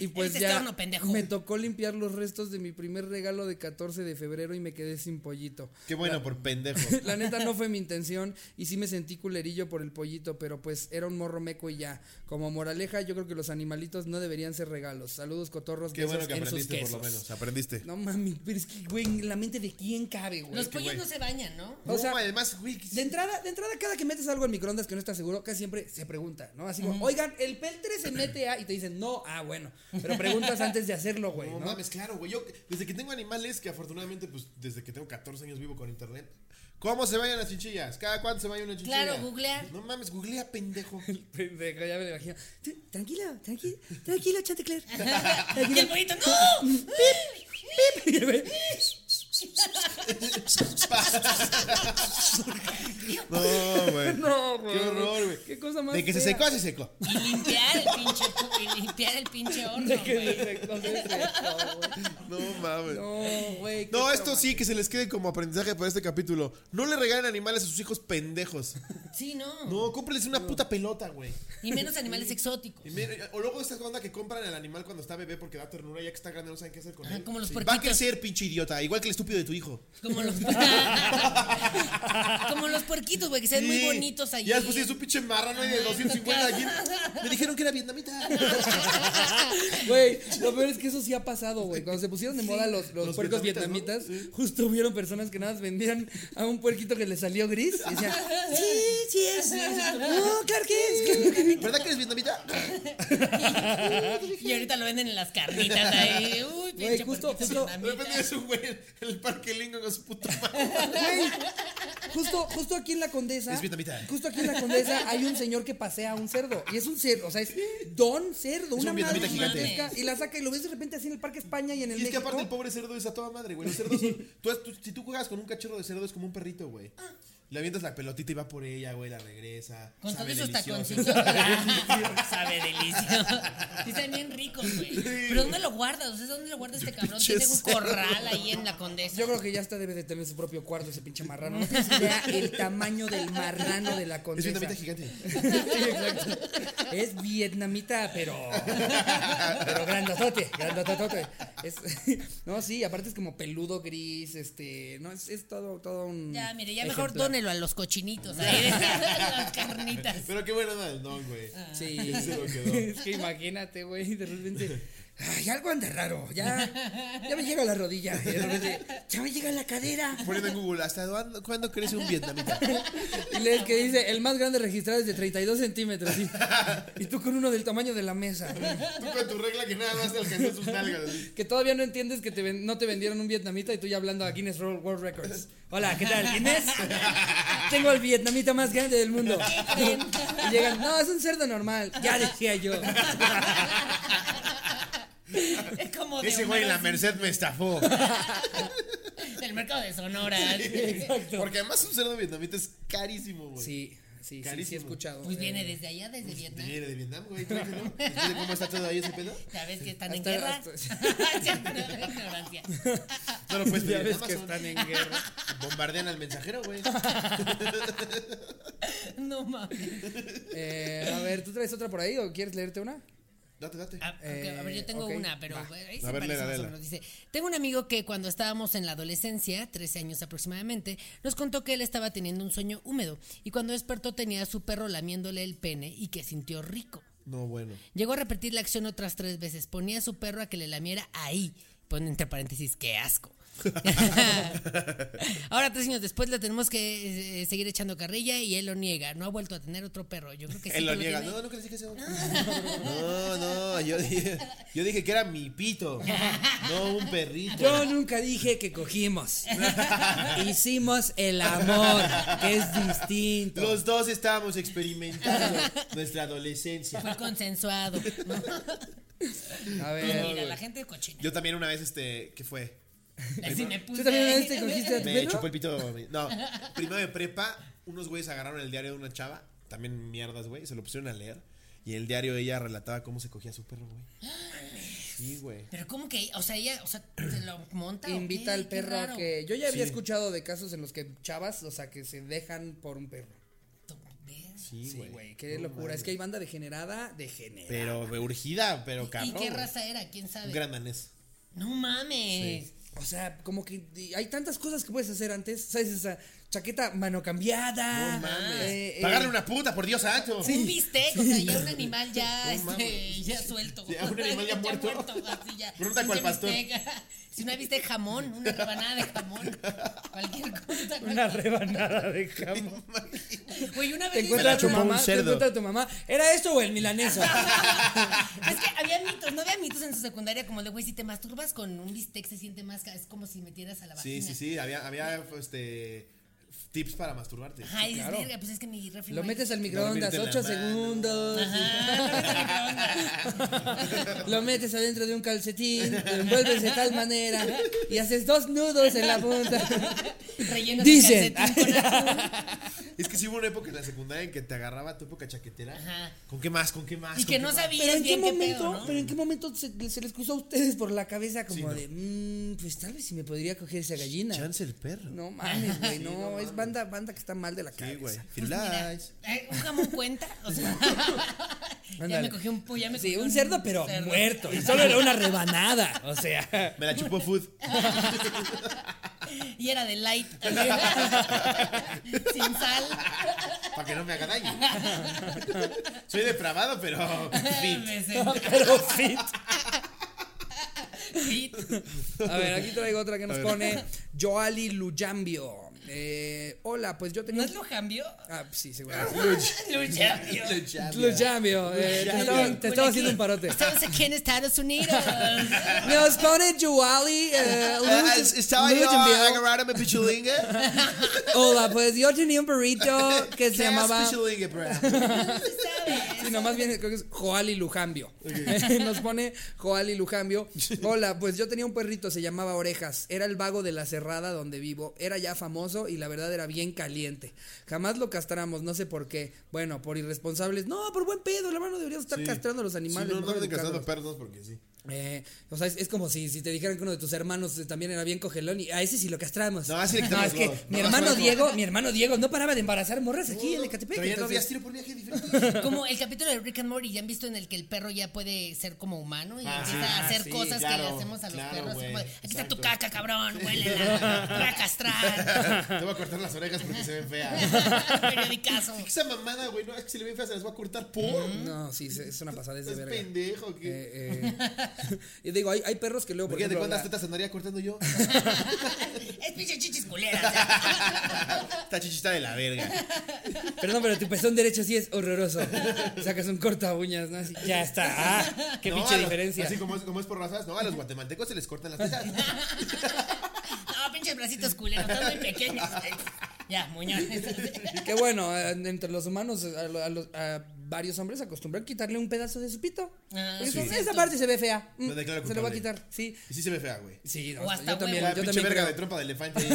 Speaker 1: Y pues
Speaker 3: Este
Speaker 1: ya
Speaker 3: estorno, pendejo.
Speaker 1: me tocó limpiar los restos de mi primer regalo de 14 de febrero y me quedé sin pollito.
Speaker 2: Qué bueno por pendejo.
Speaker 1: La neta no fue mi intención y sí me sentí culerillo por el pollito, pero pues era un morro meco y ya. Como moraleja, yo creo que los animalitos no deberían ser regalos. Saludos cotorros,
Speaker 2: Qué
Speaker 1: besos
Speaker 2: bueno que
Speaker 1: en sus
Speaker 2: aprendiste por lo
Speaker 1: quesos.
Speaker 2: menos. Aprendiste.
Speaker 1: No mami, pero es que güey, en la mente de quién cabe, güey.
Speaker 3: Los pollos
Speaker 2: güey.
Speaker 3: no se bañan, ¿no?
Speaker 1: O sea,
Speaker 2: No, además, güey,
Speaker 1: De entrada, de entrada, cada que metes algo al microondas que no estás seguro, casi siempre se pregunta, ¿no? Así como, oigan, el peltre se mete a. Y te dicen, no, ah, bueno. Pero preguntas antes de hacerlo, güey,
Speaker 2: No
Speaker 1: ¿no?
Speaker 2: mames, claro, güey. Yo, desde que tengo animales, que afortunadamente, pues desde que tengo 14 años vivo con internet. ¿Cómo se vayan las chinchillas? ¿Cada cuánto se vaya una chinchilla?
Speaker 3: Claro, googlear.
Speaker 2: No mames, googlea, pendejo.
Speaker 1: Pendejo, ya me lo imagino. Tú, Tranquilo, tranquilo, tranquilo, Chantecler. Tranquilo.
Speaker 3: Y el pollito, ¡no!
Speaker 1: Y el güey,
Speaker 2: No, güey.
Speaker 1: No, güey.
Speaker 2: Qué horror, güey.
Speaker 1: Qué cosa más.
Speaker 2: De que se
Speaker 1: fea.
Speaker 2: secó, se secó.
Speaker 3: Y limpiar el pinche, y limpiar el pinche horno,
Speaker 1: De que
Speaker 3: güey.
Speaker 1: se secó, se secó, güey.
Speaker 2: No mames. No.
Speaker 1: No, güey. qué
Speaker 2: esto sí que se les quede como aprendizaje para este capítulo. No le regalen animales a sus hijos pendejos.
Speaker 3: Sí, no.
Speaker 2: No, cómprenles una puta pelota, güey.
Speaker 3: Y menos animales exóticos.
Speaker 2: Y mira, O luego esta onda que compran al animal cuando está bebé porque da ternura y ya que está grande no saben qué hacer con
Speaker 3: Ah,
Speaker 2: él.
Speaker 3: como los
Speaker 2: Va a
Speaker 3: puerquitos.
Speaker 2: crecer, pinche idiota, igual que el estúpido de tu hijo.
Speaker 3: Como los, como los puerquitos, güey, que se ven muy
Speaker 2: Sí.
Speaker 3: bonitos allí.
Speaker 2: Ya después tienes un pinche marrano ahí de 250 allí. Me dijeron que era vietnamita.
Speaker 1: Güey, lo peor es que eso sí ha pasado, güey. Cuando se pusieron de moda los, los,
Speaker 2: Los
Speaker 1: puercos
Speaker 2: vietnamitas,
Speaker 1: vietnamitas, justo hubieron personas que nada más vendían a un puerquito que le salió gris y decían, sí, sí es. No, claro que es.
Speaker 2: ¿Verdad que eres vietnamita?
Speaker 3: Y ahorita lo venden en las carnitas ahí. Uy,
Speaker 1: Güey,
Speaker 3: pinche
Speaker 1: justo-
Speaker 3: puerquito
Speaker 1: justo-
Speaker 2: De repente
Speaker 3: vietnamita.
Speaker 2: ves un güey en el parque Lingo con su puta madre.
Speaker 1: Güey, Justo, justo aquí en la condesa.
Speaker 2: Es vietnamita.
Speaker 1: Justo aquí en la condesa hay un señor que pasea a un cerdo. Y es un cerdo, o sea, es don cerdo,
Speaker 2: un
Speaker 1: una madre
Speaker 2: vietnamita gigante.
Speaker 1: gigantesca. Y la saca y lo ves de repente así en el Parque España y en el
Speaker 2: Y es que
Speaker 1: México.
Speaker 2: aparte el pobre cerdo es a toda madre, güey. Los cerdos son. tú- tú- si tú juegas con un cachorro de cerdo es como un perrito, güey. Le avientas la pelotita y va por ella, güey, la regresa.
Speaker 3: Con todos
Speaker 2: Sabe
Speaker 3: esos
Speaker 2: delicioso.
Speaker 3: taconcitos. Sabe delicioso. Sí, están bien ricos, güey. Pero ¿dónde lo guardas? O sea, ¿dónde lo guarda este cabrón?
Speaker 2: pinche
Speaker 3: Tiene un
Speaker 2: cerdo.
Speaker 3: corral ahí en la condesa.
Speaker 1: Yo creo que ya hasta debe de tener su propio cuarto ese pinche marrano. No tienes idea el tamaño del marrano de la
Speaker 2: Es
Speaker 1: condesa.
Speaker 2: vietnamita gigante.
Speaker 1: Sí, exacto. Es vietnamita, pero. Pero grandotote, grandototote. Es, no, sí, aparte es como peludo gris, este. No, es, es todo, todo un.
Speaker 3: Ya, mire, ya mejor
Speaker 1: ejemplar.
Speaker 3: dónelo a los cochinitos ahí de las carnitas.
Speaker 2: Pero qué buena onda del don, güey.
Speaker 1: Sí.
Speaker 2: Se lo quedó.
Speaker 1: Es que imagínate, güey, de repente. Ay, algo anda raro. Ya, ya me llega la rodilla. y de repente, ya me llega la cadera.
Speaker 2: Poniendo en Google, ¿hasta cuándo, cuándo crece un vietnamita?
Speaker 1: Y lees que dice, el más grande registrado es de 32 centímetros. Y, y tú con uno del tamaño de la mesa.
Speaker 2: Tú con tu regla que nada más te alcanzó sus nalgas. así.
Speaker 1: Que todavía no entiendes que te ven- no te vendieron un vietnamita y tú ya hablando a Guinness World World Records. Hola, ¿qué tal? Guinness? Tengo al vietnamita más grande del mundo. Y llegan, no, es un cerdo normal. Ya decía yo.
Speaker 3: Es como de
Speaker 2: Ese güey en la
Speaker 3: Homero
Speaker 2: Merced me estafó.
Speaker 3: Simpson, del mercado de Sonora.
Speaker 2: Porque además un cerdo vietnamita es carísimo, güey.
Speaker 1: Sí, sí, sí, sí, he
Speaker 2: Carísimo.
Speaker 1: escuchado.
Speaker 3: Pues viene
Speaker 1: Eh,
Speaker 3: desde allá, desde
Speaker 2: ¿Te
Speaker 3: Vietnam.
Speaker 2: viene de Vietnam, güey? ¿Tú dices, no? Después de cómo está todo ahí ese pedo?
Speaker 3: Ya ves que están en
Speaker 1: Hasta-
Speaker 3: guerra.
Speaker 1: hasta-
Speaker 3: Ya, no, ignorancia.
Speaker 2: No pues, lo puedes
Speaker 1: Ya
Speaker 2: pedir en
Speaker 1: ves que
Speaker 2: Amazon.
Speaker 1: están en guerra.
Speaker 2: Bombardean al mensajero, güey.
Speaker 3: No mames.
Speaker 1: Eh, a ver, ¿tú traes otra por ahí o quieres leerte una?
Speaker 2: Date, date.
Speaker 3: Ah, ok, a ver, yo tengo
Speaker 1: Eh, ok,
Speaker 3: una, pero
Speaker 1: va.
Speaker 3: ahí
Speaker 2: A
Speaker 3: se
Speaker 2: ver,
Speaker 3: parece
Speaker 2: léela,
Speaker 3: más o
Speaker 2: léela.
Speaker 3: menos. Dice, tengo un amigo que cuando estábamos en la adolescencia, 13 años aproximadamente, nos contó que él estaba teniendo un sueño húmedo y cuando despertó tenía a su perro lamiéndole el pene y que sintió rico.
Speaker 2: No, bueno.
Speaker 3: Llegó a repetir la acción otras tres veces. Ponía a su perro a que le lamiera ahí. Pone entre paréntesis, qué asco. Ahora, tres años después, le tenemos que eh, seguir echando carrilla y él lo niega. No ha vuelto a tener otro perro. Yo creo que sí.
Speaker 2: Él lo
Speaker 3: que
Speaker 2: niega.
Speaker 3: tiene.
Speaker 2: No, no crecí que sea. No, no. Yo dije, yo dije que era mi pito. No un perrito.
Speaker 1: Yo nunca dije que cogimos. Hicimos el amor, que es distinto.
Speaker 2: Los dos estábamos experimentando nuestra adolescencia.
Speaker 3: Fue consensuado.
Speaker 1: A ver.
Speaker 3: Mira, la gente es cochina.
Speaker 2: Yo también una vez, este, ¿qué fue?
Speaker 3: Así me puse.
Speaker 1: ¿Tú también este, una vez te cogiste a tu
Speaker 2: Me
Speaker 1: perro?
Speaker 2: chupó el pito. No, primero de prepa, unos güeyes agarraron el diario de una chava, también mierdas, güey, se lo pusieron a leer. Y en el diario ella relataba cómo se cogía a su perro, güey. Sí, güey.
Speaker 3: Pero ¿cómo que? O sea, ella, o sea, se lo monta. o
Speaker 1: Invita
Speaker 3: qué?
Speaker 1: al
Speaker 3: Qué
Speaker 1: perro a
Speaker 3: raro.
Speaker 1: que. Yo ya había
Speaker 2: Sí.
Speaker 1: escuchado de casos en los que chavas, o sea, que se dejan por un perro.
Speaker 3: Tú, ¿ves?
Speaker 2: Sí,
Speaker 1: Sí,
Speaker 2: güey.
Speaker 1: güey, qué locura. Es que hay banda degenerada, degenerada.
Speaker 2: Pero de urgida, pero
Speaker 3: ¿Y
Speaker 2: cabrón.
Speaker 3: qué
Speaker 2: güey.
Speaker 3: raza era? ¿Quién sabe?
Speaker 2: Un gran danés.
Speaker 3: No mames.
Speaker 1: O sea, como que di- hay tantas cosas que puedes hacer antes. ¿Sabes? Esa chaqueta mano
Speaker 3: Ah,
Speaker 1: cambiada.
Speaker 2: No mames.
Speaker 1: eh, eh,
Speaker 2: Pagarle una puta, por Dios santo.
Speaker 3: Un bistec, o sea, ya un animal ya,
Speaker 2: No
Speaker 3: este,
Speaker 2: mames.
Speaker 3: ya suelto.
Speaker 2: Ya un animal ya muerto.
Speaker 3: así ya.
Speaker 2: Pregunta cuál
Speaker 3: Pinche
Speaker 2: pastor.
Speaker 3: bistec. Si una bistec jamón, una rebanada de jamón. Cualquier cosa.
Speaker 1: Una
Speaker 3: cualquier-
Speaker 1: rebanada de jamón.
Speaker 3: Güey, una
Speaker 1: Te
Speaker 3: vez
Speaker 1: encuentra
Speaker 2: la
Speaker 1: tu
Speaker 2: chupó un
Speaker 1: mamá. Te
Speaker 2: cerdo.
Speaker 1: encuentra tu mamá. ¿Era esto o el milaneso?
Speaker 3: es que había mitos, no había mitos en su secundaria como de, güey, si te masturbas con un bistec se siente más, ca- es como si metieras a la
Speaker 2: Sí,
Speaker 3: vagina.
Speaker 2: sí, sí. Había, había este, tips para masturbarte.
Speaker 3: Ajá, y dices,
Speaker 1: claro.
Speaker 3: "Verga, pues es que mi refri
Speaker 1: Lo
Speaker 3: no hay".
Speaker 1: metes al microondas,
Speaker 2: Dormirte en la
Speaker 1: 8
Speaker 2: mano.
Speaker 1: segundos.
Speaker 3: Ajá, no, no, no, no, no.
Speaker 1: Lo metes adentro de un calcetín, lo envuelves de tal manera y haces dos nudos en la punta.
Speaker 3: Rellenas
Speaker 1: Dicen.
Speaker 3: el calcetín con azul.
Speaker 2: Es que sí hubo una época en la secundaria en que te agarraba tu época chaquetera.
Speaker 3: Ajá.
Speaker 2: ¿Con qué más? ¿Con qué más?
Speaker 3: Y
Speaker 2: ¿Con
Speaker 3: que
Speaker 2: qué
Speaker 3: no
Speaker 2: más?
Speaker 3: sabías
Speaker 1: Pero en qué
Speaker 3: bien qué
Speaker 1: momento,
Speaker 3: pedo, ¿no?
Speaker 1: pero en qué momento se, se les cruzó a ustedes por la cabeza como
Speaker 2: Sí, no.
Speaker 1: de, "Mm, pues tal vez si me podría coger esa gallina.
Speaker 2: Chance el perro.
Speaker 1: No mames, güey, no,
Speaker 2: no
Speaker 1: es
Speaker 2: mames.
Speaker 1: banda, banda que está mal de la
Speaker 2: Sí,
Speaker 1: cabeza.
Speaker 2: güey.
Speaker 3: Pues mira,
Speaker 2: Firulais.
Speaker 3: eh, un jamón cuenta, o sea, ya me
Speaker 1: Ándale.
Speaker 3: cogí un pollo, ya me
Speaker 1: Sí,
Speaker 3: cogí
Speaker 1: un cerdo pero muerto y solo era una rebanada, o sea.
Speaker 2: Me la chupó food.
Speaker 3: Y era de light, sin sal.
Speaker 2: Para que no me haga daño. Soy depravado, pero fit.
Speaker 3: Me senté
Speaker 1: Pero fit.
Speaker 3: fit.
Speaker 1: A ver, aquí traigo otra que nos pone Joali Lujambio. Eh, hola, pues yo tenía.
Speaker 3: ¿No
Speaker 1: un-
Speaker 3: es lo cambió?
Speaker 1: Ah, sí, seguramente.
Speaker 3: Lujambio.
Speaker 2: Ah,
Speaker 1: Lujambio, eh, te estaba, te estaba haciendo un parote.
Speaker 3: Estamos aquí en Estados Unidos.
Speaker 1: Nos pone Joali eh,
Speaker 2: Ah,
Speaker 1: Luj- Lujambio.
Speaker 2: agarrándome pichulinga.
Speaker 1: Hola, pues yo tenía un perrito que se llamaba.
Speaker 2: pichulinga, bro?
Speaker 1: Sí, nomás viene, creo que es Joali Lujambio. Nos pone Joali Lujambio. Hola, pues yo tenía un perrito, se llamaba Orejas. Era el vago de la cerrada donde vivo. Era ya famoso y la verdad era bien caliente. Jamás lo castramos, no sé por qué. Bueno, por irresponsables. No, por buen pedo, la mano debería estar castrando a los animales.
Speaker 2: no,
Speaker 1: no
Speaker 2: no me
Speaker 1: educarlos.
Speaker 2: castrando perros porque sí.
Speaker 1: Eh, o sea, es, es como si, si te dijeran que uno de tus hermanos eh, también era bien cogelón y a ese sí lo castramos.
Speaker 2: No, a ese le
Speaker 1: No,
Speaker 2: quitamos
Speaker 1: es que
Speaker 2: los-
Speaker 1: mi
Speaker 2: no,
Speaker 1: hermano
Speaker 2: no, no.
Speaker 1: Diego, mi hermano Diego no paraba de embarazar morras aquí en Ecatepec.
Speaker 2: Traía
Speaker 1: entonces-
Speaker 2: novias tiro por viaje diferente.
Speaker 3: Como el capítulo de Rick and Morty, ya han visto en el que el perro ya puede ser como humano y
Speaker 2: Ah,
Speaker 3: empieza a hacer
Speaker 2: sí,
Speaker 3: cosas que
Speaker 2: claro,
Speaker 3: le hacemos a los
Speaker 2: claro,
Speaker 3: perros.
Speaker 2: güey,
Speaker 3: como de, Aquí está tu
Speaker 2: exacto.
Speaker 3: caca, cabrón, huélela, te voy a castrar.
Speaker 2: Te voy a cortar las orejas porque se ven feas.
Speaker 3: Periodicazo.
Speaker 2: Esa mamada, güey, no, es que si le ven feas se las voy a cortar por.
Speaker 1: No, sí, se- es una pasada Mm, es de
Speaker 2: Es
Speaker 1: verga.
Speaker 2: pendejo, que.
Speaker 1: Eh, eh, y digo, hay, hay perros que luego, por
Speaker 2: Fíjate
Speaker 1: ejemplo,
Speaker 2: cuántas
Speaker 1: la-
Speaker 2: tetas andaría cortando yo.
Speaker 3: es pinche chichis culera. o sea.
Speaker 2: Esta chichita de la verga.
Speaker 1: Perdón, pero tu pezón derecho sí es horroroso. Sacas un corta uñas, ¿no? Así, ya está. Ah, qué
Speaker 2: No,
Speaker 1: pinche
Speaker 2: a los-
Speaker 1: diferencia.
Speaker 2: Así como es, como es por razas, no, a los guatemaltecos se les cortan las tetas.
Speaker 3: no, pinches bracitos culeros, están muy pequeños. Ya, muñones.
Speaker 1: Que bueno, eh, entre los humanos, a, lo- a los- a varios hombres acostumbran quitarle un pedazo de su pito.
Speaker 3: Ah,
Speaker 1: Porque
Speaker 3: sí.
Speaker 1: son, Esa parte se ve fea. Mm,
Speaker 2: Me declaro
Speaker 1: se lo va a
Speaker 2: culpable.
Speaker 1: quitar, sí.
Speaker 2: Y sí se ve fea, güey.
Speaker 1: Sí, no,
Speaker 3: O hasta
Speaker 1: yo también,
Speaker 3: huevo.
Speaker 1: yo
Speaker 2: La pinche
Speaker 1: también
Speaker 2: verga de
Speaker 1: creo.
Speaker 2: trompa de elefante.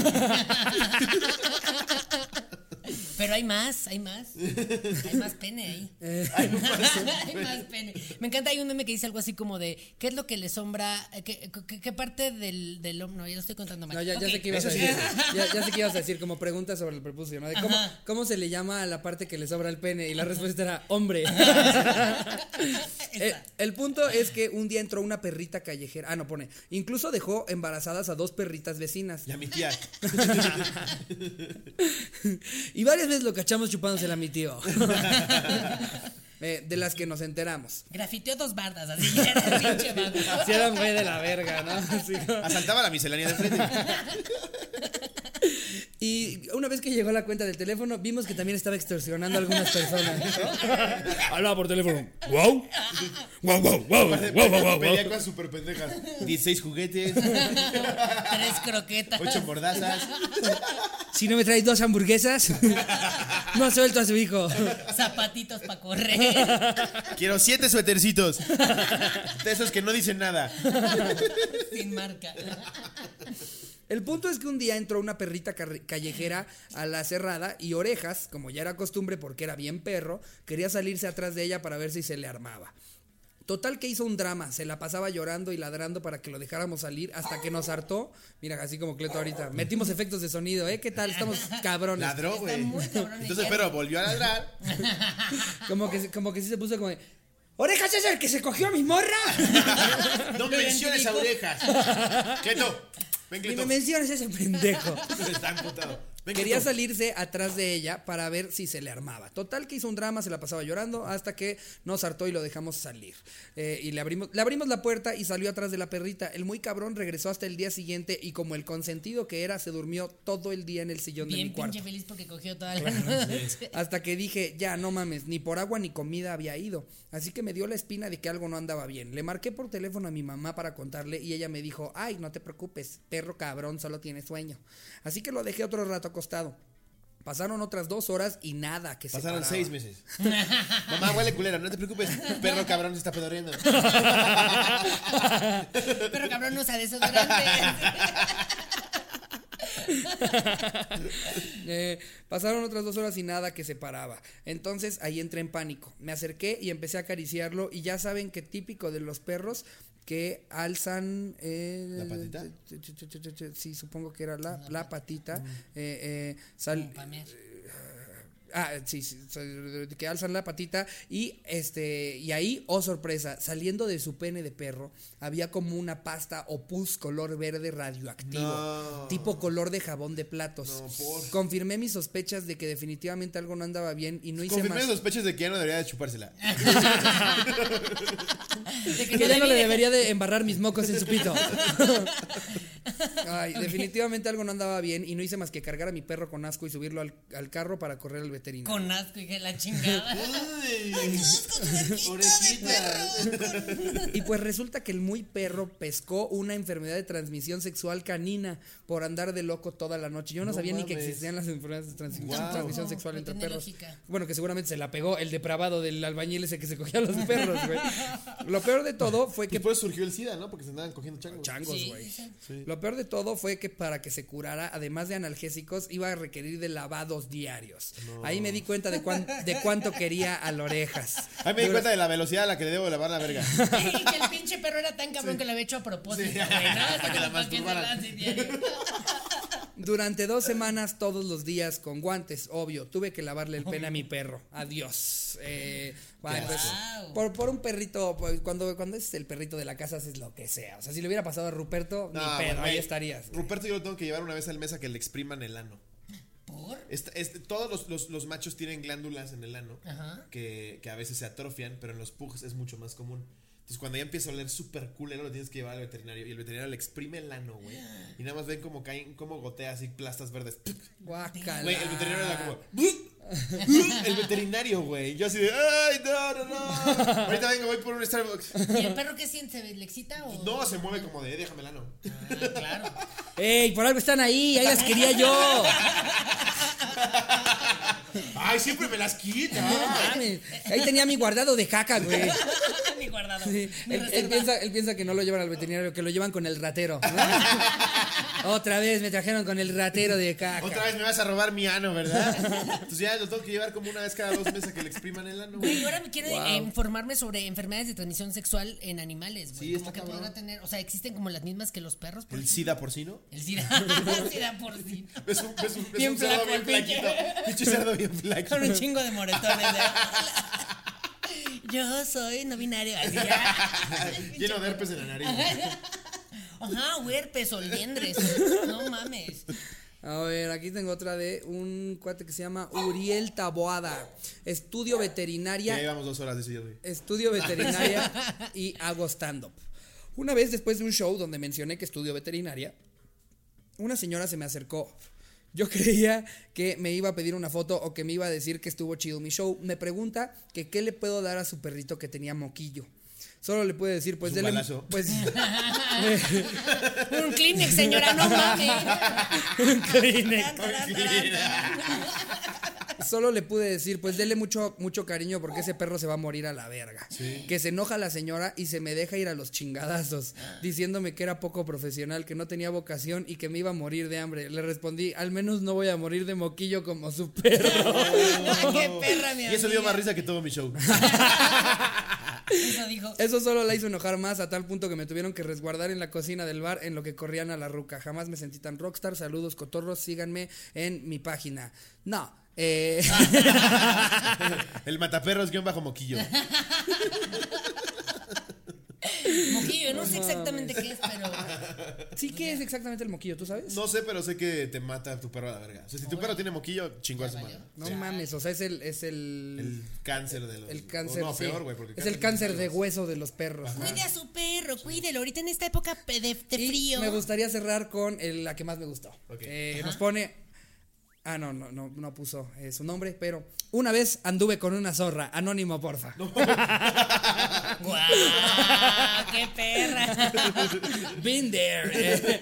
Speaker 3: Pero hay más, hay más. Hay más pene ahí. hay más pene. Me encanta, hay un meme que dice algo así como de, ¿qué es lo que le sombra? Eh, ¿Qué, qué- qué parte del, del hombre? No, ya lo estoy contando mal.
Speaker 1: No, ya, ya
Speaker 3: Ok.
Speaker 1: sé qué ibas a
Speaker 2: Eso sí.
Speaker 1: decir. Ya, ya sé qué ibas a decir, como pregunta sobre el prepucio, ¿no? De cómo,
Speaker 3: Ajá.
Speaker 1: ¿Cómo se le llama a la parte que le sobra el pene? Y la respuesta era hombre. Eh, el punto es que un día entró una perrita callejera. Ah, no pone. Incluso dejó embarazadas a dos perritas vecinas.
Speaker 2: Y a mi tía.
Speaker 1: Y varias veces lo cachamos chupándosela a mi tío. Eh, de las que nos enteramos.
Speaker 3: Grafiteó dos bardas, así ya era el pinche bardo.
Speaker 1: Si era un güey de la verga, ¿no? Sí.
Speaker 2: Asaltaba la miscelánea de frente.
Speaker 1: Y una vez que llegó la cuenta del teléfono, vimos que también estaba extorsionando a algunas personas.
Speaker 6: Hablaba por teléfono. Wow. Wow, wow, wow, wow, wow, wow, wow.
Speaker 2: Pedía cosas súper pendejas. 16 juguetes,
Speaker 3: Tres croquetas.
Speaker 2: 8 mordazas.
Speaker 4: Si no me traes dos hamburguesas, no suelto a su hijo.
Speaker 7: Zapatitos para correr.
Speaker 2: Quiero siete suétercitos. De esos que no dicen nada.
Speaker 7: Sin marca.
Speaker 1: El punto es que un día entró una perrita carri- callejera a la cerrada y Orejas, como ya era costumbre porque era bien perro, quería salirse atrás de ella para ver si se le armaba. Total que hizo un drama, se la pasaba llorando y ladrando para que lo dejáramos salir hasta que nos hartó. Mira, así como Cleto ahorita. Metimos efectos de sonido, ¿eh? ¿Qué tal? Estamos cabrones.
Speaker 2: Ladró, güey.
Speaker 7: muy cabrón el
Speaker 2: Entonces,
Speaker 7: perro.
Speaker 2: pero volvió a ladrar.
Speaker 1: Como que, como que sí se puso como de, ¡Orejas es el que se cogió a mi morra!
Speaker 2: No menciones a orejas. Cleto. Ven,
Speaker 1: Ni
Speaker 2: Cleto. Pues
Speaker 1: me menciones ese pendejo.
Speaker 2: Está emputado. Ven,
Speaker 1: Quería
Speaker 2: Cleto.
Speaker 1: salirse atrás de ella para ver si se le armaba. Total que hizo un drama, se la pasaba llorando hasta que nos hartó y lo dejamos salir. Eh, y le abrimos, le abrimos la puerta y salió atrás de la perrita. El muy cabrón regresó hasta el día siguiente y como el consentido que era, se durmió todo el día en el sillón de
Speaker 7: Bien
Speaker 1: mi cuarto.
Speaker 7: pinche feliz porque cogió toda la noche.
Speaker 1: Hasta que dije, ya, no mames, ni por agua ni comida había ido. Así que me dio la espina de que algo no andaba bien. Le marqué por teléfono a mi mamá para contarle y ella me dijo, ay, no te preocupes, perro cabrón, solo tiene sueño. Así que lo dejé otro rato acostado. Pasaron otras dos horas y nada que se
Speaker 2: Pasaron
Speaker 1: paraba.
Speaker 2: seis meses. Mamá, huele culera, no te preocupes. Perro cabrón se está pedorreando.
Speaker 7: Pero cabrón no usa desodorante.
Speaker 1: Eh, pasaron otras dos horas y nada que se paraba. Entonces ahí entré en pánico. Me acerqué y empecé a acariciarlo. Y ya saben que típico de los perros que alzan. eh,
Speaker 2: ¿La patita?
Speaker 1: ch- ch- ch- ch- ch- Sí, supongo que era la, la patita. eh, eh, sal-
Speaker 7: Pa' mear.
Speaker 1: Ah, sí, sí, sal- que alzan la patita y este y ahí, oh sorpresa, saliendo de su pene de perro había como una pasta o pus color verde radioactivo,
Speaker 2: No.
Speaker 1: tipo color de jabón de platos.
Speaker 2: No, por-
Speaker 1: Confirmé mis sospechas de que definitivamente algo no andaba bien y no hice
Speaker 2: Confirmé
Speaker 1: más.
Speaker 2: sospechas de que ya no debería de chupársela.
Speaker 7: De
Speaker 1: Que ya no le
Speaker 7: viene-
Speaker 1: debería de embarrar mis mocos en su pito. Ay, definitivamente algo no andaba bien y no hice más que cargar a mi perro con asco y subirlo al, al carro para correr al veterinario.
Speaker 7: Con asco, hija de la chingada.
Speaker 2: Ay, Orejitas.
Speaker 1: Y pues resulta que el muy perro pescó una enfermedad de transmisión sexual canina por andar de loco toda la noche. Yo no,
Speaker 2: No
Speaker 1: sabía ni que
Speaker 2: mames.
Speaker 1: existían las enfermedades de trans-
Speaker 2: Wow.
Speaker 1: transmisión
Speaker 7: No,
Speaker 1: sexual
Speaker 7: no
Speaker 1: entre
Speaker 7: tiene
Speaker 1: perros.
Speaker 7: lógica.
Speaker 1: Bueno, que seguramente se la pegó el depravado del albañil ese que se cogía a los perros, güey. Lo peor de todo fue que
Speaker 2: Que por eso surgió el SIDA, ¿no? Porque se andaban cogiendo changos.
Speaker 1: changos, güey.
Speaker 2: Sí.
Speaker 1: Lo peor de todo fue que para que se curara, además de analgésicos, iba a requerir de lavados diarios. Ahí me di cuenta de, cuán- de cuánto quería a la orejas.
Speaker 2: Ahí me di cuenta de la velocidad a la que le debo de lavar la verga.
Speaker 7: Y que el pinche perro era tan cabrón que lo había hecho a propósito,
Speaker 2: Sí.
Speaker 7: güey. ¿no? Así
Speaker 2: Para que la
Speaker 7: como pa' que se
Speaker 2: masturbaran.
Speaker 7: lance diario.
Speaker 1: Durante dos semanas, todos los días, con guantes, obvio, tuve que lavarle el pene a mi perro. Adiós. Eh, va,
Speaker 2: asco.
Speaker 1: entonces,
Speaker 7: Wow.
Speaker 1: por, por un perrito, pues, cuando, cuando es el perrito de la casa, haces lo que sea. O sea, si le hubiera pasado a Ruperto, ni
Speaker 2: No,
Speaker 1: pedo,
Speaker 2: Ah, güey.
Speaker 1: ahí estarías. güey.
Speaker 2: Ruperto yo lo tengo que llevar una vez al mesa que le expriman el ano.
Speaker 7: ¿Por?
Speaker 2: Esta- este- todos los, los- los machos tienen glándulas en el ano
Speaker 7: Ajá.
Speaker 2: que, que a veces se atrofian, pero en los pugs es mucho más común. Entonces cuando ya empieza a oler súper culero lo tienes que llevar al veterinario y el veterinario le exprime el ano, güey. Y nada más ven cómo caen, cómo gotea así plastas verdes.
Speaker 1: Guácala.
Speaker 2: Güey,
Speaker 7: Ah.
Speaker 2: el veterinario era como. El veterinario, güey. Yo así de. ¡Ay, no, no, no! Ahorita vengo, voy por un Starbucks.
Speaker 7: ¿Y el perro qué siente? ¿Le excita o...?
Speaker 2: No, se mueve como de. "Eh, Déjame el ano.
Speaker 7: Ah, claro.
Speaker 1: ¡Ey, por algo están ahí! ¡Ahí las quería yo!
Speaker 2: ¡Ay, siempre me las
Speaker 1: No
Speaker 2: quita!
Speaker 1: mames. Ahí tenía mi guardado de caca, güey.
Speaker 7: mi guardado.
Speaker 1: Sí,
Speaker 7: mi
Speaker 1: Él, él
Speaker 7: reserva.
Speaker 1: piensa, él piensa que no lo llevan al veterinario, que lo llevan con el ratero. ¿no? Otra vez me trajeron con el ratero de caca.
Speaker 2: Otra vez me vas a robar mi ano, ¿verdad? Entonces ya lo tengo que llevar como una vez cada dos meses a que le expriman el ano,
Speaker 7: Güey,
Speaker 2: güey.
Speaker 7: ahora me quiero eh, informarme sobre enfermedades de transmisión sexual en animales, güey.
Speaker 2: Sí,
Speaker 7: como
Speaker 2: está
Speaker 7: que
Speaker 2: cabrón.
Speaker 7: podrá tener, o sea, existen como las mismas que los perros. Por
Speaker 2: ¿El
Speaker 7: ejemplo.
Speaker 2: SIDA porcino?
Speaker 7: el SIDA. el SIDA por sí.
Speaker 2: ¿Ves un, ves un, ves
Speaker 7: Bien
Speaker 2: un cerdo
Speaker 7: flaco,
Speaker 2: bien
Speaker 7: pinche.
Speaker 2: flaquito? Pinche cerdo bien flaquito.
Speaker 7: Con un chingo de moretones. ¿eh? Yo soy no binario. así, ya.
Speaker 2: Lleno de herpes en la nariz.
Speaker 7: Ajá, huerpes o liendres. No mames.
Speaker 1: A ver, aquí tengo otra de un cuate que se llama Uriel Taboada. Estudio
Speaker 2: Ya
Speaker 1: veterinaria.
Speaker 2: llevamos dos horas de ese día, güey.
Speaker 1: Estudio veterinaria y hago stand-up. Una vez después de un show donde mencioné que estudio veterinaria, una señora se me acercó. Yo creía que me iba a pedir una foto o que me iba a decir que estuvo chido mi show. Me pregunta que qué le puedo dar a su perrito que tenía moquillo. solo le puede decir, pues
Speaker 2: Es un
Speaker 1: dele.
Speaker 2: balazo.
Speaker 1: Pues.
Speaker 3: Un Kleenex, señora, no mames.
Speaker 1: Solo le pude decir, pues dele mucho, mucho cariño porque ese perro se va a morir a la verga. Que se enoja la señora y se me deja ir a los chingadazos, diciéndome que era poco profesional, que no tenía vocación y que me iba a morir de hambre. Le respondí, al menos no voy a morir de moquillo como su perro.
Speaker 7: Ah,
Speaker 3: Qué perra, mi
Speaker 2: Y eso dio
Speaker 3: amiga.
Speaker 2: más risa que todo mi show.
Speaker 3: Eso dijo.
Speaker 2: Eh,
Speaker 1: Eso solo la hizo enojar más a tal punto que me tuvieron que resguardar en la cocina del bar en lo que corrían a la ruca. Jamás me sentí tan rockstar. Saludos, cotorros. Síganme en mi página. No. eh,
Speaker 2: El mataperros guión bajo moquillo.
Speaker 3: Moquillo, no sé exactamente qué es, pero.
Speaker 1: sí, ¿qué es exactamente el moquillo? ¿Tú sabes?
Speaker 2: No sé, pero sé que te mata tu perro a la verga. O sea, si tu perro tiene moquillo, chingó a su madre.
Speaker 1: No mames, o sea, es el, es el,
Speaker 2: El cáncer de los.
Speaker 1: el, cáncer.
Speaker 2: Pues, No,
Speaker 1: sí.
Speaker 2: peor, güey. porque
Speaker 1: es el cáncer de
Speaker 2: los-
Speaker 1: hueso de los perros. ¿no?
Speaker 3: Cuide a su perro, cuídelo. Ahorita en esta época pe- de, de
Speaker 1: Y
Speaker 3: frío.
Speaker 1: me gustaría cerrar con el- la que más me gustó.
Speaker 2: Ok.
Speaker 1: Eh, nos pone. Ah, no, no, no, no puso eh, su nombre, pero una vez anduve con una zorra. Anónimo, porfa.
Speaker 3: ¡Guau! ¡Qué perra!
Speaker 1: Been there. eh.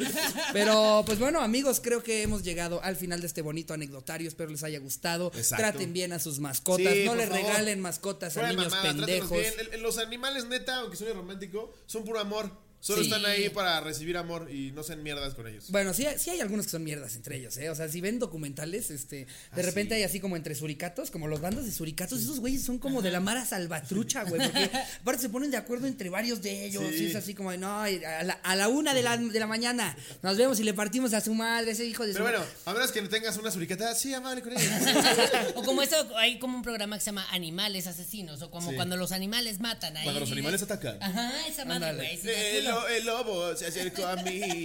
Speaker 1: Pero pues bueno, amigos, creo que hemos llegado al final de este bonito anecdotario. Espero les haya gustado.
Speaker 2: Exacto.
Speaker 1: Traten bien a sus mascotas.
Speaker 2: Sí,
Speaker 1: no
Speaker 2: por
Speaker 1: les
Speaker 2: favor.
Speaker 1: regalen mascotas
Speaker 2: Fuera
Speaker 1: a
Speaker 2: de
Speaker 1: niños
Speaker 2: mamadas, trátenlos
Speaker 1: pendejos.
Speaker 2: bien. El- el- Los animales, neta, aunque suene romántico, son puro amor. Solo
Speaker 1: Sí.
Speaker 2: están ahí para recibir amor y no sean mierdas con ellos.
Speaker 1: Bueno, sí, sí hay algunos que son mierdas entre ellos, ¿eh? O sea, si ven documentales, este, de
Speaker 2: Ah,
Speaker 1: repente hay así como entre suricatos, como los bandos de suricatos, esos güeyes son como de la mara salvatrucha, güey, porque aparte se ponen de acuerdo entre varios de ellos, y es así como de, no, y a la, a la una de la, de la mañana nos vemos y le partimos a su madre, ese hijo de su
Speaker 2: Pero bueno, a menos que tengas una suricata, sí, amable con ellos.
Speaker 3: o como eso, hay como un programa que se llama Animales Asesinos, o como
Speaker 2: Sí.
Speaker 3: cuando los animales matan. Ahí
Speaker 2: Cuando los
Speaker 3: dices-
Speaker 2: animales atacan.
Speaker 3: Ajá, esa madre, güey. sí, de
Speaker 2: El,
Speaker 3: culo.
Speaker 2: lo- el lobo se acercó a mí.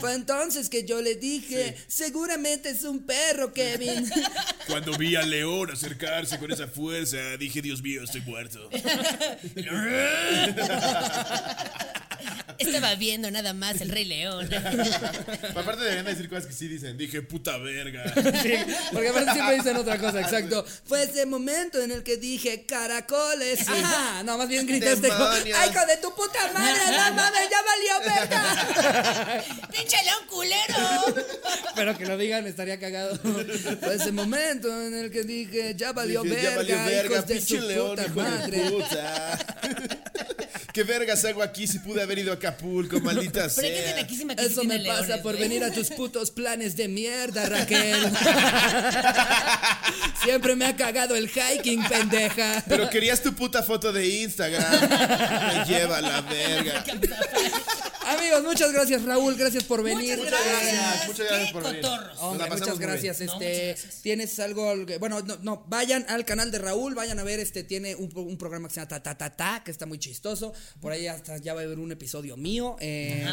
Speaker 1: Fue entonces que yo le dije, seguramente es un perro, Kevin.
Speaker 2: Cuando vi a León acercarse con esa fuerza, dije, Dios mío, estoy muerto.
Speaker 3: Estaba Este viendo nada más el Rey León.
Speaker 2: Aparte deberían decir cosas que sí dicen. Dije, puta verga.
Speaker 1: Sí, porque aparte siempre dicen otra cosa, exacto. Fue ese momento en el que dije caracoles. Ajá, no, más bien gritaste. como,
Speaker 2: Demonios.
Speaker 1: ¡Ay, hijo de tu puta madre! ¡No mames, ya valió verga!
Speaker 3: ¡Pinche León culero!
Speaker 1: Pero que lo digan, estaría cagado. Fue ese momento en el que dije, ya valió
Speaker 2: Dije,
Speaker 1: verga,
Speaker 2: ya valió verga,
Speaker 1: hijos de
Speaker 2: pinche
Speaker 1: su
Speaker 2: león,
Speaker 1: puta
Speaker 2: hijo de
Speaker 1: madre.
Speaker 2: puta. ¿Qué vergas hago aquí si pude haber ido a Acapulco, maldita
Speaker 3: Pero hay que
Speaker 2: sea?
Speaker 3: tener aquí que sí
Speaker 1: Eso me
Speaker 3: tiene
Speaker 1: pasa
Speaker 3: leones, ¿eh?
Speaker 1: por
Speaker 3: güey.
Speaker 1: venir a tus putos planes de mierda, Raquel. Siempre me ha cagado el hiking, pendeja.
Speaker 2: Pero querías tu puta foto de Instagram. Me lleva la verga.
Speaker 1: Amigos, muchas gracias, Raúl. Gracias por venir.
Speaker 3: Muchas gracias.
Speaker 2: Muchas gracias
Speaker 3: Qué
Speaker 2: por venir.
Speaker 3: cotorros.
Speaker 2: Nos la
Speaker 1: Hombre,
Speaker 2: pasamos
Speaker 1: Oh, muchas
Speaker 2: muy bien.
Speaker 1: gracias.
Speaker 3: No,
Speaker 1: Este,
Speaker 3: muchas gracias.
Speaker 1: tienes algo, al que- bueno, no, no, vayan al canal de Raúl, vayan a ver, este, tiene un, pro- un programa que se llama Ta Ta Ta Ta, que está muy chistoso. Por ahí hasta ya va a haber un episodio mío. eh,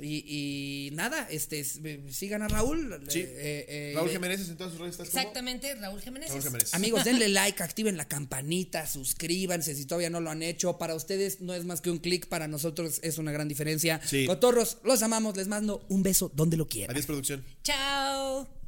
Speaker 1: y, y nada, este, s- sigan a Raúl.
Speaker 2: Sí.
Speaker 1: eh, eh,
Speaker 2: Raúl
Speaker 1: eh,
Speaker 2: Jiménez en todas sus redes. ¿estás como?
Speaker 3: Exactamente, Raúl Jiménez.
Speaker 2: Raúl Jiménez.
Speaker 1: Amigos, denle like, activen la campanita, suscríbanse si todavía no lo han hecho. Para ustedes no es más que un clic, para nosotros es una gran diferencia.
Speaker 2: Sí.
Speaker 1: Cotorros, los amamos, les mando un beso donde lo quieran.
Speaker 2: Adiós, producción.
Speaker 3: Chao.